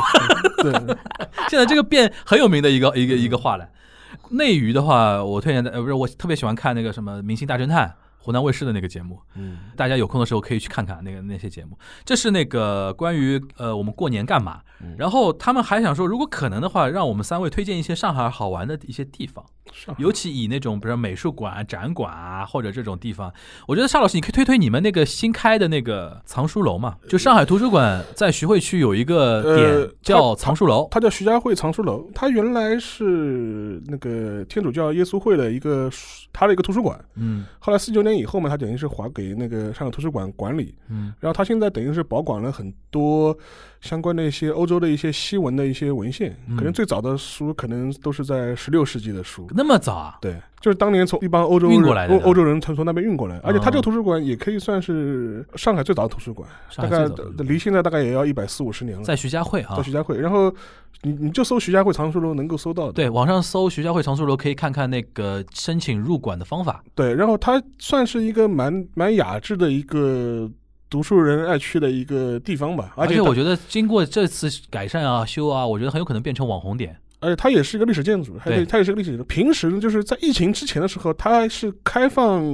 Speaker 3: 对对对 对
Speaker 2: 现在这个变很有名的一个一个一个话了。内娱的话，我推荐的呃不是，我特别喜欢看那个什么《明星大侦探》湖南卫视的那个节目，
Speaker 3: 嗯，
Speaker 2: 大家有空的时候可以去看看那个那些节目。这是那个关于呃我们过年干嘛，然后他们还想说，如果可能的话，让我们三位推荐一些上海好玩的一些地方，
Speaker 3: 上海
Speaker 2: 尤其以那种比如说美术馆啊、展馆啊或者这种地方，我觉得沙老师你可以推推你们那个新开的那个藏书楼嘛，就上海图书馆在徐汇区有一个
Speaker 3: 呃
Speaker 2: 点
Speaker 3: 它
Speaker 2: 叫藏书楼，
Speaker 3: 它叫徐家汇藏书楼，它原来是那个天主教耶稣会的一个书它的一个图书馆，
Speaker 2: 嗯
Speaker 3: 后来四九年以后嘛，它等于是划给那个上海图书馆管理，
Speaker 2: 嗯
Speaker 3: 然后它现在等于是保管了很多相关的一些欧洲的一些西文的一些文献，
Speaker 2: 嗯
Speaker 3: 可能最早的书可能都是在十六世纪的书。
Speaker 2: 那么早啊，
Speaker 3: 对，就是当年从一帮欧洲
Speaker 2: 运
Speaker 3: 人
Speaker 2: 过来的
Speaker 3: 欧欧洲人从从那边运过来，而且它
Speaker 2: 哦
Speaker 3: 这个图书馆也可以算是上海最早的图书馆，
Speaker 2: 上
Speaker 3: 大
Speaker 2: 海最
Speaker 3: 概
Speaker 2: 早的
Speaker 3: 离现在大概也要一百四五十年了。
Speaker 2: 在徐家汇啊
Speaker 3: 到，徐家汇，然后你你就搜徐家汇藏书楼能够搜到的。
Speaker 2: 对，网上搜徐家汇藏书楼可以看看那个申请入馆的方法，
Speaker 3: 对，然后它算是一个蛮蛮雅致的一个读书人爱去的一个地方吧，
Speaker 2: 而
Speaker 3: 且
Speaker 2: 我
Speaker 3: 它
Speaker 2: 觉得经过这次改善啊、修啊，我觉得很有可能变成网红点。
Speaker 3: 而且它也是一个历史建筑，它也
Speaker 2: 对
Speaker 3: 它也是个历史建筑。平时呢，就是在疫情之前的时候，它是开放，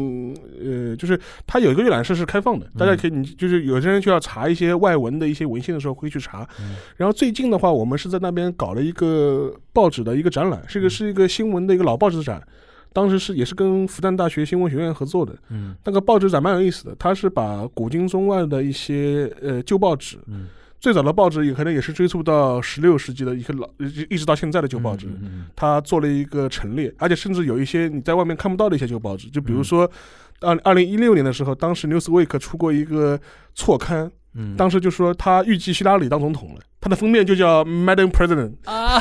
Speaker 3: 呃，就是它有一个阅览室是开放的，
Speaker 2: 嗯
Speaker 3: 大家可以，你就是有些人就要查一些外文的一些文献的时候会去查。
Speaker 2: 嗯
Speaker 3: 然后最近的话，我们是在那边搞了一个报纸的一个展览，
Speaker 2: 嗯
Speaker 3: 是一个是一个新闻的一个老报纸展。当时是也是跟复旦大学新闻学院合作的，
Speaker 2: 嗯
Speaker 3: 那个报纸展蛮有意思的，它是把古今中外的一些呃旧报纸，
Speaker 2: 嗯，
Speaker 3: 最早的报纸也可能也是追溯到十六世纪的一个老，一直一直到现在的旧报纸，
Speaker 2: 嗯
Speaker 3: 它做了一个陈列，而且甚至有一些你在外面看不到的一些旧报纸，就
Speaker 2: 嗯
Speaker 3: 比如说。二二零一六年的时候，当时 Newsweek 出过一个错刊，
Speaker 2: 嗯
Speaker 3: 当时就说他预计希拉里当总统了，他的封面就叫 Madam President，
Speaker 2: 啊，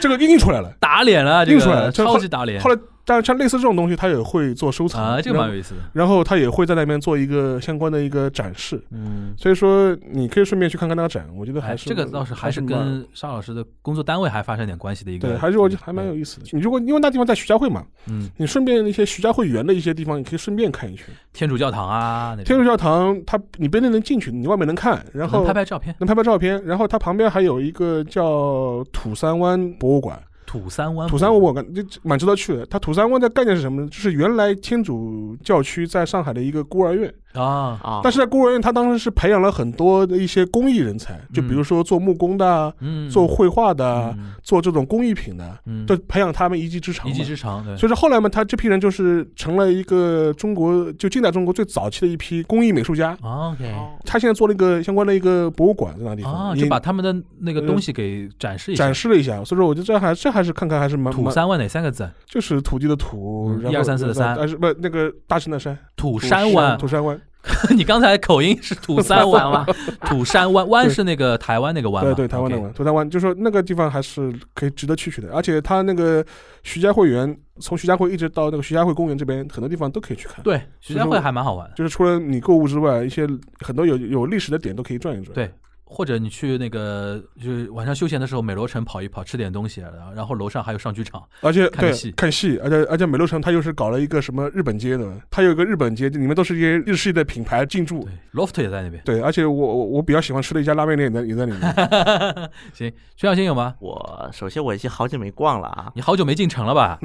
Speaker 3: 这个印出来了。
Speaker 2: 打脸了，啊这
Speaker 3: 印出来
Speaker 2: 个
Speaker 3: 了这
Speaker 2: 超级打脸。
Speaker 3: 后来，但是像类似这种东西，他也会做收藏
Speaker 2: 啊，这个蛮
Speaker 3: 然后
Speaker 2: 有意思的。
Speaker 3: 然后他也会在那边做一个相关的一个展示，
Speaker 2: 嗯，
Speaker 3: 所以说你可以顺便去看看那个展，我觉得还
Speaker 2: 哎，
Speaker 3: 是、
Speaker 2: 这个倒是还是
Speaker 3: 蛮
Speaker 2: 跟沙老师的工作单位还发生点关系的一个。
Speaker 3: 对，还是我觉得还蛮有意思的。你如果因为那地方在徐家汇嘛，
Speaker 2: 嗯，
Speaker 3: 你顺便一些徐家汇园的一些地方，你可以顺便看一圈。
Speaker 2: 天主教堂啊，那种
Speaker 3: 天主教堂它你不一定能进去，你外面能看，然后
Speaker 2: 能拍拍照片。
Speaker 3: 能拍拍照片，然后它旁边还有一个叫土山湾博物馆。
Speaker 2: 土三湾，
Speaker 3: 土山湾我感觉蛮值得去的。它土山湾的概念是什么呢？就是原来天主教区在上海的一个孤儿院，
Speaker 2: 啊，
Speaker 4: 啊，
Speaker 3: 但是在孤儿院它当时是培养了很多的一些工艺人才，就比如说做木工的啊、
Speaker 2: 嗯，
Speaker 3: 做绘画的啊、
Speaker 2: 嗯
Speaker 3: 做这种工艺品的啊，
Speaker 2: 嗯，
Speaker 3: 就培养他们一技之长
Speaker 2: 一
Speaker 3: 嘛。
Speaker 2: 技之长，对，
Speaker 3: 所以说后来嘛，他这批人就是成了一个中国就近代中国最早期的一批工艺美术家。
Speaker 2: 啊 OK
Speaker 4: 哦
Speaker 3: 他现在做了一个相关的一个博物馆在那地方，
Speaker 2: 啊，
Speaker 3: 也
Speaker 2: 就把他们的那个东西给展示一下
Speaker 3: 展。示了一下。所以说，我觉得这还这还是看看还是蛮
Speaker 2: 土
Speaker 3: 蛮
Speaker 2: 三湾哪三个字？啊
Speaker 3: 就是土地的土，
Speaker 2: 嗯
Speaker 3: 然后
Speaker 2: 一二三四的三
Speaker 3: 但是不那个大山的山，
Speaker 2: 土
Speaker 3: 土
Speaker 2: 山湾
Speaker 3: 土，山湾，
Speaker 2: 你刚才口音是土三
Speaker 4: 土三
Speaker 2: 湾
Speaker 4: 湾，
Speaker 2: 土山湾湾是那个台湾那个湾嘛，
Speaker 3: 对对，台湾的
Speaker 2: OK
Speaker 3: 湾，土山湾，就说那个地方还是可以值得去去的。而且他那个徐家汇园，从徐家汇一直到那个徐家汇公园这边，很多地方都可以去看。
Speaker 2: 对，徐家汇还蛮好玩的。
Speaker 3: 就是除了你购物之外，一些很多有有历史的点都可以转一转。
Speaker 2: 对或者你去那个，就是晚上休闲的时候，美罗城跑一跑，吃点东西，然后然后楼上还有上剧场，
Speaker 3: 而且
Speaker 2: 看
Speaker 3: 对
Speaker 2: 戏
Speaker 3: 看戏，而且而且美乐城它又是搞了一个什么日本街的，它有一个日本街，里面都是一些日系的品牌进驻
Speaker 2: 对。，loft 也在那边。
Speaker 3: 对，而且我我我比较喜欢吃的一家拉面店也在也在里面。
Speaker 2: 行，徐小新有吗？，
Speaker 4: 我首先我已经好久没逛了啊
Speaker 2: 你好久没进城了 吧？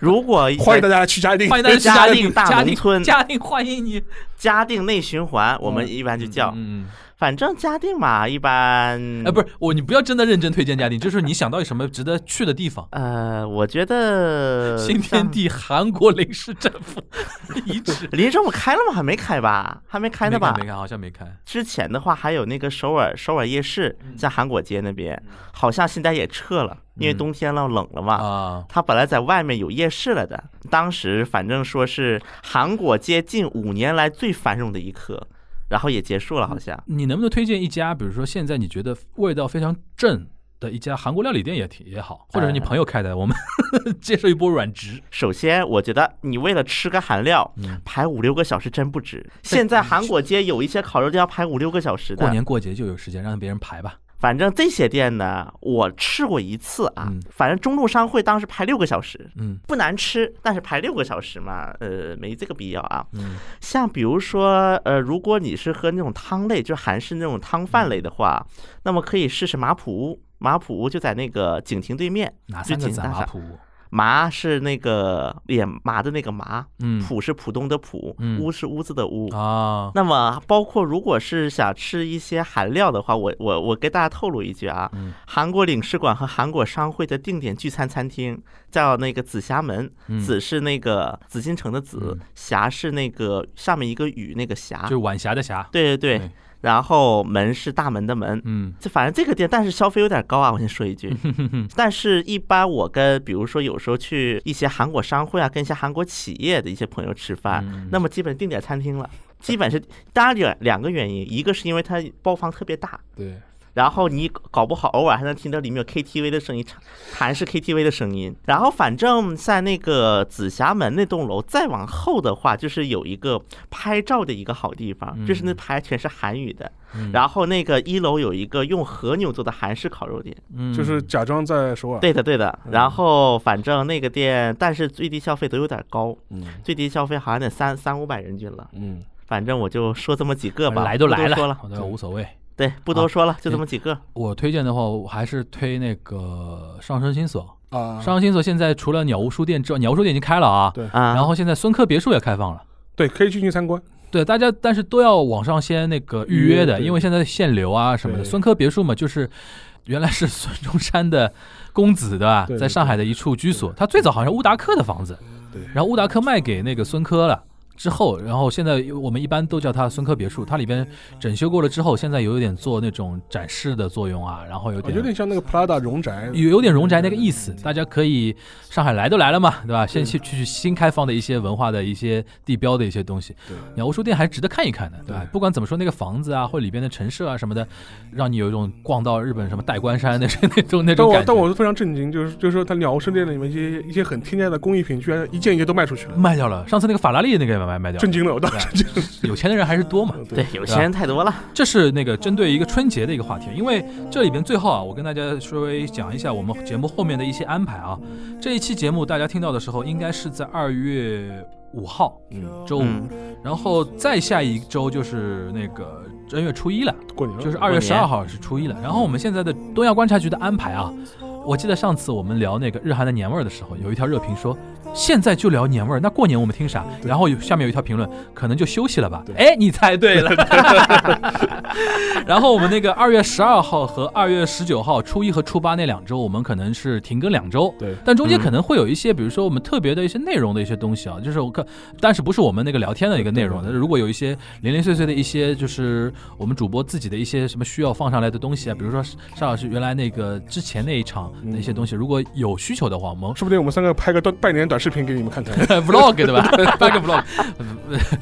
Speaker 4: 如 果
Speaker 3: 欢迎大家去嘉定
Speaker 2: 欢，迎大家去嘉定
Speaker 4: 嘉定大
Speaker 2: 嘉
Speaker 4: 农
Speaker 2: 定
Speaker 4: 村
Speaker 2: 嘉定欢迎你。
Speaker 4: 嘉定内循环，我们
Speaker 3: 嗯
Speaker 4: 一般就叫，
Speaker 2: 嗯，
Speaker 4: 反正嘉定嘛，一般
Speaker 2: 哎，不是我，你不要真的认真推荐嘉定，就是你想到有什么值得去的地方。
Speaker 4: 呃，我觉 得
Speaker 2: 新天地韩国临时政 府遗址
Speaker 4: 像临时我开了吗？还没开吧？还没开呢吧
Speaker 2: 没？看，好像没看。
Speaker 4: 之前的话还有那个首尔首尔夜市，在韩国街那边，好像现在也撤了，因为
Speaker 2: 嗯嗯
Speaker 4: 冬天了冷了嘛。
Speaker 2: 啊，
Speaker 4: 他本来在外面有夜市来的，当时反正说是韩国街近五年来最繁荣的一刻，然后也结束了，好像。
Speaker 2: 你能不能推荐一家，比如说现在你觉得味道非常正的一家韩国料理店也挺也好，或者是你朋友开的，我们 接受一波软植。
Speaker 4: 首先，我觉得你为了吃个韩料
Speaker 2: 嗯，
Speaker 4: 排五六个小时真不值。现在韩国街有一些烤肉店要排五六个小时
Speaker 2: 过
Speaker 4: 的，
Speaker 2: 年过节就有时间让别人排吧。
Speaker 4: 反正这些店呢，我吃过一次啊
Speaker 2: 嗯，
Speaker 4: 反正中路商会当时排六个小时，
Speaker 2: 嗯
Speaker 4: 不难吃，但是排六个小时嘛，呃，没这个必要啊。
Speaker 2: 嗯
Speaker 4: 像比如说，呃，如果你是喝那种汤类，就韩式那种汤饭类的话，那么可以试试马普屋。马普屋就在那个景亭对面，
Speaker 2: 哪
Speaker 4: 就
Speaker 2: 三个
Speaker 4: 景
Speaker 2: 字
Speaker 4: 亭
Speaker 2: 啊？
Speaker 4: 大
Speaker 2: 马
Speaker 4: 厦。
Speaker 2: 普屋
Speaker 4: 麻是那个脸麻的那个麻，
Speaker 2: 嗯
Speaker 4: 浦是浦东的浦，
Speaker 2: 嗯
Speaker 4: 屋是屋子的屋。
Speaker 2: 啊，
Speaker 4: 那么，包括如果是想吃一些韩料的话，我我我给大家透露一句啊，
Speaker 2: 嗯
Speaker 4: 韩国领事馆和韩国商会的定点聚餐餐厅叫那个紫霞门，
Speaker 2: 嗯
Speaker 4: 紫是那个紫禁城的紫
Speaker 2: 嗯，
Speaker 4: 霞是那个上面一个雨那个霞
Speaker 2: 就，是晚霞的霞，
Speaker 4: 对对
Speaker 2: 对
Speaker 4: 对，然后门是大门的门。
Speaker 2: 嗯
Speaker 4: 这反正这个店，但是消费有点高啊，我先说一 句。但是，一般我跟比如说有时候去一些韩国商会啊，跟一些韩国企业的一些朋友吃饭，
Speaker 2: 嗯
Speaker 4: 那么基本定点餐厅了。基本是，当然有两个原因，一个是因为它包房特别大，
Speaker 3: 对，
Speaker 4: 然后你搞不好偶尔还能听到里面有 KTV 的声音，唱韩式 KTV 的声音。然后反正在那个紫霞门那栋楼再往后的话，就是有一个拍照的一个好地方，就是那牌全是韩语的。
Speaker 2: 嗯
Speaker 4: 然后那个一楼有一个用和牛做的韩式烤肉店，
Speaker 2: 嗯
Speaker 3: 就是假装在首尔。
Speaker 4: 对的对的。然后反正那个店，但是最低消费都有点高，
Speaker 3: 嗯
Speaker 4: 最低消费好像得三三五百人均了。
Speaker 3: 嗯，
Speaker 4: 反正我就说这么几个吧，
Speaker 2: 来都
Speaker 4: 不多
Speaker 2: 来
Speaker 4: 说
Speaker 2: 了嗯
Speaker 4: 了，，
Speaker 2: 我倒无所谓。
Speaker 4: 对，不多说了，就这
Speaker 2: 行
Speaker 4: 么几个。
Speaker 2: 我推荐的话，我还是推那个上升星所。
Speaker 3: 啊，
Speaker 4: 嗯
Speaker 2: 上升星所现在除了鸟屋书店之外，鸟屋书店已经开了啊，
Speaker 3: 对
Speaker 4: 啊，
Speaker 2: 然后现在孙科别墅也开放了。
Speaker 3: 对，可以进去参观。
Speaker 2: 对，大家但是都要网上先那个预约的，
Speaker 3: 对
Speaker 2: 因为现在限流啊什么的。
Speaker 3: 对
Speaker 2: 孙科别墅嘛，就是原来是孙中山的公子，对吧？
Speaker 3: 对对
Speaker 2: 在上海的一处居所，他最早好像乌达克的房子，
Speaker 3: 对
Speaker 2: 然后乌达克卖给那个孙科了。之后，然后现在我们一般都叫它孙科别墅，它里边整修过了之后，现在有一点做那种展示的作用啊，然后有
Speaker 3: 啊
Speaker 2: 点
Speaker 3: 有点像那个 Prada 荣宅，
Speaker 2: 有有点荣宅那
Speaker 3: 嗯
Speaker 2: 个意思，大家可以上海来都来了嘛，对吧？先去去去新开放的一些文化的一些地标的一些东西
Speaker 3: 对，
Speaker 2: 鸟屋书店还值得看一看的，对吧
Speaker 3: 对？
Speaker 2: 不管怎么说，那个房子啊，或者里边的陈设啊什么的，让你有一种逛到日本什么代官山那种那种那
Speaker 3: 但
Speaker 2: 种
Speaker 3: 我
Speaker 2: 感
Speaker 3: 但
Speaker 2: 觉。
Speaker 3: 我是非常震惊，就是就是说，它鸟屋书店里面一些一些很天价的工艺品，居然一件一件都卖出去了，
Speaker 2: 卖掉了，上次那个法拉利那个也卖卖掉了
Speaker 3: 震，惊了，我当时嗯震惊了。
Speaker 2: 有钱的人还是 多嘛。
Speaker 4: 对，有钱人太多了。
Speaker 2: 这是那个针对一个春节的一个话题，因为这里边最后啊，我跟大家稍微讲一下我们节目后面的一些安排啊。这一期节目大家听到的时候，应该是在二月五号，
Speaker 3: 嗯，
Speaker 2: 周五，
Speaker 4: 嗯，
Speaker 2: 然后再下一周就是那个正月初一了，
Speaker 3: 哦过年了，
Speaker 2: 就是二月十二号是初一了。然后我们现在的东亚观察局的安排啊，我记得上次我们聊那个日韩的年味儿的时候，有一条热评说现在就聊年味儿，那过年我们听啥？然后有下面有一条评论，可能就休息了吧？哎，你猜对了。然后我们那个二月十二号和二月十九号，初一和初八那两周，我们可能是停更两周。
Speaker 3: 对
Speaker 2: 但中间可
Speaker 4: 嗯
Speaker 2: 能会有一些，比如说我们特别的一些内容的一些东西啊，就是我看，但是不是我们那个聊天的一个内容。如果有一些零零碎碎的一些，就是我们主播自己的一些什么需要放上来的东西啊，比如说沙老师原来那个之前那一场的一些东西，如果有需求的话，我们
Speaker 3: 说不定我们三个拍个短拜年短视频给你们看看。
Speaker 2: vlog 对吧？发个 vlog，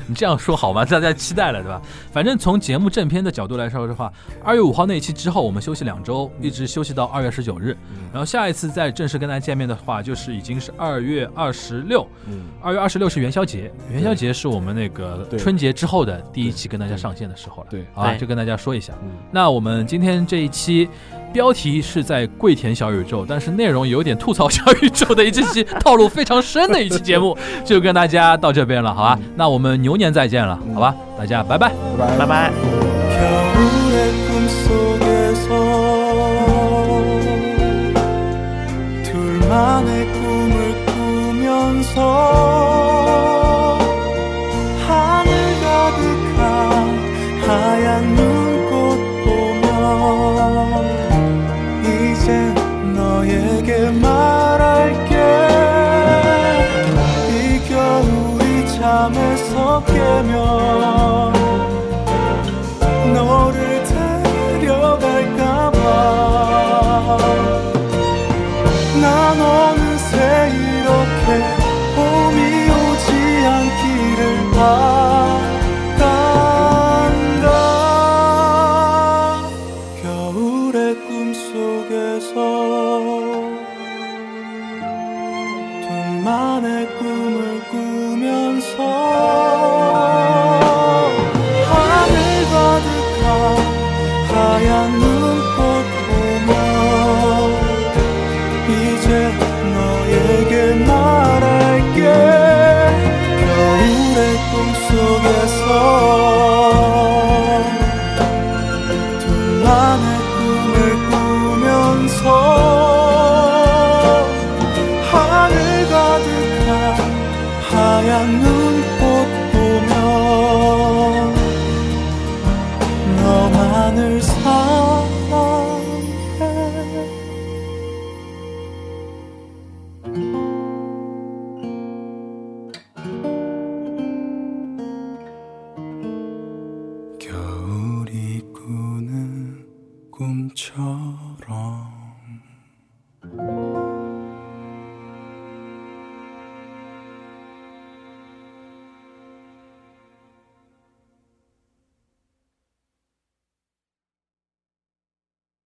Speaker 2: 你这样说好吗？大家期待了对吧？反正从节目正片的角度来说的话，二月五号那一期之后，我们休息两周，一直休息到二月十九日。然后下一次再正式跟大家见面的话，就是已经是二月二十六。
Speaker 3: 嗯，
Speaker 2: 二月二十六是元宵节，元宵节是我们那个
Speaker 3: 对
Speaker 2: 春节之后的第一期跟大家上线的时候了。
Speaker 3: 对
Speaker 2: 啊，
Speaker 4: 对
Speaker 2: 就跟大家说一下
Speaker 3: 嗯。
Speaker 2: 那我们今天这一期标题是在跪舔小宇宙，但是内容有点吐槽小宇宙的一期期套路非常深的一期节目，就跟大家到这边了，好吧？
Speaker 3: 嗯
Speaker 2: 那我们牛年再见了，好吧？大家拜拜。
Speaker 3: 拜拜
Speaker 4: 拜。拜。
Speaker 5: 겨울의 꿈속에서 둘만의 꿈을 꾸면서 하늘 가득한 하얀 눈꽃 보며 이제 너에게 말할게 이 겨울이 잠에서 깨면 너를 데려갈까봐 난 어느새 이렇게 봄이 바람처럼